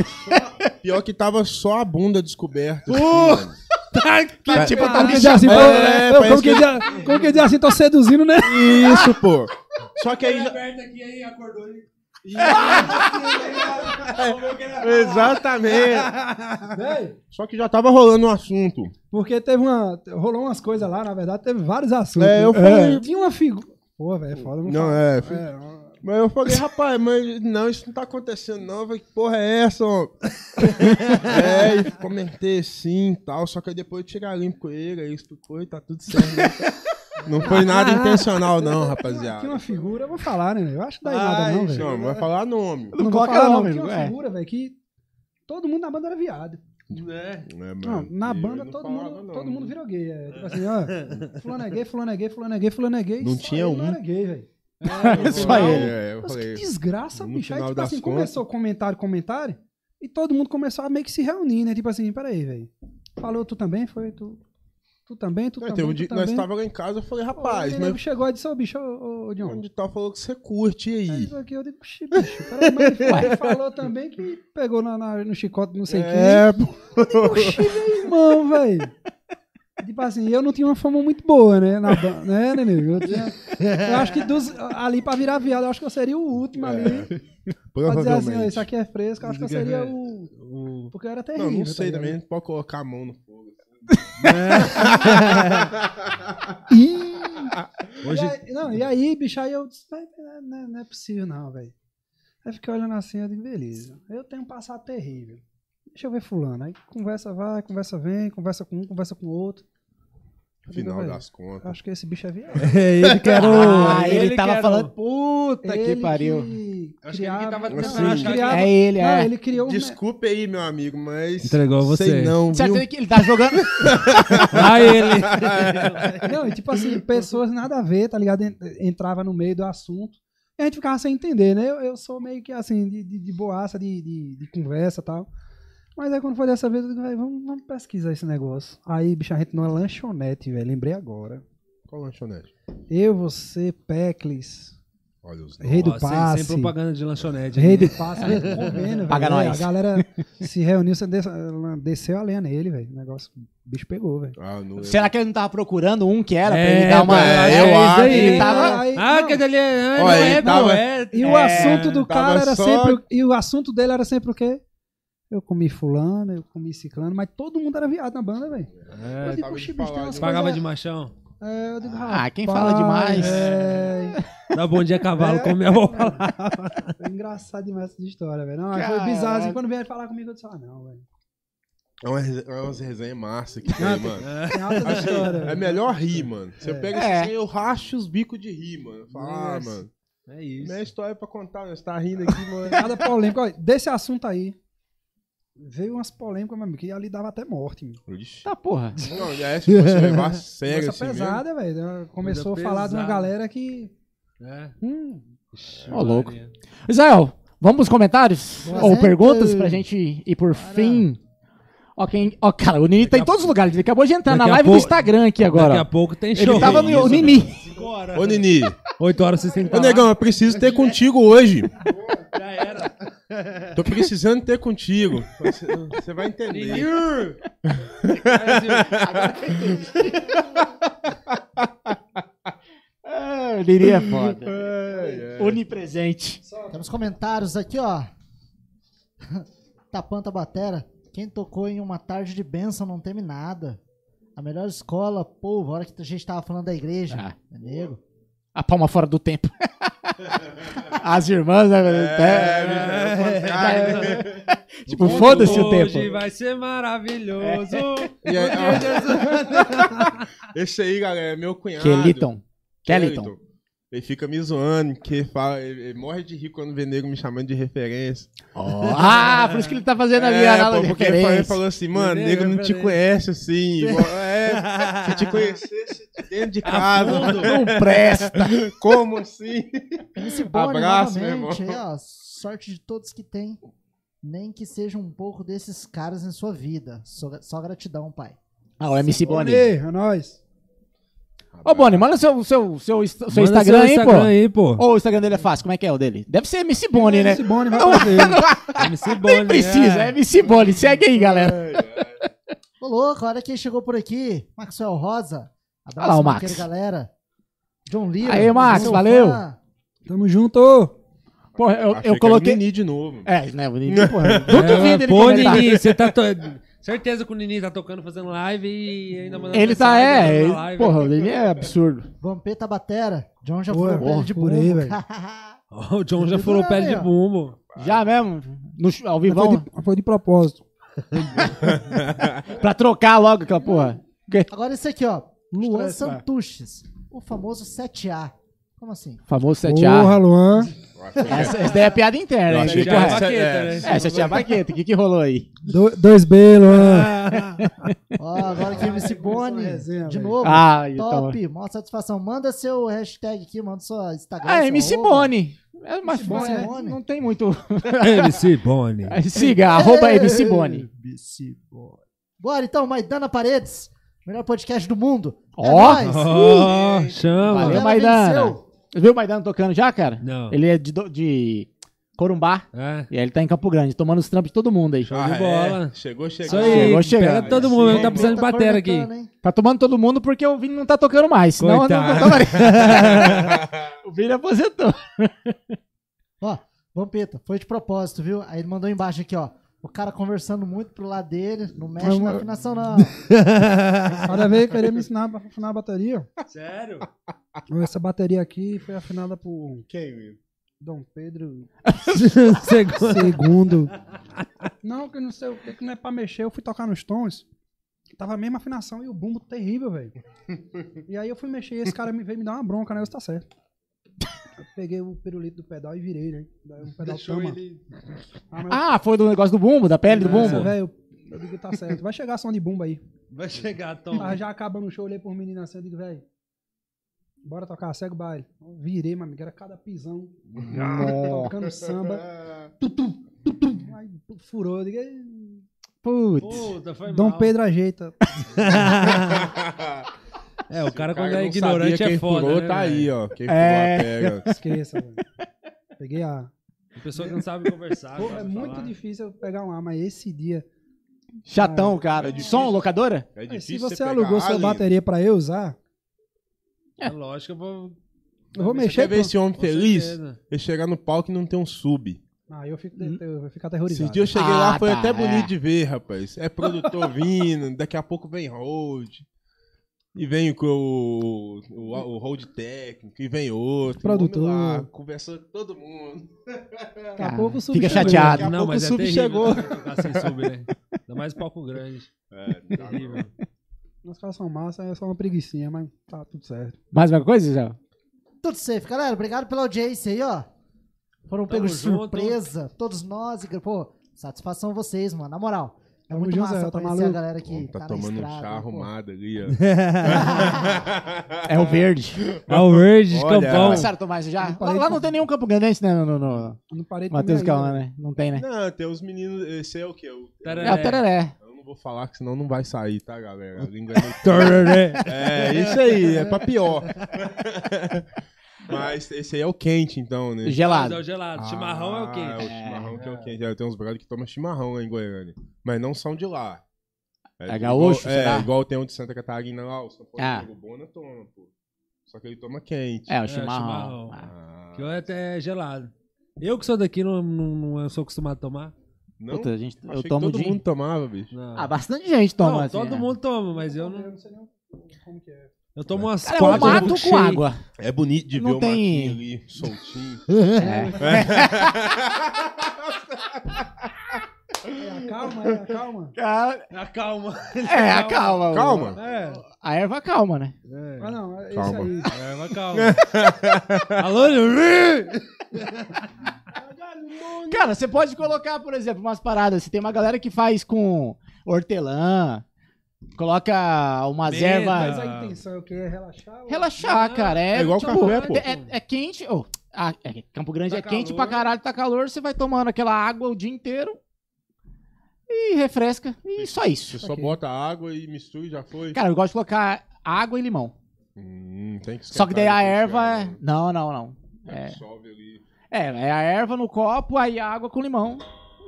Speaker 4: Pior que tava só a bunda descoberta.
Speaker 1: Tá, tá tipo,
Speaker 7: Ah,
Speaker 1: tá
Speaker 5: Como
Speaker 1: me
Speaker 5: que diz assim, pô?
Speaker 7: né?
Speaker 4: É,
Speaker 5: Eu-
Speaker 4: parece
Speaker 5: Como que
Speaker 7: tá-
Speaker 5: diz- como que diz assim, tô seduzindo, né?
Speaker 4: Isso, pô. Só que aí. já-
Speaker 3: Aperta Tá aqui aí, acordou ele. tá
Speaker 4: É, Exatamente.
Speaker 5: Véi,
Speaker 4: Só que já tava rolando um assunto.
Speaker 5: Porque teve uma. Rolou umas coisas lá, na verdade, teve vários assuntos.
Speaker 4: É, eu falei-
Speaker 5: Tinha uma figura. Pô, velho, é foda. Não,
Speaker 4: Não,
Speaker 5: falar.
Speaker 4: é. fi- Mas eu falei, rapaz, mas não, isso não tá acontecendo, não. Eu falei, que porra é essa, homem? é, e comentei sim e tal. Só que aí depois eu tirar limpo com ele, aí explicou e tá tudo certo. né? Não foi nada intencional, não, rapaziada.
Speaker 5: Tinha uma figura, eu vou falar, né? Eu acho que dá em nada, não, velho.
Speaker 4: Não, não vai falar nome.
Speaker 5: Não vou
Speaker 1: Coloca
Speaker 5: falar, não.
Speaker 1: nome,
Speaker 5: Tinha uma
Speaker 1: é.
Speaker 5: figura, velho, que. Todo mundo na banda era viado.
Speaker 7: É,
Speaker 3: Né?
Speaker 4: é
Speaker 5: Não, na banda todo, mundo, todo
Speaker 4: né?
Speaker 5: mundo virou gay. É. Tipo assim, ó. Fulano é gay, fulano é gay, fulano é gay, fulano é gay.
Speaker 4: Não
Speaker 5: só
Speaker 4: tinha
Speaker 5: ele
Speaker 4: um.
Speaker 5: Não era gay, velho.
Speaker 1: Só ele.
Speaker 4: É, eu
Speaker 5: Mas que
Speaker 4: falei.
Speaker 5: desgraça,
Speaker 4: no
Speaker 5: bicho. Aí,
Speaker 4: final
Speaker 5: tipo
Speaker 4: das
Speaker 5: assim,
Speaker 4: contas-
Speaker 5: começou comentário, comentário, e todo mundo começou a meio que se reunir, né? Tipo assim, peraí, velho. Falou, tu também? Foi, tu. Tu também, tu
Speaker 4: Não,
Speaker 5: também,
Speaker 4: teve um
Speaker 5: tu
Speaker 4: dia que
Speaker 5: também.
Speaker 4: nós tava lá em né? casa, eu falei,
Speaker 5: Pô, é
Speaker 4: rapaz,
Speaker 5: aí
Speaker 4: mas
Speaker 5: nego chegou e disse, ô, bicho, ô, ô, ô, John.
Speaker 4: onde tal falou que você curte e
Speaker 5: é
Speaker 4: aí?
Speaker 5: Isso aqui, eu digo, "Oxi, bicho, peraí, mas ele falou- ele falou também que pegou na, na- no chicote, não sei o que.
Speaker 4: É, pô.
Speaker 5: Oxi, meu irmão, velho. Tipo assim, eu não tinha uma fama muito boa, né? Na, ban- né, Nenê? Eu, tinha- eu acho que dos- ali pra virar viado, eu acho que eu seria o último ali. Pra dizer assim, ó,
Speaker 4: É, Provavelmente.
Speaker 5: isso aqui é fresco, eu acho que eu
Speaker 3: Diga,
Speaker 5: seria
Speaker 3: é,
Speaker 5: o.
Speaker 3: O...
Speaker 5: Porque eu era
Speaker 4: Não,
Speaker 5: terrível.
Speaker 4: não sei
Speaker 5: tá
Speaker 4: também,
Speaker 5: ligado?
Speaker 4: não pode colocar a mão no fogo. assim,
Speaker 3: Hoje,
Speaker 5: E aí, não, e aí, bicho, aí eu disse, "Vai, não, não- não é possível, não, velho. Aí fiquei olhando assim, eu digo, beleza, eu tenho um passado terrível. Deixa eu ver fulano. Aí conversa vai, conversa vem, conversa com um, conversa com o outro. Eu digo,
Speaker 4: Final
Speaker 5: "Velho,
Speaker 4: das contas.
Speaker 5: Acho que esse bicho é viado.
Speaker 7: É ele que era
Speaker 1: Ah,
Speaker 7: o.
Speaker 1: ele,
Speaker 3: ele
Speaker 1: tava
Speaker 3: quer
Speaker 1: falando. Puta
Speaker 5: Ele
Speaker 1: que pariu.
Speaker 5: que
Speaker 3: acho que ele que tava
Speaker 4: Assim,
Speaker 3: tentando achar que...
Speaker 5: criava-
Speaker 1: É ele,
Speaker 5: Não,
Speaker 1: é.
Speaker 5: ele criou um.
Speaker 4: Desculpe aí, meu amigo, mas.
Speaker 7: Entregou você.
Speaker 4: Sei não, viu?
Speaker 1: Certeza que ele tá jogando.
Speaker 7: Ah, ele.
Speaker 5: Não, e tipo assim, pessoas nada a ver, tá ligado? En- Entrava no meio do assunto. E a gente ficava sem entender, né? Eu, eu sou meio que assim, de, de, de boaça, de, de, de conversa e tal. Mas aí quando foi dessa vez, eu digo, "Véi, vamos, vamos pesquisar esse negócio. Aí, bicho, a gente numa lanchonete, velho. Lembrei agora.
Speaker 4: Qual lanchonete?
Speaker 5: Eu, você, Peclis,
Speaker 4: Olha os nomes.
Speaker 5: Rei do
Speaker 7: Ó, sem-
Speaker 5: Passe.
Speaker 7: Sem propaganda de lanchonete.
Speaker 5: Rei
Speaker 7: aqui.
Speaker 5: do Passe, a gente comendo,
Speaker 1: Paga
Speaker 5: velho.
Speaker 1: nós.
Speaker 5: A galera se reuniu, você desce- desceu a lenha nele, velho. O negócio, o bicho pegou, velho.
Speaker 4: Ah, não
Speaker 1: Será que ele não tava procurando um que era pra
Speaker 7: É,
Speaker 1: ele dar uma.
Speaker 4: é, eu
Speaker 1: isso
Speaker 4: acho.
Speaker 1: aí. Ele
Speaker 5: E
Speaker 1: tava.
Speaker 5: aí-
Speaker 7: Ah,
Speaker 5: não.
Speaker 7: que dele é.
Speaker 4: Ó,
Speaker 7: não
Speaker 4: ele
Speaker 7: é,
Speaker 4: tava-
Speaker 7: não é.
Speaker 5: E o assunto do
Speaker 4: tava
Speaker 5: cara era
Speaker 4: só-
Speaker 5: sempre. E o assunto dele era sempre o quê? Eu comi fulano, eu comi ciclano, mas todo mundo era viado na banda, velho.
Speaker 7: É,
Speaker 5: Mas,
Speaker 4: tava
Speaker 5: poxa,
Speaker 4: de
Speaker 5: bicho, tem
Speaker 4: falar
Speaker 5: umas
Speaker 4: de-
Speaker 7: Pagava
Speaker 5: coisas-
Speaker 7: de machão.
Speaker 5: É, eu digo,
Speaker 1: Ah, quem fala demais.
Speaker 5: É,
Speaker 7: Dá bom dia cavalo, como minha avó falava.
Speaker 5: é engraçado demais essa história, velho. Não, foi
Speaker 1: Caralho.
Speaker 5: bizarro. Assim, quando vieram falar comigo, eu disse, ah, não, velho.
Speaker 4: É uma rese- é umas resenhas massa que tem, mano.
Speaker 5: Tem alta história.
Speaker 4: É melhor rir, mano. Você pega
Speaker 1: É.
Speaker 4: assim, eu racho os bicos de rir, mano. Fala, ah,
Speaker 5: Nossa.
Speaker 4: mano.
Speaker 3: É isso.
Speaker 4: Minha história pra contar, né? Você tá rindo aqui, mano.
Speaker 5: Nada polêmico. Olha, Desse assunto aí, veio umas polêmicas, meu amigo, que ali dava até morte, meu.
Speaker 4: Ixi.
Speaker 1: Tá porra.
Speaker 4: Não, e aí se você levar a sério
Speaker 5: Coisa
Speaker 4: assim
Speaker 5: pesada, velho. Começou a
Speaker 3: Coisa
Speaker 5: falar de uma
Speaker 3: pesada.
Speaker 5: galera que.
Speaker 3: É.
Speaker 5: Hum,
Speaker 3: Ixi,
Speaker 1: Ô, louco.
Speaker 3: Maria.
Speaker 1: Israel, vamos pros comentários?
Speaker 2: Boa
Speaker 1: Ou
Speaker 2: gente.
Speaker 1: perguntas pra gente ir por fim? Ó, quem, ó, cara, o Nini tá em todos os lugares. Ele acabou de entrar na
Speaker 7: Daqui a
Speaker 1: live do
Speaker 7: pouco-
Speaker 1: Instagram aqui agora.
Speaker 7: Daqui
Speaker 1: ó.
Speaker 7: a pouco tem
Speaker 1: Ele
Speaker 7: show.
Speaker 1: tava no o Nini.
Speaker 4: mesmo. Ô, Nini.
Speaker 7: 8 horas vocês têm que
Speaker 4: Ô,
Speaker 7: estar lá.
Speaker 4: negão, eu preciso ter contigo hoje.
Speaker 3: Já era.
Speaker 4: Tô precisando ter contigo. Você- Você vai entender.
Speaker 1: Ah, o Nini é foda.
Speaker 4: Ai, ai.
Speaker 1: Onipresente.
Speaker 2: Temos comentários aqui, ó. Tapanta Batera. Quem tocou em uma tarde de bênção não teme nada. A melhor escola, povo, a hora que a gente tava falando da igreja.
Speaker 1: Ah.
Speaker 2: É nego.
Speaker 1: A palma fora do tempo. As irmãs, né?
Speaker 4: É,
Speaker 1: é, tipo, foda-se o tempo.
Speaker 3: Hoje vai ser maravilhoso.
Speaker 4: E aí, ó. Esse aí, galera, é meu cunhado.
Speaker 1: Keliton.
Speaker 4: Keliton.
Speaker 1: Keliton.
Speaker 4: Ele fica me zoando, que fala, ele, ele morre de rir quando vê nego me chamando de referência.
Speaker 1: Ó, Ah, por isso que ele tá fazendo ali a
Speaker 4: É, pô,
Speaker 1: análise de
Speaker 4: porque ele falou, ele
Speaker 1: referência.
Speaker 4: falou assim, mano,
Speaker 3: Nego
Speaker 4: nego não te
Speaker 3: referência.
Speaker 4: conhece assim. igual- é, se te conhecesse de dentro de casa,
Speaker 1: Não presta.
Speaker 4: como assim?
Speaker 2: Esse Boni,
Speaker 4: Abraço,
Speaker 2: novamente,
Speaker 4: meu
Speaker 2: aí, ó, sorte de todos que tem, nem que seja um pouco desses caras em sua vida. Só, só gratidão, pai.
Speaker 1: Ah, o MC Boni.
Speaker 5: Ei, é nóis.
Speaker 1: Ô, Boni, manda seu, seu, seu, seu
Speaker 7: Manda
Speaker 1: Instagram,
Speaker 7: seu
Speaker 1: aí,
Speaker 7: Instagram
Speaker 1: pô.
Speaker 7: aí, pô.
Speaker 1: Ou o Instagram dele é fácil, como é que é o dele? Deve ser MC Boni, né?
Speaker 5: Esse Boni vai fazer.
Speaker 7: MC Boni.
Speaker 1: Nem precisa, é MC Boni. Segue aí,
Speaker 4: É.
Speaker 1: galera.
Speaker 2: Ô, louco, olha quem chegou por aqui. Maxwell Rosa.
Speaker 1: Olha
Speaker 2: Abraço,
Speaker 1: lá o
Speaker 2: maqueiro,
Speaker 1: Max.
Speaker 2: galera. John Lira.
Speaker 1: Aê, Max,
Speaker 2: meu
Speaker 1: valeu.
Speaker 2: fã.
Speaker 1: é.
Speaker 5: Tamo junto.
Speaker 1: Pô, eu,
Speaker 4: Achei que
Speaker 1: eu
Speaker 4: era o
Speaker 1: coloquei.
Speaker 4: Nini de novo.
Speaker 1: É, né? Bonito, porra. Não
Speaker 7: É,
Speaker 1: duvido ele
Speaker 7: Pô,
Speaker 1: comentar.
Speaker 7: Nini, você tá. to-
Speaker 3: Certeza que o Nini tá tocando, fazendo live e ainda mandando
Speaker 1: Ele tá,
Speaker 3: mensagem,
Speaker 1: é.
Speaker 3: mandando
Speaker 1: ele-
Speaker 3: live.
Speaker 1: Porra, o Nini é absurdo.
Speaker 2: Vampeta Batera. John já
Speaker 5: Boa,
Speaker 2: foi
Speaker 5: boa,
Speaker 2: pele de
Speaker 5: por
Speaker 2: burro.
Speaker 5: aí, velho.
Speaker 7: Ó, o John já furou pele de bumbo.
Speaker 1: Já mesmo? No, ch- ao
Speaker 5: Foi
Speaker 1: vivão?
Speaker 5: de, foi de propósito.
Speaker 1: Pra trocar logo aquela porra.
Speaker 2: Agora esse aqui, ó. Luan
Speaker 1: Estresse, vai.
Speaker 2: Santuches. O famoso 7A. Como assim?
Speaker 1: Famoso 7A.
Speaker 5: Porra, Luan.
Speaker 1: Essa, essa daí é piada interna, hein?
Speaker 4: Achei
Speaker 1: Que
Speaker 4: que
Speaker 1: porra
Speaker 4: era-
Speaker 1: é,
Speaker 4: é,
Speaker 1: essa? essa tinha baqueta. O que, que rolou aí?
Speaker 5: Do- 2B,
Speaker 1: Ah.
Speaker 5: Luan.
Speaker 2: Ó, agora aqui, MC Boni.
Speaker 5: começou a é resenha,
Speaker 2: De
Speaker 5: velho. tá
Speaker 2: novo.
Speaker 1: Ah, então.
Speaker 2: Top, mó satisfação. Manda seu hashtag aqui, manda sua Instagram.
Speaker 1: Ah,
Speaker 2: seu
Speaker 1: MC
Speaker 2: arroba.
Speaker 1: Boni. É, mas
Speaker 2: MC Boni.
Speaker 1: é, não tem muito.
Speaker 7: MC Boni.
Speaker 1: É, Siga, arroba
Speaker 7: é
Speaker 1: MC Boni.
Speaker 2: Bora então, Maidana Paredes, melhor podcast do mundo. É
Speaker 1: Ó.
Speaker 2: nóis.
Speaker 7: Ó, chama.
Speaker 1: Valeu,
Speaker 2: Ela
Speaker 1: Maidana.
Speaker 2: venceu.
Speaker 1: Você viu o Maidano tocando já, cara?
Speaker 7: Não.
Speaker 1: Ele é de, do- de Corumbá.
Speaker 7: É.
Speaker 1: E aí ele tá em Campo Grande, tomando os trampos de todo mundo aí.
Speaker 7: de
Speaker 4: é.
Speaker 7: bola.
Speaker 4: Chegou, chegou.
Speaker 7: Isso aí,
Speaker 1: Chegou chegando.
Speaker 7: pega todo mundo,
Speaker 4: Chegou.
Speaker 7: tá precisando de
Speaker 2: Tá
Speaker 7: batera aqui.
Speaker 2: cornetando, hein?
Speaker 1: Tá tomando todo mundo porque o Vini não tá tocando mais. Senão eu não, não
Speaker 7: Coitado.
Speaker 1: tomaria. o Vini aposentou.
Speaker 2: Ó, Vampeta, foi de propósito, viu? Aí ele mandou embaixo aqui, ó. O cara conversando muito pro lado dele, não mexe na afinação, não.
Speaker 5: Cada vez querer me ensinar a afinar a bateria.
Speaker 3: Sério?
Speaker 5: Essa bateria aqui foi afinada por
Speaker 4: Quem, viu?
Speaker 5: Dom Pedro
Speaker 7: Segundo.
Speaker 5: Segundo. Não, que não sei o que, que não é pra mexer. Eu fui tocar nos tons. Tava a mesma afinação e o bumbo terrível, velho. E aí eu fui mexer e esse cara me veio me dar uma bronca, né? Eu disse, tá certo. Eu peguei o pirulito do pedal e virei, né? Daí o pedal
Speaker 3: Deixou
Speaker 5: toma.
Speaker 3: ele.
Speaker 5: Ah, mas
Speaker 1: Ah, foi do negócio do bumbo, da pele do
Speaker 5: eu-
Speaker 1: bumbo?
Speaker 5: É, velho, eu digo, tá certo. Vai chegar som de bumbo aí.
Speaker 3: Vai chegar, Tom.
Speaker 5: Tava já acabando o show, olhei pros meninos assim, eu digo, velho, bora tocar, segue o baile. Eu virei, meu amigo, era cada pisão. Tocando samba. Tu, tu, tu, tu. Aí furou, eu digo, "Ei,
Speaker 1: Putz.
Speaker 3: Puta, foi
Speaker 5: Dom
Speaker 3: mal.
Speaker 5: Pedro ajeita.
Speaker 7: É, o cara
Speaker 4: O cara
Speaker 7: quando é
Speaker 4: não
Speaker 7: ignorante
Speaker 4: sabia quem
Speaker 7: é foda.
Speaker 4: furou,
Speaker 7: né,
Speaker 4: tá
Speaker 7: velho?
Speaker 4: aí, ó. Quem
Speaker 1: É.
Speaker 4: furou a pega.
Speaker 5: Esqueça, velho. Peguei a.
Speaker 3: A Pessoa que não sabe conversar.
Speaker 5: Pô,
Speaker 3: sabe
Speaker 5: é muito
Speaker 3: falar.
Speaker 5: difícil eu pegar um ar, mas esse dia.
Speaker 1: Chatão, cara.
Speaker 4: É difícil.
Speaker 1: Som, locadora?
Speaker 4: É
Speaker 5: se
Speaker 4: difícil
Speaker 5: você,
Speaker 4: pegar
Speaker 5: alugou sua
Speaker 4: alien.
Speaker 5: bateria pra eu usar,
Speaker 3: É lógico, eu vou.
Speaker 5: eu vou
Speaker 3: Você
Speaker 4: Você quer
Speaker 5: mexer.
Speaker 4: ver esse homem
Speaker 3: com
Speaker 4: feliz?
Speaker 3: certeza.
Speaker 4: Ele chegar no palco e não ter um sub.
Speaker 5: Ah, eu fico, de-
Speaker 1: Hum.
Speaker 5: eu fico
Speaker 4: Esses
Speaker 5: aterrorizado.
Speaker 4: dias eu cheguei
Speaker 1: Ah,
Speaker 4: lá, foi
Speaker 1: tá,
Speaker 4: até
Speaker 1: é.
Speaker 4: bonito de ver, rapaz. É produtor vindo, daqui a pouco vem hold. E vem com o, o, o hold técnico, e vem outro.
Speaker 5: Produtor.
Speaker 4: e o homem lá, Conversa com todo mundo.
Speaker 5: Daqui a pouco o sub
Speaker 1: Ah, Fica
Speaker 5: chegou.
Speaker 1: chateado.
Speaker 4: Daqui a
Speaker 7: Não,
Speaker 4: pouco
Speaker 7: mas
Speaker 4: o
Speaker 7: é
Speaker 4: sub
Speaker 7: terrível
Speaker 4: chegou.
Speaker 7: tocar sem sub, né? Ainda mais palco grande.
Speaker 4: É, tá
Speaker 7: Terrível.
Speaker 5: Os caras são massa, é só uma preguicinha, mas tá tudo certo.
Speaker 1: Mais uma coisa, Zé?
Speaker 2: Tudo safe, galera. Obrigado pela audiência aí, ó. Foram
Speaker 3: Tamo
Speaker 2: pegos de
Speaker 3: junto.
Speaker 2: surpresa. Todos nós. e, Pô, satisfação vocês, mano. Na moral. É
Speaker 5: Tamo
Speaker 2: muito
Speaker 5: junto,
Speaker 2: massa
Speaker 5: Zé, tá
Speaker 2: conhecer a
Speaker 5: maluco?
Speaker 2: galera que
Speaker 4: tá
Speaker 2: tá, na
Speaker 4: tomando um
Speaker 2: estrada.
Speaker 4: chá
Speaker 2: pô.
Speaker 4: arrumado ali, ó.
Speaker 1: É o verde.
Speaker 7: É o Verde de
Speaker 4: Olha.
Speaker 7: Campão.
Speaker 1: Começaram a tomar isso já?
Speaker 5: Não
Speaker 1: Lá,
Speaker 5: parei
Speaker 1: lá
Speaker 5: de
Speaker 1: não tem nenhum Campo Grandense, né? No, no, no
Speaker 5: Eu não parei de
Speaker 1: Matheus
Speaker 5: comer ainda,
Speaker 1: Cauã, né? Não tem, né?
Speaker 4: Não, tem os meninos. Esse é o quê? O-
Speaker 1: É o Tereré.
Speaker 4: Eu não vou falar, que senão não vai sair, tá, galera? A língua é meio-
Speaker 7: Tereré.
Speaker 4: É, isso aí, é pra pior. Mas esse aí é o quente, então, né?
Speaker 1: Gelado.
Speaker 3: É o gelado. Chimarrão é o
Speaker 4: Ah,
Speaker 3: quê?
Speaker 4: É, o chimarrão que é o quente. É, Tem uns brothers que tomam chimarrão lá em Goiânia. Mas não são de lá.
Speaker 1: É gaúcho,
Speaker 4: igual,
Speaker 1: será?
Speaker 4: É, igual tem um de Santa Catarina lá, o São Paulo
Speaker 1: Ah.
Speaker 4: ah. Bona toma, pô. Só que ele toma quente.
Speaker 1: É, o
Speaker 3: chimarrão.
Speaker 1: chimarrão. Ah.
Speaker 4: Ah,
Speaker 7: Que eu até é gelado. Eu que sou daqui, não, não, não sou acostumado a tomar.
Speaker 4: não?
Speaker 1: Puta, a gente,
Speaker 4: Achei
Speaker 1: eu
Speaker 4: que
Speaker 1: tomo
Speaker 4: todo
Speaker 1: de...
Speaker 4: mundo tomava, bicho.
Speaker 7: Não.
Speaker 1: Ah, bastante gente toma,
Speaker 3: não,
Speaker 1: assim,
Speaker 3: todo
Speaker 1: né?
Speaker 3: mundo toma, mas eu não.
Speaker 5: É, Eu não sei nem como que é.
Speaker 7: Eu tomo umas
Speaker 1: Cara, é um
Speaker 7: quatro. eu
Speaker 1: mato
Speaker 7: fico
Speaker 1: com
Speaker 7: cheio.
Speaker 1: água.
Speaker 4: É bonito de
Speaker 1: Não
Speaker 4: ver
Speaker 1: tem-
Speaker 4: o Marquinhos ali, soltinho.
Speaker 5: É, calma, é, calma.
Speaker 1: Cara,
Speaker 3: Acalma.
Speaker 1: É, acalma.
Speaker 4: Calma.
Speaker 3: É,
Speaker 1: A erva calma, né?
Speaker 5: Ah, não, é
Speaker 4: Calma.
Speaker 5: isso aí.
Speaker 3: é, mas calma.
Speaker 7: Alô, Yuri?
Speaker 1: Ah. Cara, você pode colocar, por exemplo, umas paradas. Você tem uma galera que faz com hortelã, coloca umas
Speaker 3: Menta.
Speaker 5: Mas
Speaker 1: ervas.
Speaker 5: a intenção é o quê? É relaxar? ou-
Speaker 1: Relaxar, cara. É,
Speaker 4: É igual
Speaker 1: tipo,
Speaker 4: café, pô.
Speaker 1: É, é quente. ô, ah, é- Campo Grande
Speaker 3: Tá
Speaker 1: é quente
Speaker 3: calor.
Speaker 1: pra caralho, tá calor. Você vai tomando aquela água o dia inteiro e refresca. E só
Speaker 4: Você
Speaker 1: isso.
Speaker 4: só bota água e mistura e já foi.
Speaker 1: Cara, eu gosto de colocar água e limão.
Speaker 4: Hum, tem que
Speaker 1: Só que daí a
Speaker 4: esquentar depois,
Speaker 1: erva.
Speaker 4: cara.
Speaker 1: Não, não, não. É.
Speaker 4: É. Dissolve ali.
Speaker 1: É, é a erva no copo, aí a água com limão.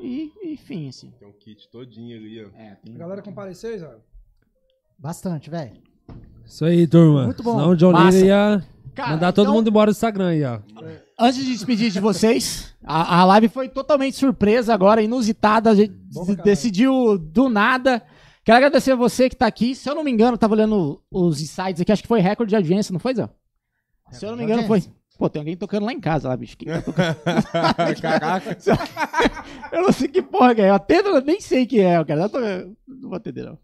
Speaker 1: E, enfim, assim.
Speaker 4: Tem um kit todinho ali, ó.
Speaker 1: É, tem...
Speaker 5: A galera compareceu, Israel?
Speaker 2: Bastante, velho.
Speaker 7: Isso aí, turma.
Speaker 2: Muito bom.
Speaker 7: Senão o John
Speaker 1: Massa.
Speaker 7: Lira ia
Speaker 1: Cara,
Speaker 7: mandar todo
Speaker 1: então,
Speaker 7: mundo embora do Instagram aí, ó.
Speaker 1: Antes de despedir de vocês, a, a live foi totalmente surpresa agora, inusitada. A gente
Speaker 5: Bom pra
Speaker 1: se-
Speaker 5: caralho.
Speaker 1: decidiu do nada. Quero agradecer a você que tá aqui. Se eu não me engano, eu tava olhando os insights aqui, acho que foi recorde de audiência, não foi, Zé? Se eu não me engano, foi. Pô, tem alguém tocando lá em casa, lá, bicho. Quem tá tocando?
Speaker 4: Caraca.
Speaker 1: Eu não sei que porra que é. Eu atendo, eu nem sei que é, cara. Eu tô- eu não vou atender, não.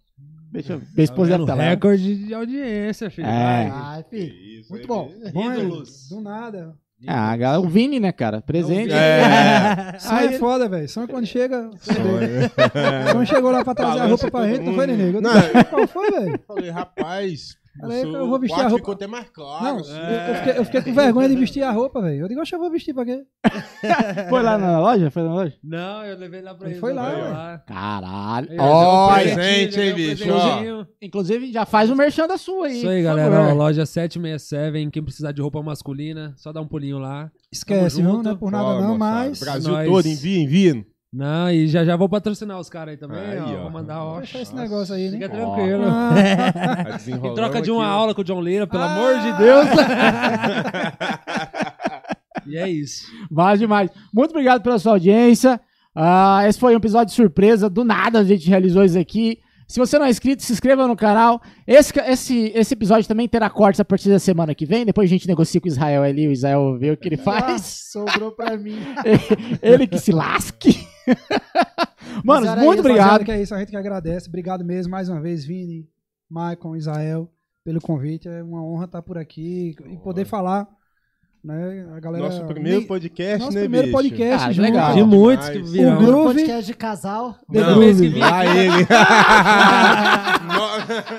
Speaker 1: Deixa eu ver a esposa deve
Speaker 7: Tá
Speaker 1: tá lá.
Speaker 7: recorde de audiência, filho.
Speaker 1: É.
Speaker 2: Ai,
Speaker 4: Que
Speaker 2: filho.
Speaker 4: isso,
Speaker 2: Muito
Speaker 4: hein,
Speaker 2: bom.
Speaker 4: bicho?
Speaker 5: Bom, é,
Speaker 3: Ídolos.
Speaker 5: do nada.
Speaker 1: Ah, a galera- o Vini, né, cara? Presente.
Speaker 4: É.
Speaker 5: Sonho
Speaker 1: Aí-
Speaker 5: é foda, velho. Sonho quando chega.
Speaker 4: Olha,
Speaker 5: Sonho Então chegou lá pra trazer a
Speaker 4: Balança
Speaker 5: roupa pra
Speaker 4: todo
Speaker 5: gente, não foi,
Speaker 4: mundo.
Speaker 5: Nenê? Eu tô
Speaker 4: Não.
Speaker 1: é-
Speaker 5: pensando, Qual foi, velho?
Speaker 4: eu Falei, rapaz.
Speaker 5: Peraí
Speaker 4: o
Speaker 5: que eu
Speaker 4: seu
Speaker 5: vou vestir a
Speaker 4: quarto
Speaker 5: roupa.
Speaker 4: Ficou até mais claro.
Speaker 5: Não,
Speaker 4: assim.
Speaker 5: eu, eu fiquei, eu fiquei com vergonha de vestir a roupa, velho. Eu digo, oxe, eu vou vestir pra quê?
Speaker 1: Foi lá na loja? Foi na loja?
Speaker 3: Não, eu levei lá pra
Speaker 5: Ele
Speaker 3: ele.
Speaker 5: foi lá,
Speaker 3: eu
Speaker 5: ué.
Speaker 3: fui lá.
Speaker 1: Caralho.
Speaker 3: Ele
Speaker 1: Olha.
Speaker 3: deu um
Speaker 4: gente,
Speaker 3: presentinho,
Speaker 4: hein,
Speaker 3: ele deu um
Speaker 4: bicho, ó.
Speaker 3: presentinho.
Speaker 1: Inclusive, já faz o merchan da sua aí.
Speaker 7: Isso aí,
Speaker 1: por
Speaker 7: galera.
Speaker 1: favor. é.
Speaker 7: ó, loja 767. Quem precisar de roupa masculina, só dá um pulinho lá.
Speaker 5: Esquece,
Speaker 7: Tamo
Speaker 5: não,
Speaker 7: junto.
Speaker 5: não é por nada
Speaker 4: Ó, moçada,
Speaker 5: não, mas...
Speaker 4: Brasil
Speaker 7: nós-
Speaker 4: todo, envia, envia.
Speaker 7: Não, e já já vou patrocinar os caras aí também.
Speaker 4: Aí,
Speaker 7: ó.
Speaker 4: ó.
Speaker 7: Vou mandar, ó.
Speaker 5: Fechar esse negócio aí, né?
Speaker 7: Fica tranquilo.
Speaker 4: Em
Speaker 7: Em troca de uma aula com o John Lira, pelo amor de Deus. e é isso.
Speaker 1: Mas demais. Muito obrigado pela sua audiência. Ah, esse foi um episódio surpresa. Do nada a gente realizou isso aqui. Se você não é inscrito, se inscreva no canal. Esse, ca- esse, esse episódio também terá cortes a partir da semana que vem. Depois a gente negocia com o Israel ali. O Israel vê o que ele
Speaker 2: Ah,
Speaker 1: faz.
Speaker 2: sobrou pra mim.
Speaker 1: ele que se lasque. Mano,
Speaker 2: Mas era
Speaker 1: muito
Speaker 2: isso,
Speaker 1: obrigado.
Speaker 5: Rapaziada, Que é isso, a gente que agradece. Obrigado mesmo, mais uma vez, Vini, Maicon, Israel, pelo convite. É uma honra estar por aqui e poder falar, né? A galera...
Speaker 4: Nosso primeiro
Speaker 5: Nem-
Speaker 4: podcast,
Speaker 5: Nosso
Speaker 4: né,
Speaker 5: primeiro
Speaker 4: bicho?
Speaker 5: podcast,
Speaker 1: Ah,
Speaker 5: junto.
Speaker 1: legal.
Speaker 7: De muitos que
Speaker 4: demais.
Speaker 5: O
Speaker 7: virão.
Speaker 5: grupo- Groove.
Speaker 2: Podcast de casal.
Speaker 4: Não.
Speaker 7: Depois que vim
Speaker 4: Lá ele.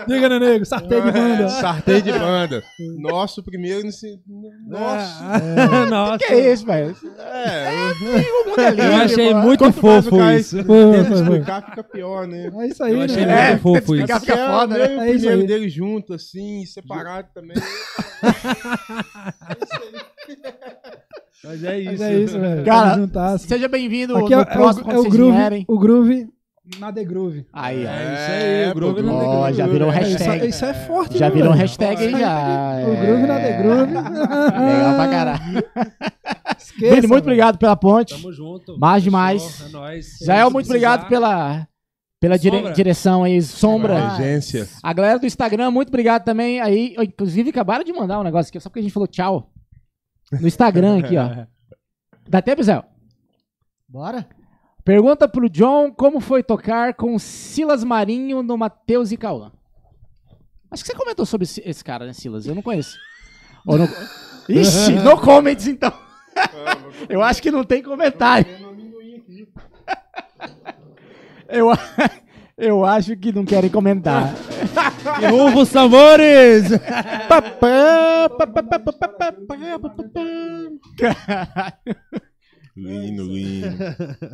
Speaker 5: Diga, né, nego? Sartei
Speaker 4: é.
Speaker 5: de banda.
Speaker 4: Sartei de banda. Nosso primeiro. nesse-
Speaker 5: Ah.
Speaker 4: Nossa.
Speaker 7: Nossa.
Speaker 1: Que é isso, velho?
Speaker 4: É,
Speaker 1: O mundo é lindo,
Speaker 7: Eu achei
Speaker 1: mano.
Speaker 7: muito
Speaker 4: quanto mais o
Speaker 7: fofo
Speaker 4: cara
Speaker 7: isso.
Speaker 5: Foi,
Speaker 4: tenta
Speaker 5: foi, foi.
Speaker 4: explicar, fica pior, né?
Speaker 5: É isso aí,
Speaker 7: Eu achei
Speaker 5: né?
Speaker 1: É,
Speaker 7: muito fofo isso.
Speaker 1: explicar- Fica
Speaker 4: É,
Speaker 1: foda,
Speaker 4: o meu e o
Speaker 5: É isso
Speaker 4: primeiro
Speaker 5: aí.
Speaker 4: dele junto, assim, separado também.
Speaker 7: Mas é
Speaker 5: Mas
Speaker 7: isso.
Speaker 5: é isso, velho.
Speaker 1: Cara,
Speaker 5: Tamo juntasso.
Speaker 1: Seja bem-vindo no
Speaker 5: Aqui é, é
Speaker 1: próximo,
Speaker 5: o,
Speaker 1: quando
Speaker 5: é o
Speaker 1: vocês
Speaker 5: Groove,
Speaker 1: vierem.
Speaker 5: o Groove na The Groove.
Speaker 1: Aí, ó.
Speaker 7: É isso aí, o Groove
Speaker 4: pô,
Speaker 7: não tem
Speaker 1: Ó,
Speaker 7: Groove.
Speaker 1: já virou
Speaker 4: né?
Speaker 5: É, Isso,
Speaker 1: hashtag.
Speaker 5: isso é forte,
Speaker 1: Já
Speaker 5: né,
Speaker 1: virou um
Speaker 5: velho?
Speaker 1: hashtag aí, já.
Speaker 5: O Groove na The Groove.
Speaker 1: Legal pra caralho.
Speaker 5: Esqueça,
Speaker 1: Vini, muito
Speaker 5: velho.
Speaker 1: obrigado pela ponte.
Speaker 3: Tamo junto.
Speaker 1: Mais
Speaker 3: Fechou,
Speaker 1: demais.
Speaker 3: É nóis.
Speaker 1: Israel,
Speaker 3: Se
Speaker 1: muito
Speaker 3: precisar,
Speaker 1: obrigado pela, pela dire-
Speaker 3: Sombra.
Speaker 1: direção aí, Sombra.
Speaker 4: Agência.
Speaker 1: A galera do Instagram, muito obrigado também. Aí, ó, inclusive, acabaram de mandar um negócio aqui, só porque a gente falou tchau. No Instagram aqui, ó. Dá tempo, Zé?
Speaker 2: Bora?
Speaker 1: Pergunta pro John como foi tocar com Silas Marinho no Matheus e Cauã. Acho que você comentou sobre esse esse cara, né, Silas? Eu não conheço. Ou não- Ixi, no comments então. Eu acho que não tem comentário. Eu, a- eu acho que não querem comentar.
Speaker 7: Derruba os É. tambores!
Speaker 4: Lindo, lindo.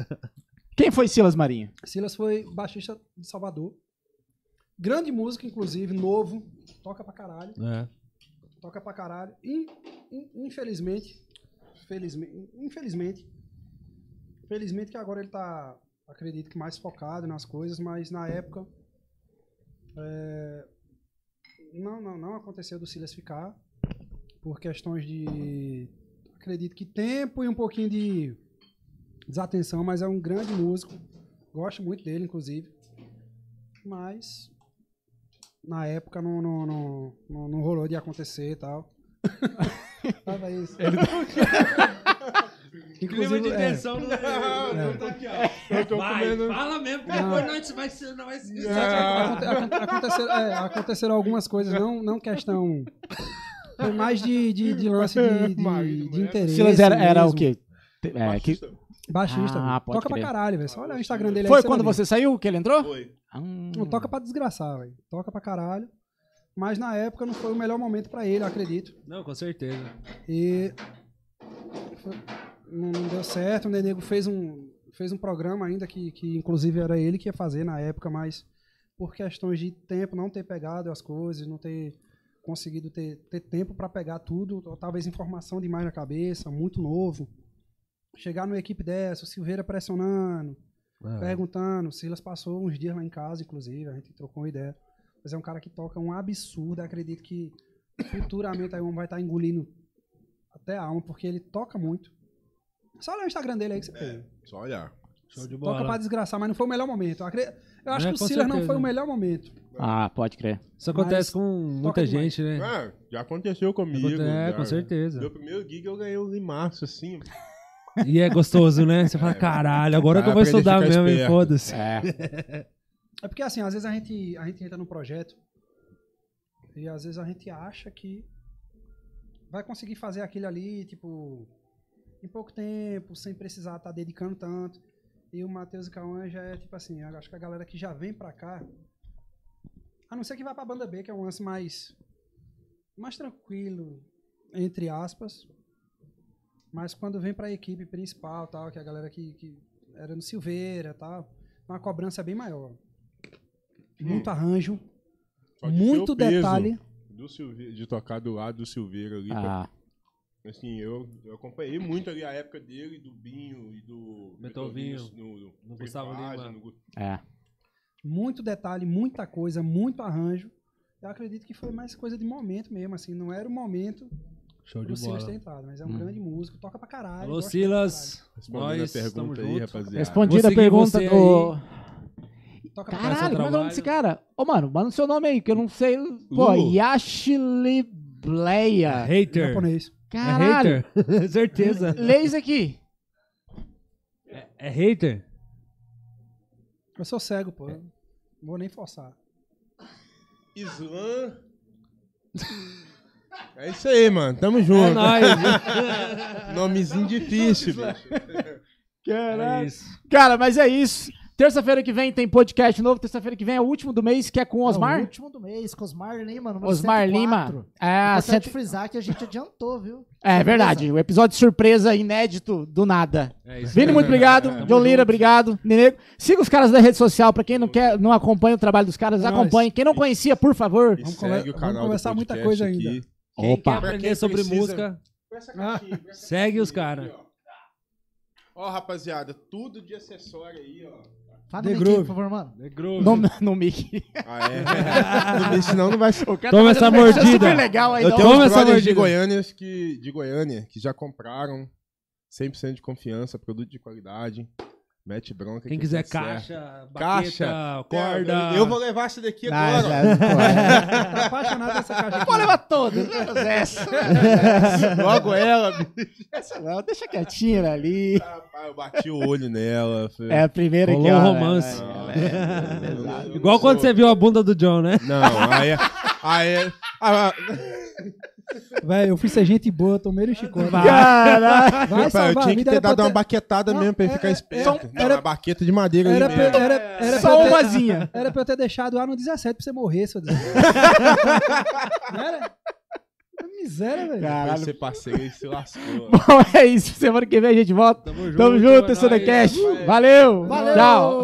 Speaker 1: Quem foi Silas Marinho?
Speaker 5: Silas foi baixista de Salvador. Grande músico, inclusive, novo. Toca pra caralho.
Speaker 7: É.
Speaker 5: Toca pra caralho. E, in- infelizmente, felizme- infelizmente, felizmente que agora ele tá, acredito que mais focado nas coisas, mas na época é, não, não, não aconteceu do Silas ficar por questões de, acredito que tempo e um pouquinho de desatenção, mas é um grande músico. Gosto muito dele, inclusive. Mas na época não, não, não, não, não rolou de acontecer e tal. Tava isso.
Speaker 3: Clima de
Speaker 5: Inclusive, é,
Speaker 3: tensão do Não tá aqui,
Speaker 4: É.
Speaker 3: ó.
Speaker 4: Eu Ah, tô
Speaker 3: Vai,
Speaker 4: comendo.
Speaker 3: fala mesmo, porque
Speaker 5: Não.
Speaker 3: depois nós vai ser. Não vai ser.
Speaker 5: Aconte- aconte- aconteceram, é, aconteceram algumas coisas, não, não questão. Foi mais de, de, de lance de, de, de interesse.
Speaker 1: Silas era, era o
Speaker 5: mesmo.
Speaker 1: quê? Te- é, que-
Speaker 5: Baixista.
Speaker 1: Ah,
Speaker 5: velho.
Speaker 1: pode
Speaker 5: toca
Speaker 1: crer.
Speaker 5: pra caralho, velho. Só olha o Instagram dele aí,
Speaker 1: Foi
Speaker 5: vai
Speaker 1: quando
Speaker 5: ver.
Speaker 1: você saiu que ele entrou?
Speaker 4: Foi.
Speaker 1: Ah, hum.
Speaker 5: Não toca pra desgraçar, velho. Toca pra caralho. Mas na época não foi o melhor momento pra ele, eu acredito.
Speaker 3: Não, com certeza.
Speaker 5: E. foi- Não, não deu certo. O Nenego fez um, fez um programa ainda que, que, inclusive, era ele que ia fazer na época, mas por questões de tempo, não ter pegado as coisas, não ter conseguido ter, ter tempo pra pegar tudo, ou talvez informação demais na cabeça, muito novo. Chegar numa equipe dessa, o Silveira pressionando,
Speaker 3: É.
Speaker 5: É,
Speaker 7: Ah,
Speaker 5: perguntando. O Silas passou uns dias lá em casa, inclusive, a gente trocou uma ideia. Mas é um cara que toca um absurdo, acredito que futuramente aí um vai estar engolindo até a alma, porque ele toca muito. Só olha o Instagram dele aí que você tem.
Speaker 4: Só olhar.
Speaker 3: Show de
Speaker 5: Toca pra
Speaker 3: bola.
Speaker 5: desgraçar, mas não foi o melhor momento. Eu, acre- eu acho
Speaker 7: É,
Speaker 5: que o
Speaker 7: com
Speaker 5: Silas não
Speaker 7: certeza.
Speaker 5: foi o melhor momento.
Speaker 1: Ah, pode crer.
Speaker 7: Isso acontece
Speaker 5: Mas
Speaker 7: com
Speaker 5: toca
Speaker 7: muita gente,
Speaker 3: É.
Speaker 7: né?
Speaker 4: Ah, já aconteceu comigo.
Speaker 7: é,
Speaker 4: já.
Speaker 7: com certeza.
Speaker 4: Meu primeiro gig eu ganhei um limaço, assim.
Speaker 7: E é gostoso, né? Você fala, caralho, agora que eu vou
Speaker 4: Aprende a
Speaker 7: estudar
Speaker 4: ficar
Speaker 7: mesmo, hein?
Speaker 4: esperto.
Speaker 7: Foda-se.
Speaker 1: É.
Speaker 5: É porque assim, às vezes a gente, a gente entra num projeto e às vezes a gente acha que vai conseguir fazer aquilo ali, tipo, em pouco tempo, sem precisar estar dedicando tanto. E o Matheus e Cauã já é tipo assim, eu acho que a galera que já vem pra cá, a não ser que vá pra banda B, que é um lance mais mais tranquilo, entre aspas. Mas quando vem pra equipe principal, tal, que é a galera que, que era no Silveira, tal, uma cobrança bem maior. Muito arranjo,
Speaker 4: Só de ter
Speaker 5: muito
Speaker 4: o peso
Speaker 5: detalhe.
Speaker 4: Do Silve- de tocar do lado do Silveira ali. pra-
Speaker 1: Ah,
Speaker 4: Assim, eu, eu acompanhei muito ali a época dele, do Binho e do...
Speaker 3: Beethovinho,
Speaker 4: No, no,
Speaker 3: no Gustavo
Speaker 4: Privagem,
Speaker 3: Lima.
Speaker 4: no-
Speaker 1: é.
Speaker 5: muito detalhe, muita coisa, muito arranjo. Eu acredito que foi mais coisa de momento mesmo, assim, não era o momento
Speaker 7: Show
Speaker 5: do
Speaker 7: de
Speaker 5: Silas ter
Speaker 7: bola.
Speaker 5: entrado, mas é um
Speaker 1: Hum.
Speaker 5: grande músico, toca pra caralho.
Speaker 3: Alô,
Speaker 5: gosta
Speaker 3: Silas.
Speaker 4: Respondendo
Speaker 3: Nós
Speaker 4: a pergunta
Speaker 3: estamos
Speaker 4: aí,
Speaker 3: junto.
Speaker 4: rapaziada.
Speaker 1: Respondida a
Speaker 7: Vou seguir
Speaker 1: pergunta
Speaker 7: você
Speaker 1: do.
Speaker 5: pra caralho. Toca pra
Speaker 1: Caralho,
Speaker 5: caralho.
Speaker 1: como é o nome
Speaker 3: trabalho.
Speaker 1: desse cara? Ô, mano, manda o seu nome aí, que eu não sei. Pô,
Speaker 4: Lu.
Speaker 1: Yashili
Speaker 3: É
Speaker 1: Bleia.
Speaker 7: Hater.
Speaker 5: Japonês.
Speaker 7: É
Speaker 1: Caralho.
Speaker 7: hater? Certeza.
Speaker 1: Lê isso aqui.
Speaker 7: É hater?
Speaker 5: Eu sou cego, pô. eu Não vou nem forçar.
Speaker 4: Islã... É isso aí, mano. Tamo
Speaker 7: É
Speaker 4: junto.
Speaker 7: nóis.
Speaker 4: Nomezinho difícil, bicho.
Speaker 7: É isso.
Speaker 1: Cara, mas é isso. Terça-feira que vem tem podcast novo. Terça-feira que vem é o último do mês, que é com o
Speaker 2: É o
Speaker 1: Osmar.
Speaker 2: último do mês, com Osmar Lima. número
Speaker 1: Osmar
Speaker 2: 104.
Speaker 1: Lima. É,
Speaker 2: Importante
Speaker 1: cento-
Speaker 2: frisar que a gente adiantou, viu?
Speaker 1: é verdade. O episódio surpresa, inédito, do nada.
Speaker 3: É isso.
Speaker 1: Vini, muito obrigado. John Lira, obrigado. Ninego. Siga os caras da rede social. Pra quem não quer, não acompanha o trabalho dos caras,
Speaker 5: É nóis.
Speaker 1: acompanhe. Quem não conhecia, por favor.
Speaker 4: E
Speaker 5: Vamos
Speaker 4: segue
Speaker 5: conver-
Speaker 4: o canal
Speaker 5: vamos conversar
Speaker 4: do
Speaker 5: muita
Speaker 4: podcast
Speaker 5: coisa
Speaker 4: aqui.
Speaker 5: ainda.
Speaker 3: Quem quer
Speaker 1: Opa.
Speaker 3: aprender sobre
Speaker 4: precisa-
Speaker 3: música?
Speaker 4: Com essa caixinha, com essa
Speaker 7: Segue
Speaker 4: caixinha
Speaker 7: os cara.
Speaker 4: aqui, Ó, Ó, rapaziada, tudo de acessório aí, ó.
Speaker 2: Fala
Speaker 5: The
Speaker 2: no mic,
Speaker 5: Groove.
Speaker 2: por favor, mano.
Speaker 3: The Groove.
Speaker 1: No, no mic.
Speaker 4: Ah, é? Senão não vai ser.
Speaker 1: O cara
Speaker 7: Toma
Speaker 1: fazendo
Speaker 7: essa
Speaker 1: uma coisa
Speaker 7: mordida.
Speaker 1: super legal aí.
Speaker 7: Eu
Speaker 1: não.
Speaker 7: tenho-
Speaker 4: Tem
Speaker 7: Toma
Speaker 4: uns
Speaker 7: essa
Speaker 4: brothers de
Speaker 7: mordida.
Speaker 4: Goiânia, que, de Goiânia que já compraram 100% de confiança, produto de qualidade. Mete bronca.
Speaker 7: Quem quiser
Speaker 4: tudo certo.
Speaker 7: caixa,
Speaker 4: é. Caixa.
Speaker 7: baqueta, corda.
Speaker 4: Eu, eu vou levar essa daqui
Speaker 1: Ah,
Speaker 4: agora.
Speaker 1: já- pô, é.
Speaker 5: Tá apaixonado dessa caixa aqui.
Speaker 1: Pode levar né? todas, menos essa.
Speaker 4: Logo ela.
Speaker 1: Essa não, deixa quietinha ali.
Speaker 4: Rapaz, eu bati o olho nela. Foi...
Speaker 1: É a primeira
Speaker 7: Rolou
Speaker 1: que
Speaker 7: um
Speaker 1: ela-
Speaker 7: romance.
Speaker 1: ela-
Speaker 4: Ah,
Speaker 1: ela-
Speaker 4: eu não- eu não
Speaker 7: Igual quando
Speaker 4: sou-
Speaker 7: você viu a bunda do John, né?
Speaker 4: Não, aí. aí ah,
Speaker 5: Velho, eu fui ser gente boa, tomei o chicote.
Speaker 1: Caralho!
Speaker 5: Vai
Speaker 4: rapaz, eu
Speaker 5: salvar a
Speaker 4: tinha que
Speaker 5: vida.
Speaker 4: ter
Speaker 5: era pra
Speaker 4: dado uma
Speaker 5: ter-
Speaker 4: baquetada
Speaker 5: Não,
Speaker 4: mesmo pra ele
Speaker 5: é-
Speaker 4: ficar
Speaker 5: é-
Speaker 4: esperto. Não,
Speaker 5: era-
Speaker 4: uma baqueta de madeira
Speaker 5: Era
Speaker 4: ali
Speaker 5: pra,
Speaker 4: mesmo.
Speaker 5: era, era pra
Speaker 1: É. Só
Speaker 5: eu ter-
Speaker 1: umazinha.
Speaker 5: Era pra eu ter deixado lá no 17 pra você morrer, seu desgraçado. Não era? Miséria, velho.
Speaker 4: Depois
Speaker 1: Caralho.
Speaker 4: você parceiro e se lascou.
Speaker 1: Bom, é isso. Semana que vem a gente volta.
Speaker 3: Tamo junto.
Speaker 1: Tamo
Speaker 3: é
Speaker 1: junto, Sessão da
Speaker 3: nóis.
Speaker 1: Cast. Valeu!
Speaker 2: Valeu!
Speaker 1: Tchau!